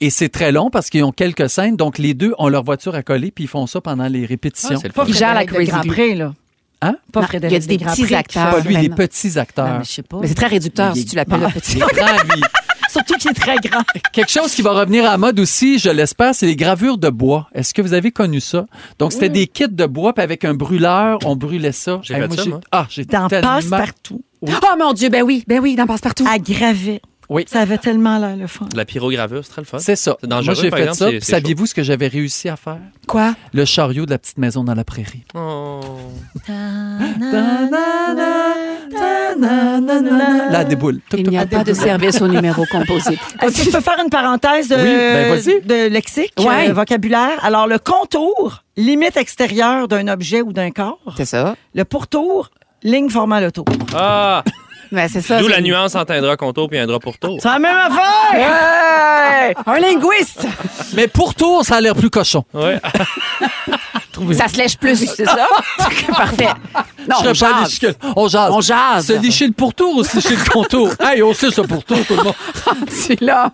Speaker 3: et c'est très long parce qu'ils ont quelques scènes. Donc les deux ont leur voiture à coller puis ils font ça pendant les répétitions.
Speaker 4: Ah, c'est le
Speaker 1: Pas
Speaker 4: fun.
Speaker 5: Qui gère la
Speaker 1: Frédéric de
Speaker 5: Crazy Glue.
Speaker 1: Grandpré, là.
Speaker 3: Hein?
Speaker 1: Pas
Speaker 5: Non,
Speaker 1: Frédéric
Speaker 5: il y a des
Speaker 1: Grandpré
Speaker 5: petits
Speaker 1: qui fait
Speaker 5: acteurs.
Speaker 3: pas
Speaker 1: ça.
Speaker 3: lui,
Speaker 5: Ben
Speaker 3: les
Speaker 5: non.
Speaker 3: petits
Speaker 1: Non,
Speaker 3: acteurs.
Speaker 1: mais je sais pas.
Speaker 5: Mais c'est très réducteur
Speaker 3: Il-
Speaker 5: si tu l'appelles le petit.
Speaker 3: Les grands, lui.
Speaker 1: Surtout qu'il est très grand.
Speaker 3: Quelque chose qui va revenir à la mode aussi, je l'espère, c'est les gravures de bois. Est-ce que vous avez connu ça? Donc, c'était des kits de bois, puis avec un brûleur, on brûlait ça.
Speaker 4: J'ai fait ça, moi.
Speaker 3: Ah, j'ai
Speaker 1: T'en
Speaker 3: tellement-
Speaker 1: passes partout.
Speaker 5: Oh mon Dieu, ben oui, ben oui, il en passe partout.
Speaker 1: À Gravet.
Speaker 3: Oui.
Speaker 1: Ça avait tellement l'air le fun.
Speaker 4: De La pyrogravure, c'est très le fun.
Speaker 3: C'est ça.
Speaker 4: C'est dangereux,
Speaker 3: Moi, j'ai
Speaker 4: par
Speaker 3: fait
Speaker 4: exemple,
Speaker 3: ça.
Speaker 4: c'est-
Speaker 3: Puis
Speaker 4: c'est chaud.
Speaker 3: Saviez-vous ce que j'avais réussi à faire?
Speaker 1: Quoi?
Speaker 3: Le chariot de la petite maison dans la prairie.
Speaker 4: Oh.
Speaker 3: Là, elle déboule. Toc,
Speaker 5: Il
Speaker 3: toc,
Speaker 5: n'y a
Speaker 3: toc,
Speaker 5: pas
Speaker 3: toc,
Speaker 5: de
Speaker 3: toc.
Speaker 5: service au numéro composé.
Speaker 1: Est-ce que je peux faire une parenthèse euh,
Speaker 3: Oui, ben, vas-y.
Speaker 1: de lexique,
Speaker 5: Ouais.
Speaker 1: euh, vocabulaire? Alors, le contour, limite extérieure d'un objet ou d'un corps.
Speaker 5: C'est ça.
Speaker 1: Le pourtour, ligne formant le tour.
Speaker 4: Ah!
Speaker 5: Ben, c'est ça.
Speaker 4: D'où la
Speaker 5: c'est-
Speaker 4: nuance entre un drap contour et un drap pourtour.
Speaker 1: C'est la même affaire!
Speaker 5: Un linguiste.
Speaker 3: Mais pour tour, ça a l'air plus cochon.
Speaker 4: Ouais.
Speaker 5: Ça se lèche plus, c'est ça? Parfait. Non,
Speaker 3: Je
Speaker 5: on
Speaker 3: serais pas allé
Speaker 5: jase.
Speaker 3: jusque-là. On jase.
Speaker 5: On jase.
Speaker 3: Se licher le pourtour ou se licher le contour? hey, on sait ce pourtour, tout le monde.
Speaker 5: C'est là.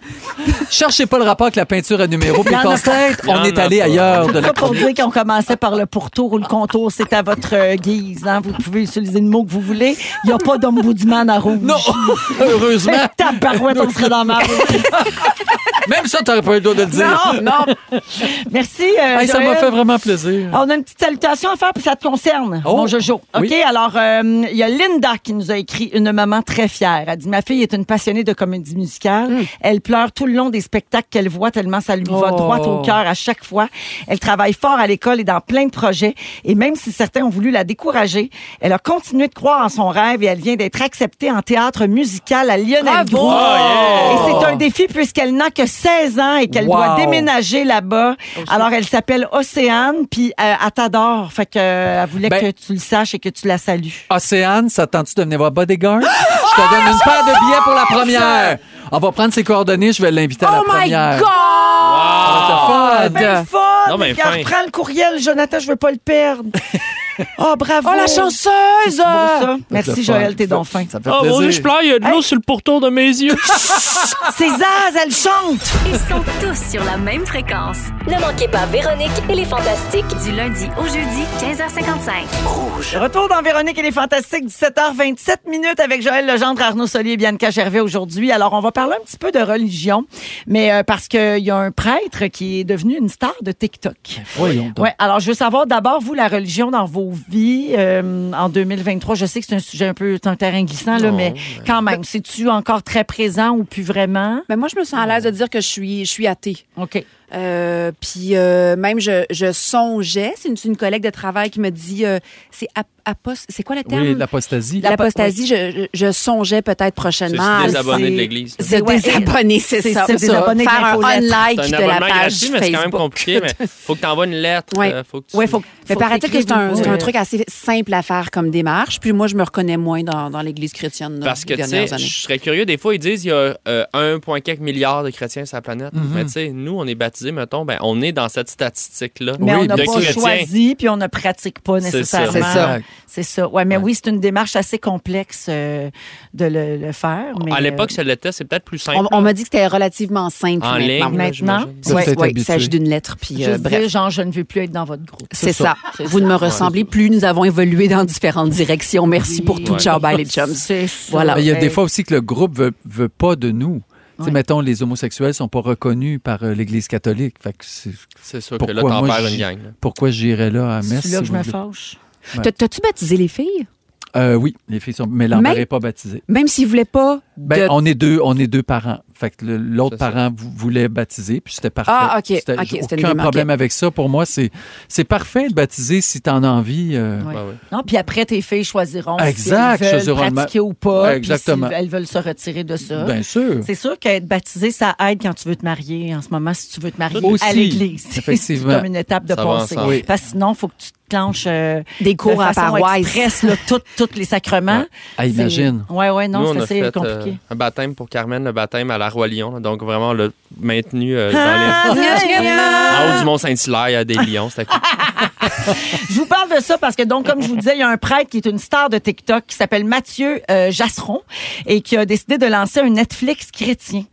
Speaker 3: Cherchez pas le rapport avec la peinture à numéro. Puis
Speaker 1: Il y en a
Speaker 3: casse-tête,
Speaker 4: pas.
Speaker 3: on
Speaker 4: Il y
Speaker 3: est
Speaker 4: en a
Speaker 3: allé
Speaker 4: pas.
Speaker 3: ailleurs de la
Speaker 1: Pas pour dire qu'on commençait par le pourtour ou le contour, c'est à votre euh, guise. hein. Vous pouvez utiliser le mot que vous voulez. Il n'y a pas d'ombudsman à rouge.
Speaker 3: Non, heureusement.
Speaker 1: Tabarouette, on serait dans ma
Speaker 3: Même ça, t'aurais pas eu le droit de le dire.
Speaker 1: Non, non. Merci. euh,
Speaker 3: Hey, ça
Speaker 1: Joël.
Speaker 3: m'a fait vraiment plaisir.
Speaker 1: Ah, On a une petite salutation à faire, puis ça te concerne,
Speaker 3: Oh.
Speaker 1: mon Jojo. OK,
Speaker 3: Oui.
Speaker 1: alors, euh, il y a Linda qui nous a écrit une maman très fière. Elle dit Ma fille est une passionnée de comédie musicale. Elle pleure tout le long des spectacles qu'elle voit, tellement ça lui va
Speaker 3: Hmm. Oh.
Speaker 1: droit au cœur à chaque fois. Elle travaille fort à l'école et dans plein de projets. Et même si certains ont voulu la décourager, elle a continué de croire en son rêve et elle vient d'être acceptée en théâtre musical à Lionel
Speaker 5: Bravo.
Speaker 1: Groulx.
Speaker 4: Oh,
Speaker 1: Et c'est un défi puisqu'elle n'a que 16 ans et qu'elle doit
Speaker 3: Wow.
Speaker 1: déménager là-bas. Alors, elle s'appelle Océane, puis euh, elle t'adore. Fait que, euh, elle voulait
Speaker 3: Ben-
Speaker 1: que tu le saches et que tu la salues.
Speaker 3: Océane, ça tente-tu de venir voir Bodyguard? Je te donne une paire de billets pour la première. On va prendre ses coordonnées, je vais l'inviter à la
Speaker 5: Oh my
Speaker 3: première.
Speaker 5: God!
Speaker 4: Ah,
Speaker 3: Ça va être le fun.
Speaker 1: Ben, le fun!
Speaker 4: Non, mais
Speaker 1: Regarde,
Speaker 4: fin.
Speaker 1: prends le courriel, Jonathan, je veux pas le perdre. oh, bravo!
Speaker 5: Oh, la chanceuse!
Speaker 1: Beau, ça.
Speaker 3: Ça fait
Speaker 1: Merci,
Speaker 3: le fun.
Speaker 1: Joël, t'es donc fin.
Speaker 3: Ça fait
Speaker 4: Oh
Speaker 3: plaisir.
Speaker 4: mon Dieu, je pleure, il y a de l'eau sur le pourtour de mes yeux.
Speaker 1: C'est Zaz, elle chante!
Speaker 6: Ils sont tous sur la même fréquence.
Speaker 12: Ne manquez pas Véronique et les Fantastiques.
Speaker 6: Du lundi au jeudi, 15h55.
Speaker 1: Retour dans Véronique et les Fantastiques, 17h27 minutes avec Joël Legendre, Arnaud Solier et Bianca Gervais aujourd'hui. Alors, on va parler un petit peu de religion, mais euh, parce qu'il y a un prêtre qui est devenu une star de TikTok.
Speaker 3: Voyons donc.
Speaker 1: Ouais, alors je veux savoir d'abord, vous, la religion dans vos vies euh, en 2023, je sais que c'est un sujet un peu, c'est un terrain glissant, là,
Speaker 4: Non,
Speaker 1: mais quand même, c'est-tu encore très présent ou plus vraiment?
Speaker 5: Mais moi, je me sens à l'aise de dire que je suis, je suis athée.
Speaker 1: OK.
Speaker 5: Euh, puis euh, même je, je songeais, c'est une, c'est une collègue de travail qui me dit euh, c'est ap- apos- c'est quoi le terme
Speaker 3: Oui, l'apostasie.
Speaker 5: L'apostasie, je, je, je songeais peut-être
Speaker 4: C'est
Speaker 5: prochainement à
Speaker 4: des
Speaker 5: le-
Speaker 4: abonnés de l'Église.
Speaker 5: se désabonner, c'est
Speaker 1: c'est
Speaker 5: ça.
Speaker 1: se désabonner de
Speaker 5: Faire un
Speaker 1: l'infolettre.
Speaker 5: unlike
Speaker 4: C'est un
Speaker 5: de
Speaker 4: abonnement
Speaker 5: la page
Speaker 4: gratuit, mais c'est quand même
Speaker 5: Facebook.
Speaker 4: compliqué. Mais faut que tu envoies une lettre.
Speaker 5: Ouais.
Speaker 4: euh, faut que tu-
Speaker 1: Ouais, faut,
Speaker 5: Mais
Speaker 1: faut
Speaker 5: paraît-il que c'est un,
Speaker 1: t'écrives,
Speaker 5: c'est un
Speaker 1: ouais.
Speaker 5: truc assez simple à faire comme démarche. Puis moi, je me reconnais moins dans, dans l'Église chrétienne là,
Speaker 4: Parce que, tu
Speaker 5: des
Speaker 4: sais,
Speaker 5: dernières
Speaker 4: je
Speaker 5: années.
Speaker 4: serais curieux, des fois, ils disent qu'il y a euh, 1,4 milliard de chrétiens sur la planète. Mais tu sais, nous, on est baptisés, mettons, ben, on est dans cette statistique-là.
Speaker 1: Mais
Speaker 3: Oui,
Speaker 1: on n'a
Speaker 4: de
Speaker 1: pas
Speaker 4: chrétiens.
Speaker 1: choisi, puis on ne pratique pas
Speaker 4: C'est ça.
Speaker 1: nécessairement.
Speaker 3: C'est ça.
Speaker 1: C'est ça. Ouais, mais oui, c'est une démarche assez complexe euh, de le, le faire. Mais,
Speaker 4: À l'époque,
Speaker 1: euh,
Speaker 4: ça l'était, c'est peut-être plus simple.
Speaker 5: On, on m'a dit que c'était relativement simple
Speaker 4: En ligne,
Speaker 5: maintenant.
Speaker 4: là,
Speaker 1: maintenant,
Speaker 4: j'imagine.
Speaker 3: Ça,
Speaker 5: Ouais,
Speaker 3: vous êtes
Speaker 5: ouais,
Speaker 3: habitué.
Speaker 5: il s'agit d'une lettre, puis euh,
Speaker 1: juste
Speaker 5: bref.
Speaker 1: dire, genre, je ne veux plus être dans votre groupe.
Speaker 5: C'est ça. Vous ne me ressemblez plus. Nous avons évolué dans différentes directions. Merci
Speaker 1: Oui.
Speaker 5: pour tout.
Speaker 4: Ouais.
Speaker 5: Ciao, bye les chums.
Speaker 1: C'est ça. Ben,
Speaker 5: Voilà.
Speaker 3: Mais il y a des
Speaker 1: Hey.
Speaker 3: fois aussi que le groupe veut, veut pas de nous. Tu sais,
Speaker 1: Ouais.
Speaker 3: mettons, les homosexuels sont pas reconnus par euh, l'Église catholique. Fait que c'est-
Speaker 4: C'est sûr que
Speaker 3: Pourquoi
Speaker 4: là, t'en
Speaker 3: moi,
Speaker 4: perds
Speaker 3: j'y-
Speaker 4: une gang. là.
Speaker 3: pourquoi j'irais là à Metz?
Speaker 1: C'est là
Speaker 3: si
Speaker 1: que je
Speaker 3: vous
Speaker 1: me
Speaker 3: voulez?
Speaker 1: fâche.
Speaker 5: T'as- T'as-tu baptisé les filles?
Speaker 3: Euh, oui, les filles sont. Mais l'envers
Speaker 5: Mais-
Speaker 3: n'est pas baptisé.
Speaker 5: Même s'ils voulaient pas. de-
Speaker 3: Ben, on est deux, on est deux parents. Fait que le- l'autre
Speaker 4: C'est ça.
Speaker 3: parent vou- voulait baptiser, puis c'était parfait.
Speaker 5: Ah, ok,
Speaker 3: C'était-
Speaker 5: ok,
Speaker 3: j'ai
Speaker 5: c'était une
Speaker 3: aucun
Speaker 5: démarque.
Speaker 3: problème avec ça. Pour moi, c'est c'est parfait de baptiser si t'en as envie. euh,
Speaker 1: Ouais.
Speaker 4: Ouais, ouais.
Speaker 1: Non, puis après, tes filles choisiront
Speaker 3: Exact,
Speaker 1: si elles veulent
Speaker 3: choisiront le ma-
Speaker 1: pratiquer ou pas.
Speaker 3: Exactement. Ben
Speaker 1: Exactement. elles veulent se retirer de ça.
Speaker 3: Bien sûr.
Speaker 1: c'est sûr qu'être baptisé, ça aide quand tu veux te marier. En ce moment, si tu veux te marier
Speaker 3: Aussi,
Speaker 1: à l'église, c'est
Speaker 3: effectivement.
Speaker 1: comme une étape de
Speaker 4: Ça va
Speaker 1: pensée.
Speaker 4: ensemble.
Speaker 3: Oui.
Speaker 1: Parce que sinon, il faut que tu te clenches euh,
Speaker 5: Des cours
Speaker 1: de
Speaker 5: à
Speaker 1: façon
Speaker 5: paroisse.
Speaker 1: express, là, tout- tous les sacrements.
Speaker 3: Ah, imagine.
Speaker 1: Oui, oui, non,
Speaker 4: Nous, on
Speaker 1: c'est
Speaker 4: a
Speaker 1: assez
Speaker 4: fait euh,
Speaker 1: compliqué.
Speaker 4: un baptême pour Carmen, le baptême à la Roi-Lion. là. Donc, vraiment, on l'a maintenu euh,
Speaker 1: Ah!
Speaker 4: dans les... En haut du Mont-Saint-Hilaire, il y a des lions. C'était cool.
Speaker 1: Ah, Je vous parle de ça parce que, donc, comme je vous disais, il y a un prêtre qui est une star de TikTok qui s'appelle Mathieu euh, Jasseron et qui a décidé de lancer un Netflix chrétien.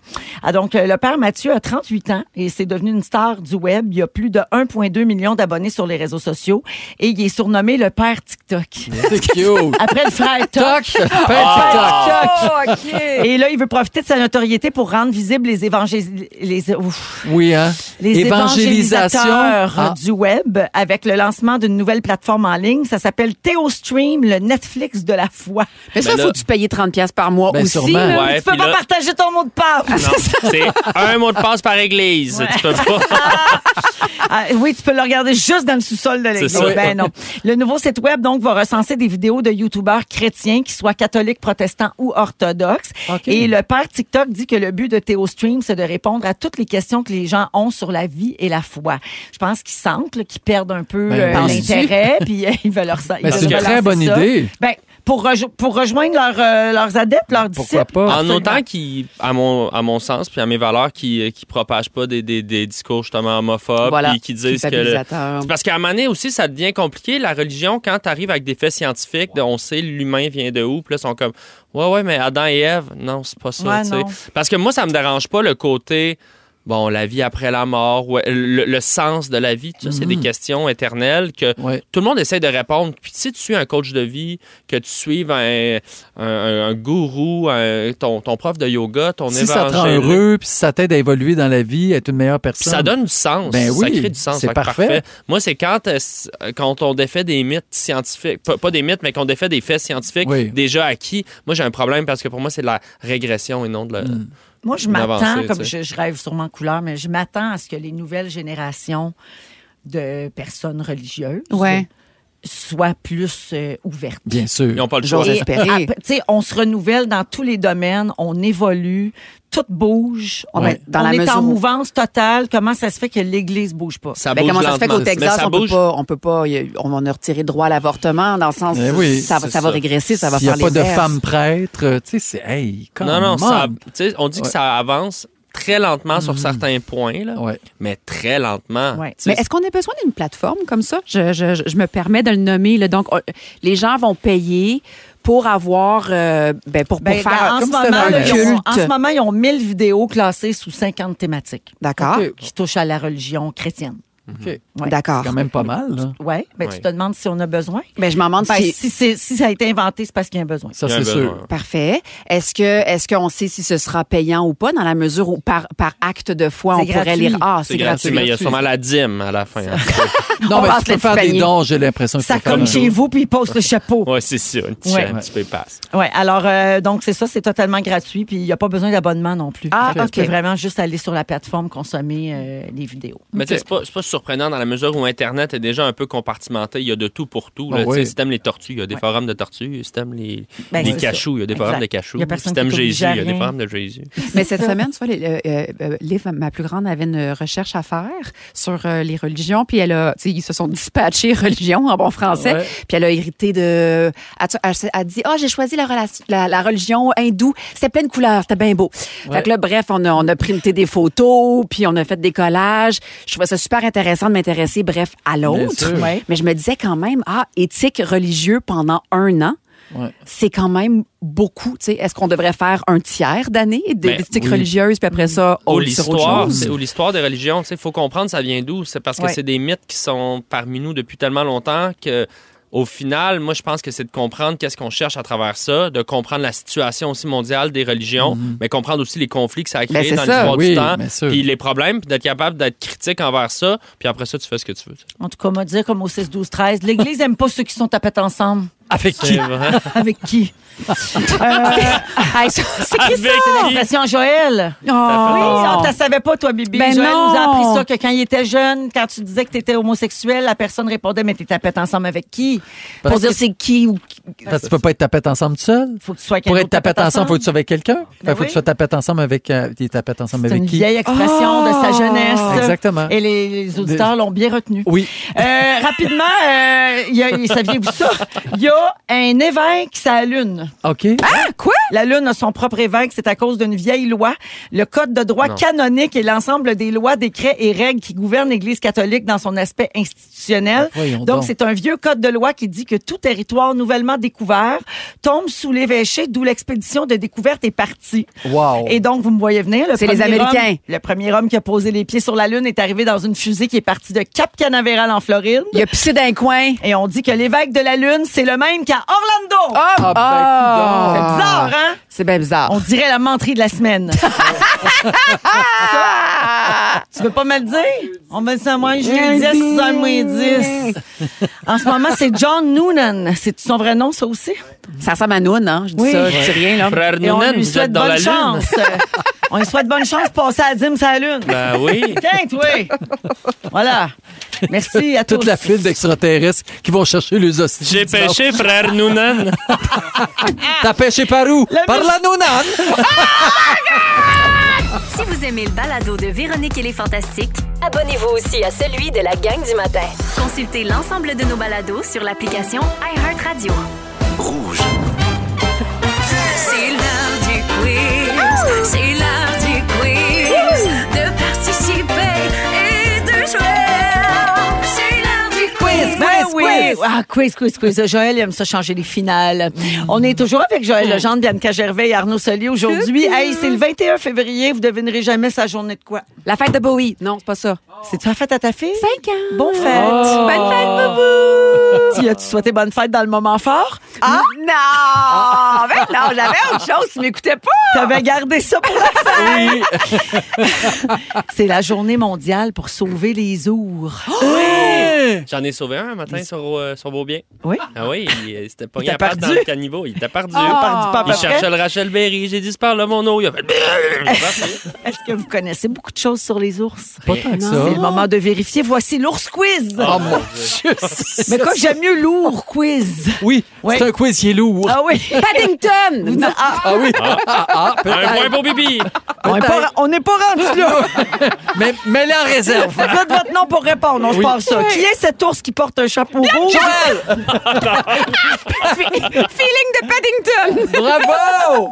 Speaker 1: Ah, donc, euh, le père Mathieu a 38 ans et c'est devenu une star du web. Il y a plus de 1,2 million d'abonnés sur les réseaux sociaux et il est surnommé le père TikTok.
Speaker 3: C'est cute.
Speaker 1: Après le frère Toc.
Speaker 3: Toc! Père
Speaker 5: Ah.
Speaker 3: TikTok.
Speaker 1: Et là, il veut profiter de sa notoriété pour rendre visibles les évangélisations. Les... ouf.
Speaker 3: Oui, hein?
Speaker 1: Les
Speaker 3: Évangélisation.
Speaker 1: évangélisateurs
Speaker 3: Ah.
Speaker 1: du web avec le lancement d'une nouvelle plateforme en ligne. Ça s'appelle Théostream, le Netflix de la foi.
Speaker 5: Mais ça,
Speaker 4: Ben là-
Speaker 5: faut-tu payer 30$ par mois
Speaker 3: Ben,
Speaker 5: aussi?
Speaker 3: sûrement.
Speaker 5: là?
Speaker 4: Ouais,
Speaker 1: tu peux
Speaker 4: puis
Speaker 1: pas
Speaker 4: là-
Speaker 1: partager ton mot de passe.
Speaker 4: Non, c'est un mot de passe par église. Tu peux pas.
Speaker 1: Ah, oui, tu peux le regarder juste dans le sous-sol de l'église.
Speaker 4: C'est ça.
Speaker 1: Ben non. Le nouveau site web donc va recenser des vidéos de youtubeurs chrétiens qui soient catholiques, protestants ou orthodoxes.
Speaker 3: OK.
Speaker 1: Et le père TikTok dit que le but de Théo Stream c'est de répondre à toutes les questions que les gens ont sur la vie et la foi. Je pense qu'ils sentent là, qu'ils perdent un peu
Speaker 3: Ben,
Speaker 1: euh,
Speaker 3: penses-tu?
Speaker 1: l'intérêt puis euh, ils veulent leur ils
Speaker 3: Mais
Speaker 1: veulent
Speaker 3: Ben, c'est une
Speaker 1: relancer
Speaker 3: très bonne
Speaker 1: ça.
Speaker 3: idée.
Speaker 1: Ben pour, rejo- pour rejoindre leurs, euh, leurs adeptes, leurs
Speaker 3: Pourquoi
Speaker 1: disciples.
Speaker 3: pas?
Speaker 4: En
Speaker 1: Absolument.
Speaker 4: autant qui, à mon, à mon sens, puis à mes valeurs, qui, qui propagent pas des, des, des discours justement homophobes,
Speaker 5: Voilà.
Speaker 4: Ah, puis qui disent que. le-
Speaker 5: Culpabilisateur.
Speaker 4: C'est parce qu'à un moment donné aussi, ça devient compliqué. La religion, quand tu arrives avec des faits scientifiques, de on sait l'humain vient de où, puis là, ils sont comme Ouais, ouais, mais Adam et Ève, non, c'est pas ça.
Speaker 1: Ouais,
Speaker 4: tu sais.
Speaker 1: non.
Speaker 4: parce que moi, ça me dérange pas le côté. Bon, la vie après la mort, ouais, le, le sens de la vie, tout ça, c'est
Speaker 3: Mm.
Speaker 4: des questions éternelles que
Speaker 3: Ouais.
Speaker 4: tout le monde essaie de répondre. Puis si tu es un coach de vie, que tu suives un, un, un- un gourou, un- ton, ton prof de yoga, ton
Speaker 3: Si ça te rend
Speaker 4: évangélique,
Speaker 3: heureux, puis si ça t'aide à évoluer dans la vie, à être une meilleure
Speaker 4: puis
Speaker 3: personne.
Speaker 4: ça donne du sens.
Speaker 3: Ben
Speaker 4: ça
Speaker 3: oui,
Speaker 4: crée du sens.
Speaker 3: c'est
Speaker 4: Fait que
Speaker 3: parfait.
Speaker 4: Moi, c'est quand, euh, c- euh, quand on défait des mythes scientifiques, pas, pas des mythes, mais qu'on défait des faits scientifiques
Speaker 3: Oui.
Speaker 4: déjà acquis. Moi, j'ai un problème parce que pour moi, c'est de la régression et non de la.
Speaker 3: Hmm.
Speaker 1: Moi, je
Speaker 4: une
Speaker 1: m'attends,
Speaker 4: avancée,
Speaker 1: comme
Speaker 4: tu sais.
Speaker 1: je, je rêve sûrement en couleur, mais je m'attends à ce que les nouvelles générations de personnes religieuses
Speaker 5: Ouais.
Speaker 1: soit plus euh, ouverte.
Speaker 3: Bien sûr.
Speaker 4: Ils n'ont pas le choix.
Speaker 1: Et
Speaker 4: Ils
Speaker 1: ap- tu sais, on se renouvelle dans tous les domaines, on évolue, tout bouge. On,
Speaker 3: Ouais.
Speaker 1: dans
Speaker 5: Dans la
Speaker 1: est
Speaker 5: mesure
Speaker 1: en
Speaker 5: où-
Speaker 1: mouvance totale. Comment ça se fait que l'Église bouge pas?
Speaker 4: Ça
Speaker 5: Ben,
Speaker 4: bouge
Speaker 5: comment ça se fait
Speaker 4: lentement.
Speaker 5: qu'au Texas,
Speaker 4: Mais ça
Speaker 5: on peut
Speaker 4: bouge.
Speaker 5: pas, on peut pas, y a- on en a retiré droit à l'avortement dans le sens,
Speaker 3: Eh oui,
Speaker 5: ça, va-
Speaker 4: c'est
Speaker 5: ça va
Speaker 4: ça.
Speaker 5: régresser, ça va
Speaker 3: Il n'y a
Speaker 5: faire
Speaker 3: pas
Speaker 5: les
Speaker 3: de
Speaker 5: airs.
Speaker 3: femme prêtre. euh, Tu sais, c'est. Hey, come
Speaker 4: Non, non, ça,
Speaker 3: on.
Speaker 4: tu sais, on dit
Speaker 3: Ouais. Hmm.
Speaker 4: que ça avance très lentement sur certains points, là,
Speaker 3: Ouais.
Speaker 4: mais très lentement.
Speaker 1: Ouais.
Speaker 4: Tu sais,
Speaker 5: Mais est-ce qu'on a besoin d'une plateforme comme ça? Je, je- je- je me permets de le nommer. là. Donc, on- les gens vont payer pour avoir, euh, ben, pour, pour
Speaker 1: Ben,
Speaker 5: faire
Speaker 1: en,
Speaker 5: comme
Speaker 1: ce
Speaker 5: si c'était
Speaker 1: moment,
Speaker 5: un
Speaker 1: là, ils ont, en ce
Speaker 5: culte.
Speaker 1: moment, ils ont 1000 vidéos classées sous 50 thématiques
Speaker 5: D'accord,
Speaker 1: qui touchent à la religion chrétienne.
Speaker 3: OK.
Speaker 1: Ouais.
Speaker 5: d'accord.
Speaker 3: C'est quand même pas mal. là.
Speaker 1: Oui, ben,
Speaker 4: Ouais.
Speaker 1: tu te demandes si on a besoin.
Speaker 5: Mais je m'en demande
Speaker 1: Ben,
Speaker 5: si...
Speaker 1: si, c'est- si ça a été inventé, c'est parce qu'il y a un besoin.
Speaker 3: Ça,
Speaker 4: il y a un
Speaker 3: c'est
Speaker 4: besoin.
Speaker 3: sûr.
Speaker 5: Parfait. Est-ce que est-ce qu'on sait si ce sera payant ou pas dans la mesure où par, par acte de foi on
Speaker 1: C'est
Speaker 5: pourrait
Speaker 1: gratuit.
Speaker 5: lire ah
Speaker 4: C'est gratuit, mais il y a
Speaker 3: gratuit.
Speaker 4: sûrement la dîme à la fin. hein.
Speaker 3: Non,
Speaker 5: On
Speaker 3: mais
Speaker 5: passe
Speaker 3: tu peux
Speaker 5: le
Speaker 3: faire
Speaker 5: petit
Speaker 3: des
Speaker 5: panier.
Speaker 3: dons, j'ai l'impression. que tu
Speaker 1: Ça
Speaker 3: peux faire
Speaker 1: comme
Speaker 3: un
Speaker 1: chez
Speaker 3: don.
Speaker 1: vous, puis il pose le chapeau.
Speaker 4: ouais, c'est ça. Un petit,
Speaker 1: Ouais.
Speaker 4: un petit peu passe.
Speaker 1: Ouais, alors euh, donc c'est ça, c'est totalement gratuit, puis il n'y a pas besoin d'abonnement non plus.
Speaker 5: Ah,
Speaker 1: Fait que Tu
Speaker 5: ok.
Speaker 1: peux vraiment juste aller sur la plateforme consommer euh, les vidéos.
Speaker 4: Mais tu sais, c'est pas, c'est pas surprenant dans la mesure où Internet est déjà un peu compartimenté. Il y a de tout pour tout. là.
Speaker 3: Ah
Speaker 4: Tu sais,
Speaker 3: oui.
Speaker 4: Si t'aimes les tortues, il y a des forums de tortues. Si t'aimes les,
Speaker 1: Ben,
Speaker 4: les
Speaker 1: c'est ça.
Speaker 4: cachous, il y a des forums
Speaker 1: Exact. Il
Speaker 4: de
Speaker 1: y
Speaker 4: cachous.
Speaker 1: a personne
Speaker 4: Si
Speaker 1: qui
Speaker 4: t'aimes
Speaker 1: t'oblige
Speaker 4: Jésus,
Speaker 1: à
Speaker 4: il y a des
Speaker 1: rien.
Speaker 4: forums de Jésus.
Speaker 5: Mais cette semaine, soit euh, ma plus grande avait une recherche à faire sur euh, les religions, puis elle a, tu sais, ils se sont dispatchés religion en bon français,
Speaker 3: Ouais.
Speaker 5: puis elle a hérité de, elle, a- elle a dit, ah j'ai choisi la, relation- la, la religion hindoue, c'était plein de couleurs, c'était bien beau.
Speaker 3: Ouais.
Speaker 5: Fait que là, bref, on a, on a printé des photos, puis on a fait des collages. Je trouvais ça super intéressant de m'intéresser, bref, à l'autre.
Speaker 3: sûr.
Speaker 1: Ouais.
Speaker 5: Mais je me disais quand même, ah, éthique religieux pendant un an,
Speaker 3: Ouais.
Speaker 5: c'est quand même beaucoup. tu sais. Est-ce qu'on devrait faire un tiers d'année
Speaker 4: Ben,
Speaker 5: d'éthique
Speaker 3: oui.
Speaker 5: religieuse, puis après
Speaker 4: Ou
Speaker 5: ça, on sur autre
Speaker 4: l'histoire,
Speaker 5: chose?
Speaker 4: c'est- ou l'histoire des religions, tu sais, faut comprendre ça vient d'où. C'est parce que
Speaker 1: Ouais.
Speaker 4: c'est des mythes qui sont parmi nous depuis tellement longtemps que. Au final, moi, je pense que c'est de comprendre qu'est-ce qu'on cherche à travers ça, de comprendre la situation aussi mondiale des religions, mais comprendre aussi les conflits que ça a
Speaker 5: Ben,
Speaker 4: créé
Speaker 5: c'est
Speaker 4: dans
Speaker 5: ça.
Speaker 4: l'histoire
Speaker 3: Oui,
Speaker 4: du temps,
Speaker 3: bien sûr.
Speaker 4: puis les problèmes, puis d'être capable d'être critique envers ça, puis après ça, tu fais ce que tu veux.
Speaker 1: En tout cas, moi dire comme au 6 12 13, l'Église aime pas ceux qui sont tapés ensemble.
Speaker 3: Avec
Speaker 4: C'est
Speaker 3: qui?
Speaker 4: vrai.
Speaker 1: Avec qui
Speaker 5: Hey, ça- c'est qui
Speaker 4: Avec
Speaker 5: ça?
Speaker 4: qui?
Speaker 1: L'expression Joël. Oui,
Speaker 5: Oh.
Speaker 1: on ne savait pas toi, Bibi.
Speaker 5: Ben
Speaker 1: Joël nous a
Speaker 5: non.
Speaker 1: appris ça que quand il était jeune, quand tu disais que tu étais homosexuel, la personne répondait mais t'es tapette ensemble avec qui
Speaker 3: Parce
Speaker 1: Pour dire c'est qui ou qui-
Speaker 3: Parce que tu peux pas être tapette ensemble tout seul.
Speaker 1: faut que tu sois
Speaker 3: Pour
Speaker 1: quelqu'un
Speaker 3: être
Speaker 1: de tapette
Speaker 3: tapette ensemble, faut que tu sois avec quelqu'un.
Speaker 1: Ben
Speaker 3: Fait faut que
Speaker 1: oui.
Speaker 3: tu sois tapette ensemble avec. euh, t'es tapette ensemble
Speaker 1: C'est
Speaker 3: avec
Speaker 1: une
Speaker 3: qui?
Speaker 1: vieille expression de sa jeunesse.
Speaker 3: Exactement. Oh.
Speaker 1: Et les, les auditeurs l'ont bien retenu.
Speaker 3: Oui.
Speaker 1: Euh, rapidement, euh, il y a- il- saviez-vous ça? Il y a un évêque, sa lune.
Speaker 3: OK.
Speaker 1: Ah! La lune a son propre évêque, c'est à cause d'une vieille loi. Le code de droit
Speaker 4: Non.
Speaker 1: canonique et l'ensemble des lois, décrets et règles qui gouvernent l'Église catholique dans son aspect institutionnel.
Speaker 3: Ben, Voyons
Speaker 1: Donc,
Speaker 3: donc.
Speaker 1: c'est un vieux code de loi qui dit que tout territoire nouvellement découvert tombe sous l'évêché, d'où l'expédition de découverte est partie.
Speaker 3: Wow.
Speaker 1: Et donc, vous me voyez venir. le
Speaker 5: C'est les
Speaker 1: premier
Speaker 5: Américains.
Speaker 1: homme- le premier homme qui a posé les pieds sur la Lune est arrivé dans une fusée qui est partie de Cap Canaveral en Floride.
Speaker 5: Il a pissé d'un coin.
Speaker 1: Et on dit que l'évêque de la Lune, c'est le même qu'à Orlando.
Speaker 5: Oh,
Speaker 3: Ah, ben,
Speaker 1: C'est
Speaker 3: coudonc.
Speaker 1: bizarre, hein?
Speaker 5: C'est bien bizarre.
Speaker 1: On dirait la menterie de la semaine. Ça, tu veux pas me le dire? On me le dit à moins jeudi, à 6 heures moins 10. En ce moment, c'est John Noonan. C'est son vrai nom, ça aussi?
Speaker 5: Ça ressemble à Noun, hein? Je dis
Speaker 1: Oui.
Speaker 5: ça, je dis rien, là.
Speaker 4: Frère
Speaker 1: Et on
Speaker 4: Noonan,
Speaker 1: lui
Speaker 4: vous êtes
Speaker 1: souhaite
Speaker 4: dans la
Speaker 1: bonne
Speaker 4: lune.
Speaker 1: chance. Euh, on lui souhaite bonne chance de passer à la dîme sur la lune.
Speaker 4: Ben oui.
Speaker 1: Quinte, oui. Voilà. Merci à
Speaker 3: Toute
Speaker 1: tous.
Speaker 3: la file d'extraterrestres qui vont chercher les hosties.
Speaker 4: J'ai
Speaker 3: du dimanche.
Speaker 4: pêché, frère Noonan.
Speaker 3: T'as pêché par où? Par la nonane!
Speaker 6: Si vous aimez le balado de Véronique et les Fantastiques,
Speaker 7: Abonnez-vous aussi à celui de la gang du matin.
Speaker 6: consultez l'ensemble de nos balados sur l'application iHeartRadio.
Speaker 10: Rouge.
Speaker 6: C'est l'heure du quiz, c'est l'heure du quiz, de participer et de jouer. C'est l'heure du quiz.
Speaker 1: Ben oui. Ah, quiz, quiz, quiz. Joël aime ça changer les finales.
Speaker 5: Mm.
Speaker 1: On est toujours avec Joël Legendre, Bianca Gervais et Arnaud Soli aujourd'hui. Hey, c'est le 21 février. Vous devinerez jamais sa journée de quoi.
Speaker 5: La fête de Bowie. Non, c'est pas ça.
Speaker 1: C'est-tu la fête à ta fille?
Speaker 5: Oh. Cinq ans. Oh.
Speaker 1: Bonne fête.
Speaker 5: Bonne fête, Boubou.
Speaker 1: Tu as-tu souhaité bonne fête dans le moment fort? Hein?
Speaker 5: Ah? Non! Ben non, j'avais autre chose, tu m'écoutais pas.
Speaker 1: T'avais gardé ça pour la fête. c'est
Speaker 5: Oh!
Speaker 1: la journée mondiale pour sauver les ours.
Speaker 4: J'en ai sauvé un un matin sur, euh, son beau bien.
Speaker 1: Oui.
Speaker 4: Ah oui, il euh, s'était pogné
Speaker 1: t'a
Speaker 4: à patte
Speaker 1: perdu.
Speaker 4: dans le caniveau. Il était perdu.
Speaker 1: Par- par-
Speaker 4: Il
Speaker 1: par-
Speaker 4: cherchait le Rachel Berry. J'ai dit, c'est par le mono. Il a fait... Parti.
Speaker 1: Est-ce que vous connaissez beaucoup de choses sur les ours?
Speaker 13: Pas tant que ça.
Speaker 1: C'est le moment de vérifier. Voici l'ours quiz.
Speaker 13: Oh mon Dieu! c'est-
Speaker 1: Mais quoi, j'aime mieux l'ours quiz.
Speaker 13: Oui,
Speaker 1: Ouais.
Speaker 13: c'est un quiz, il est lourd.
Speaker 1: Ah oui.
Speaker 5: Paddington! Vous dites-
Speaker 1: Ah,
Speaker 13: Ah oui!
Speaker 4: Un point pour Bibi.
Speaker 1: on n'est pas, on n'est pas rendu là.
Speaker 13: mais, mais là, en réserve!
Speaker 1: Faites votre nom pour répondre. On se passe ça. Qui est cet ours qui porte un chapeau rouge?
Speaker 5: Feeling de Paddington!
Speaker 13: Bravo!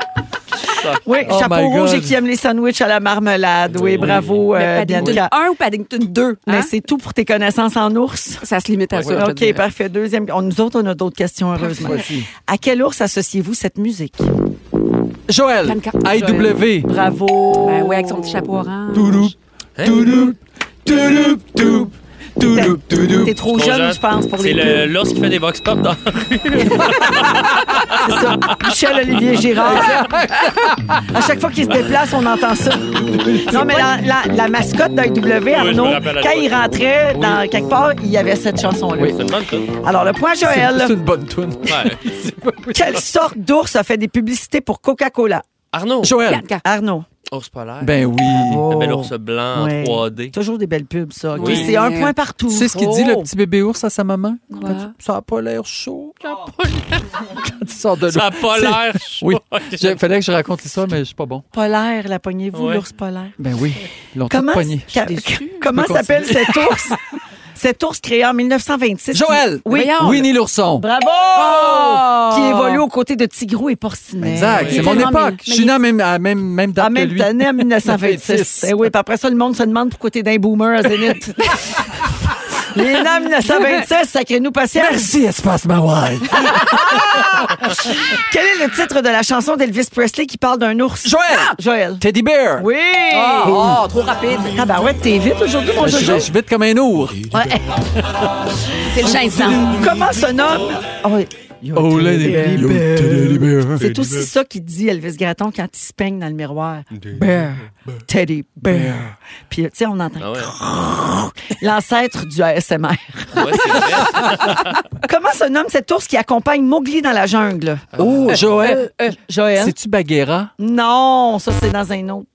Speaker 1: Oui,
Speaker 13: Oh
Speaker 1: chapeau
Speaker 13: my
Speaker 1: rouge et
Speaker 13: God.
Speaker 1: qui aime les sandwichs à la marmelade. Oui,
Speaker 13: Oui.
Speaker 1: bravo, euh,
Speaker 5: Mais Paddington
Speaker 1: Bianca. Hein?
Speaker 5: 1 ou Paddington 2?
Speaker 1: Mais c'est tout pour tes connaissances en ours.
Speaker 5: Ça se limite à
Speaker 13: Oui.
Speaker 5: ça.
Speaker 13: je te dirais.
Speaker 1: OK, parfait. Deuxième. on- nous autres, on a d'autres questions, heureusement.
Speaker 13: Voici.
Speaker 1: À quel ours associez-vous cette musique?
Speaker 13: Joël,
Speaker 5: Pleine carte.
Speaker 13: IW.
Speaker 1: Bravo.
Speaker 5: Ben oui, avec son petit chapeau orange.
Speaker 13: Touloup, touloup, touloup, touloup, touloup, touloup.
Speaker 1: T'es trop jeune, je pense, pour les
Speaker 4: C'est
Speaker 1: deux.
Speaker 4: le- lorsqu'il fait des box pop dans
Speaker 1: C'est ça. Michel-Olivier Girard. à chaque fois qu'il se déplace, on entend ça. Non, mais la, la- la mascotte d'IW,
Speaker 4: je
Speaker 1: Arnaud,
Speaker 4: me rappelle à
Speaker 1: quand
Speaker 4: l'époque.
Speaker 1: il rentrait dans quelque part, il y avait cette chanson-là.
Speaker 4: C'est une bonne tune.
Speaker 1: Alors, le point
Speaker 13: C'est
Speaker 1: Joël.
Speaker 13: une bonne toune.
Speaker 4: Ouais.
Speaker 1: Quelle sorte d'ours a fait des publicités pour Coca-Cola?
Speaker 4: Arnaud.
Speaker 13: Joël.
Speaker 1: Arnaud.
Speaker 4: Ours polaire.
Speaker 13: Ben oui.
Speaker 4: Le bel ours blanc
Speaker 1: oh. Ouais.
Speaker 4: en 3D.
Speaker 1: Toujours des belles pubs, ça. OK?
Speaker 4: Oui.
Speaker 1: C'est un point partout.
Speaker 13: Tu sais ce qu'il dit,
Speaker 1: Oh.
Speaker 13: le petit bébé ours à sa maman?
Speaker 5: Quoi?
Speaker 13: Ça a pas l'air chaud. Quand il sort de l'eau.
Speaker 4: Ça n'a pas
Speaker 13: C'est-
Speaker 4: l'air
Speaker 13: Oui.
Speaker 4: chaud.
Speaker 13: Il fallait que je raconte l'histoire, mais je suis pas bon.
Speaker 1: Polaire, la pognez-vous,
Speaker 4: Ouais.
Speaker 1: l'ours polaire.
Speaker 13: Ben oui. Ils l'ont tout
Speaker 1: Comment,
Speaker 13: pogné.
Speaker 1: ca- comment
Speaker 13: Je peux
Speaker 1: s'appelle cet ours? cet ours créé en 1926.
Speaker 13: Joël!
Speaker 1: Oui.
Speaker 13: Winnie l'ourson.
Speaker 1: Bravo!
Speaker 5: Oh!
Speaker 1: Qui évolue aux côtés de Tigrou et Porcinet.
Speaker 13: Exact.
Speaker 4: Oui.
Speaker 13: C'est mon
Speaker 5: Tellement
Speaker 13: époque.
Speaker 5: mignon.
Speaker 13: Je suis né à même, à même, même date
Speaker 1: En
Speaker 13: que
Speaker 1: même
Speaker 13: lui.
Speaker 1: année, en 1926.
Speaker 13: 26.
Speaker 1: Eh oui, puis après ça, le monde se demande pourquoi t'es d'un boomer à Zénith. Les noms 1926, sacrez-nous patience.
Speaker 13: Merci, Espace Mawai.
Speaker 1: Quel est le titre de la chanson d'Elvis Presley qui parle d'un ours? Ah,
Speaker 13: Joël!
Speaker 1: Joël.
Speaker 13: Teddy Bear.
Speaker 1: Oui!
Speaker 13: Ah,
Speaker 5: trop rapide.
Speaker 1: Ah ben ouais, t'es vite aujourd'hui, mon
Speaker 13: Je, je-
Speaker 1: Jojo.
Speaker 13: je suis vite comme un ours.
Speaker 1: Ouais.
Speaker 5: C'est le gingembre.
Speaker 1: Comment se nomme? Ah oui,
Speaker 13: Oh, là,
Speaker 1: Teddy Bear.
Speaker 13: Teddy Bear.
Speaker 1: C'est aussi ça qu'il dit Elvis Gratton quand il se peigne dans le miroir. Bear, Teddy Bear. Puis, tu sais, on entend
Speaker 4: Ah ouais.
Speaker 1: l'ancêtre du ASMR.
Speaker 4: Ouais, c'est vrai.
Speaker 1: Comment se nomme cet ours qui accompagne Mowgli dans la jungle?
Speaker 3: Euh,
Speaker 13: Oh, Joël.
Speaker 1: Joël?
Speaker 13: C'est-tu Baguera?
Speaker 1: Non, ça, c'est dans un autre.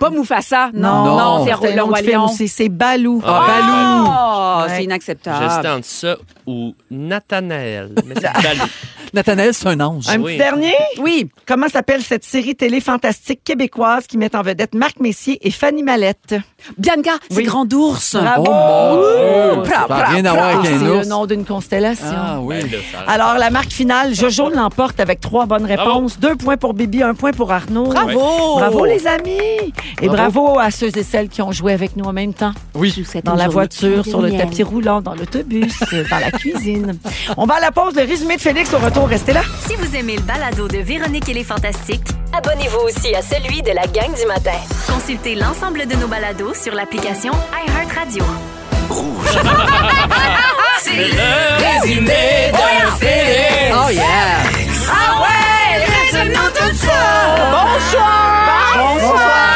Speaker 5: Pas Mufasa. Non,
Speaker 13: Non.
Speaker 5: non,
Speaker 1: C'est
Speaker 5: c'est
Speaker 1: un
Speaker 5: le
Speaker 1: autre
Speaker 5: roi
Speaker 1: film
Speaker 5: lion.
Speaker 1: aussi. C'est Balou.
Speaker 4: Ah, Balou.
Speaker 5: Oh,
Speaker 1: Ouais.
Speaker 5: c'est
Speaker 4: J'hésitais
Speaker 5: inacceptable.
Speaker 4: entre ça ou Nathanaël. Mais c'est Balou.
Speaker 13: Nathanaël, c'est un ange.
Speaker 1: Un
Speaker 4: Oui.
Speaker 1: petit dernier?
Speaker 5: Oui,
Speaker 1: Comment s'appelle cette série télé fantastique québécoise qui met en vedette Marc Messier et Fanny Mallette?
Speaker 5: Bianca, c'est
Speaker 1: Oui.
Speaker 5: Grand Ours.
Speaker 1: Bravo!
Speaker 13: Oh mon Dieu! Ça
Speaker 5: Pra,
Speaker 13: n'a
Speaker 5: pra,
Speaker 13: rien à voir avec
Speaker 1: C'est
Speaker 13: un
Speaker 1: le
Speaker 13: ours.
Speaker 1: nom d'une constellation.
Speaker 13: Ah
Speaker 4: Ben
Speaker 13: oui.
Speaker 4: là, ça arrête.
Speaker 1: Alors, la marque finale, Jojo l'emporte avec trois bonnes réponses. Deux points pour Bibi, un point pour Arnaud.
Speaker 3: Oh!
Speaker 5: Bravo!
Speaker 1: Bravo, les amis! Et bravo à ceux et celles qui ont joué avec nous en même temps.
Speaker 13: Oui.
Speaker 1: Dans la voiture, sur le tapis roulant, dans l'autobus, euh, dans la cuisine. On va à la pause. Le résumé de Félix au retour. Restez là.
Speaker 6: Si vous aimez le balado de Véronique et les Fantastiques,
Speaker 14: Abonnez-vous aussi à celui de la gang du matin.
Speaker 6: consultez l'ensemble de nos balados sur l'application iHeartRadio.
Speaker 5: Oh yeah!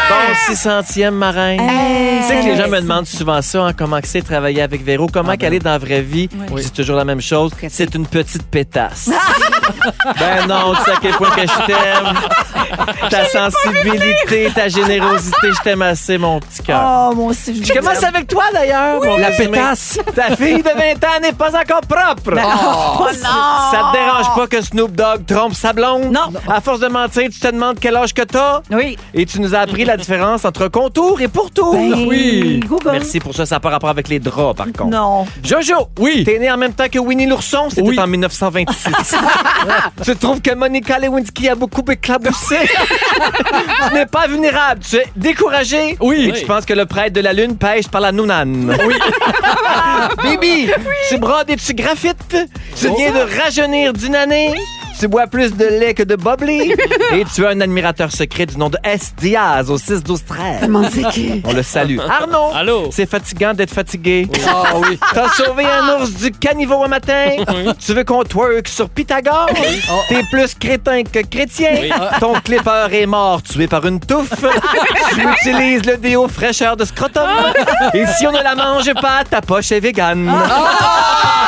Speaker 3: Bon, 600e marin. Tu sais que les gens me demandent souvent ça, hein, comment que c'est de travailler avec Véro,
Speaker 13: Ah,
Speaker 3: comment
Speaker 13: ben
Speaker 3: qu'elle est dans la vraie vie. C'est toujours la même chose. C'est une petite pétasse.
Speaker 1: Ah!
Speaker 3: ben non, tu sais à quel point que je t'aime. Ta sensibilité, ta générosité, je t'aime assez, mon petit cœur.
Speaker 1: Oh, mon aussi.
Speaker 3: Je commence avec toi d'ailleurs. mon
Speaker 13: La
Speaker 3: résumé.
Speaker 13: pétasse.
Speaker 3: Ta fille de 20 ans n'est pas encore propre.
Speaker 1: Ben, Oh,
Speaker 3: Oh, Ça te dérange pas que Snoop Dogg trompe sa blonde?
Speaker 1: Non.
Speaker 3: À force de mentir, tu te demandes quel âge que t'as?
Speaker 1: Oui.
Speaker 3: Et tu nous as appris la différence entre contour et pourtour.
Speaker 13: Oui.
Speaker 1: Ben, Google.
Speaker 3: Merci pour ça, ça n'a pas rapport avec les draps, par contre.
Speaker 1: Non.
Speaker 3: Jojo,
Speaker 13: Oui.
Speaker 3: t'es né en même temps que Winnie l'ourson, c'était
Speaker 13: Oui.
Speaker 3: en 1926. tu trouves que Monica Lewinsky a beaucoup éclaboussé. tu n'es pas vulnérable, tu es découragé.
Speaker 13: Oui.
Speaker 3: Et tu penses que le prêtre de la lune pêche par la nounane. Oui. Bibi, tu brodes et tu graphites. Tu viens de rajeunir d'une année.
Speaker 9: Tu bois plus de lait que de bubbly. Et tu as un admirateur secret du nom de S. Diaz au 6-12-13.
Speaker 15: Comment c'est que...
Speaker 9: On le salue. Arnaud!
Speaker 4: Allô?
Speaker 9: C'est fatigant d'être fatigué.
Speaker 3: Ah oui.
Speaker 9: T'as sauvé un ours du caniveau un matin. Tu veux qu'on twerk sur Pythagore. Oh. T'es plus crétin que chrétien.
Speaker 4: Oui.
Speaker 9: Ton clipper est mort, tué par une touffe. tu utilises le déo fraîcheur de scrotum. Et si on ne la mange pas, ta poche est végane. Ah,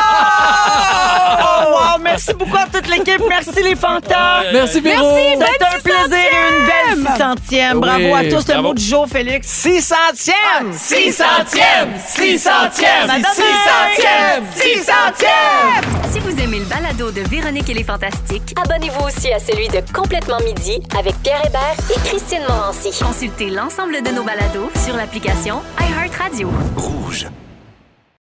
Speaker 1: Oh, wow, merci beaucoup à toute l'équipe. Merci les fantas.
Speaker 3: Merci, Véro.
Speaker 1: C'est un plaisir et une belle 600e. Bravo à
Speaker 3: Oui,
Speaker 1: tous. Le
Speaker 4: bravo.
Speaker 1: mot du jour, Félix.
Speaker 9: 6 centièmes! 6 centièmes! 6 centièmes!
Speaker 1: Madame Six centièmes! Six centièmes!
Speaker 6: Si vous aimez le balado de Véronique et les Fantastiques,
Speaker 16: Abonnez-vous aussi à celui de Complètement Midi avec Pierre Hébert et Christine Morancy.
Speaker 6: consultez l'ensemble de nos balados sur l'application iHeartRadio.
Speaker 17: Rouge.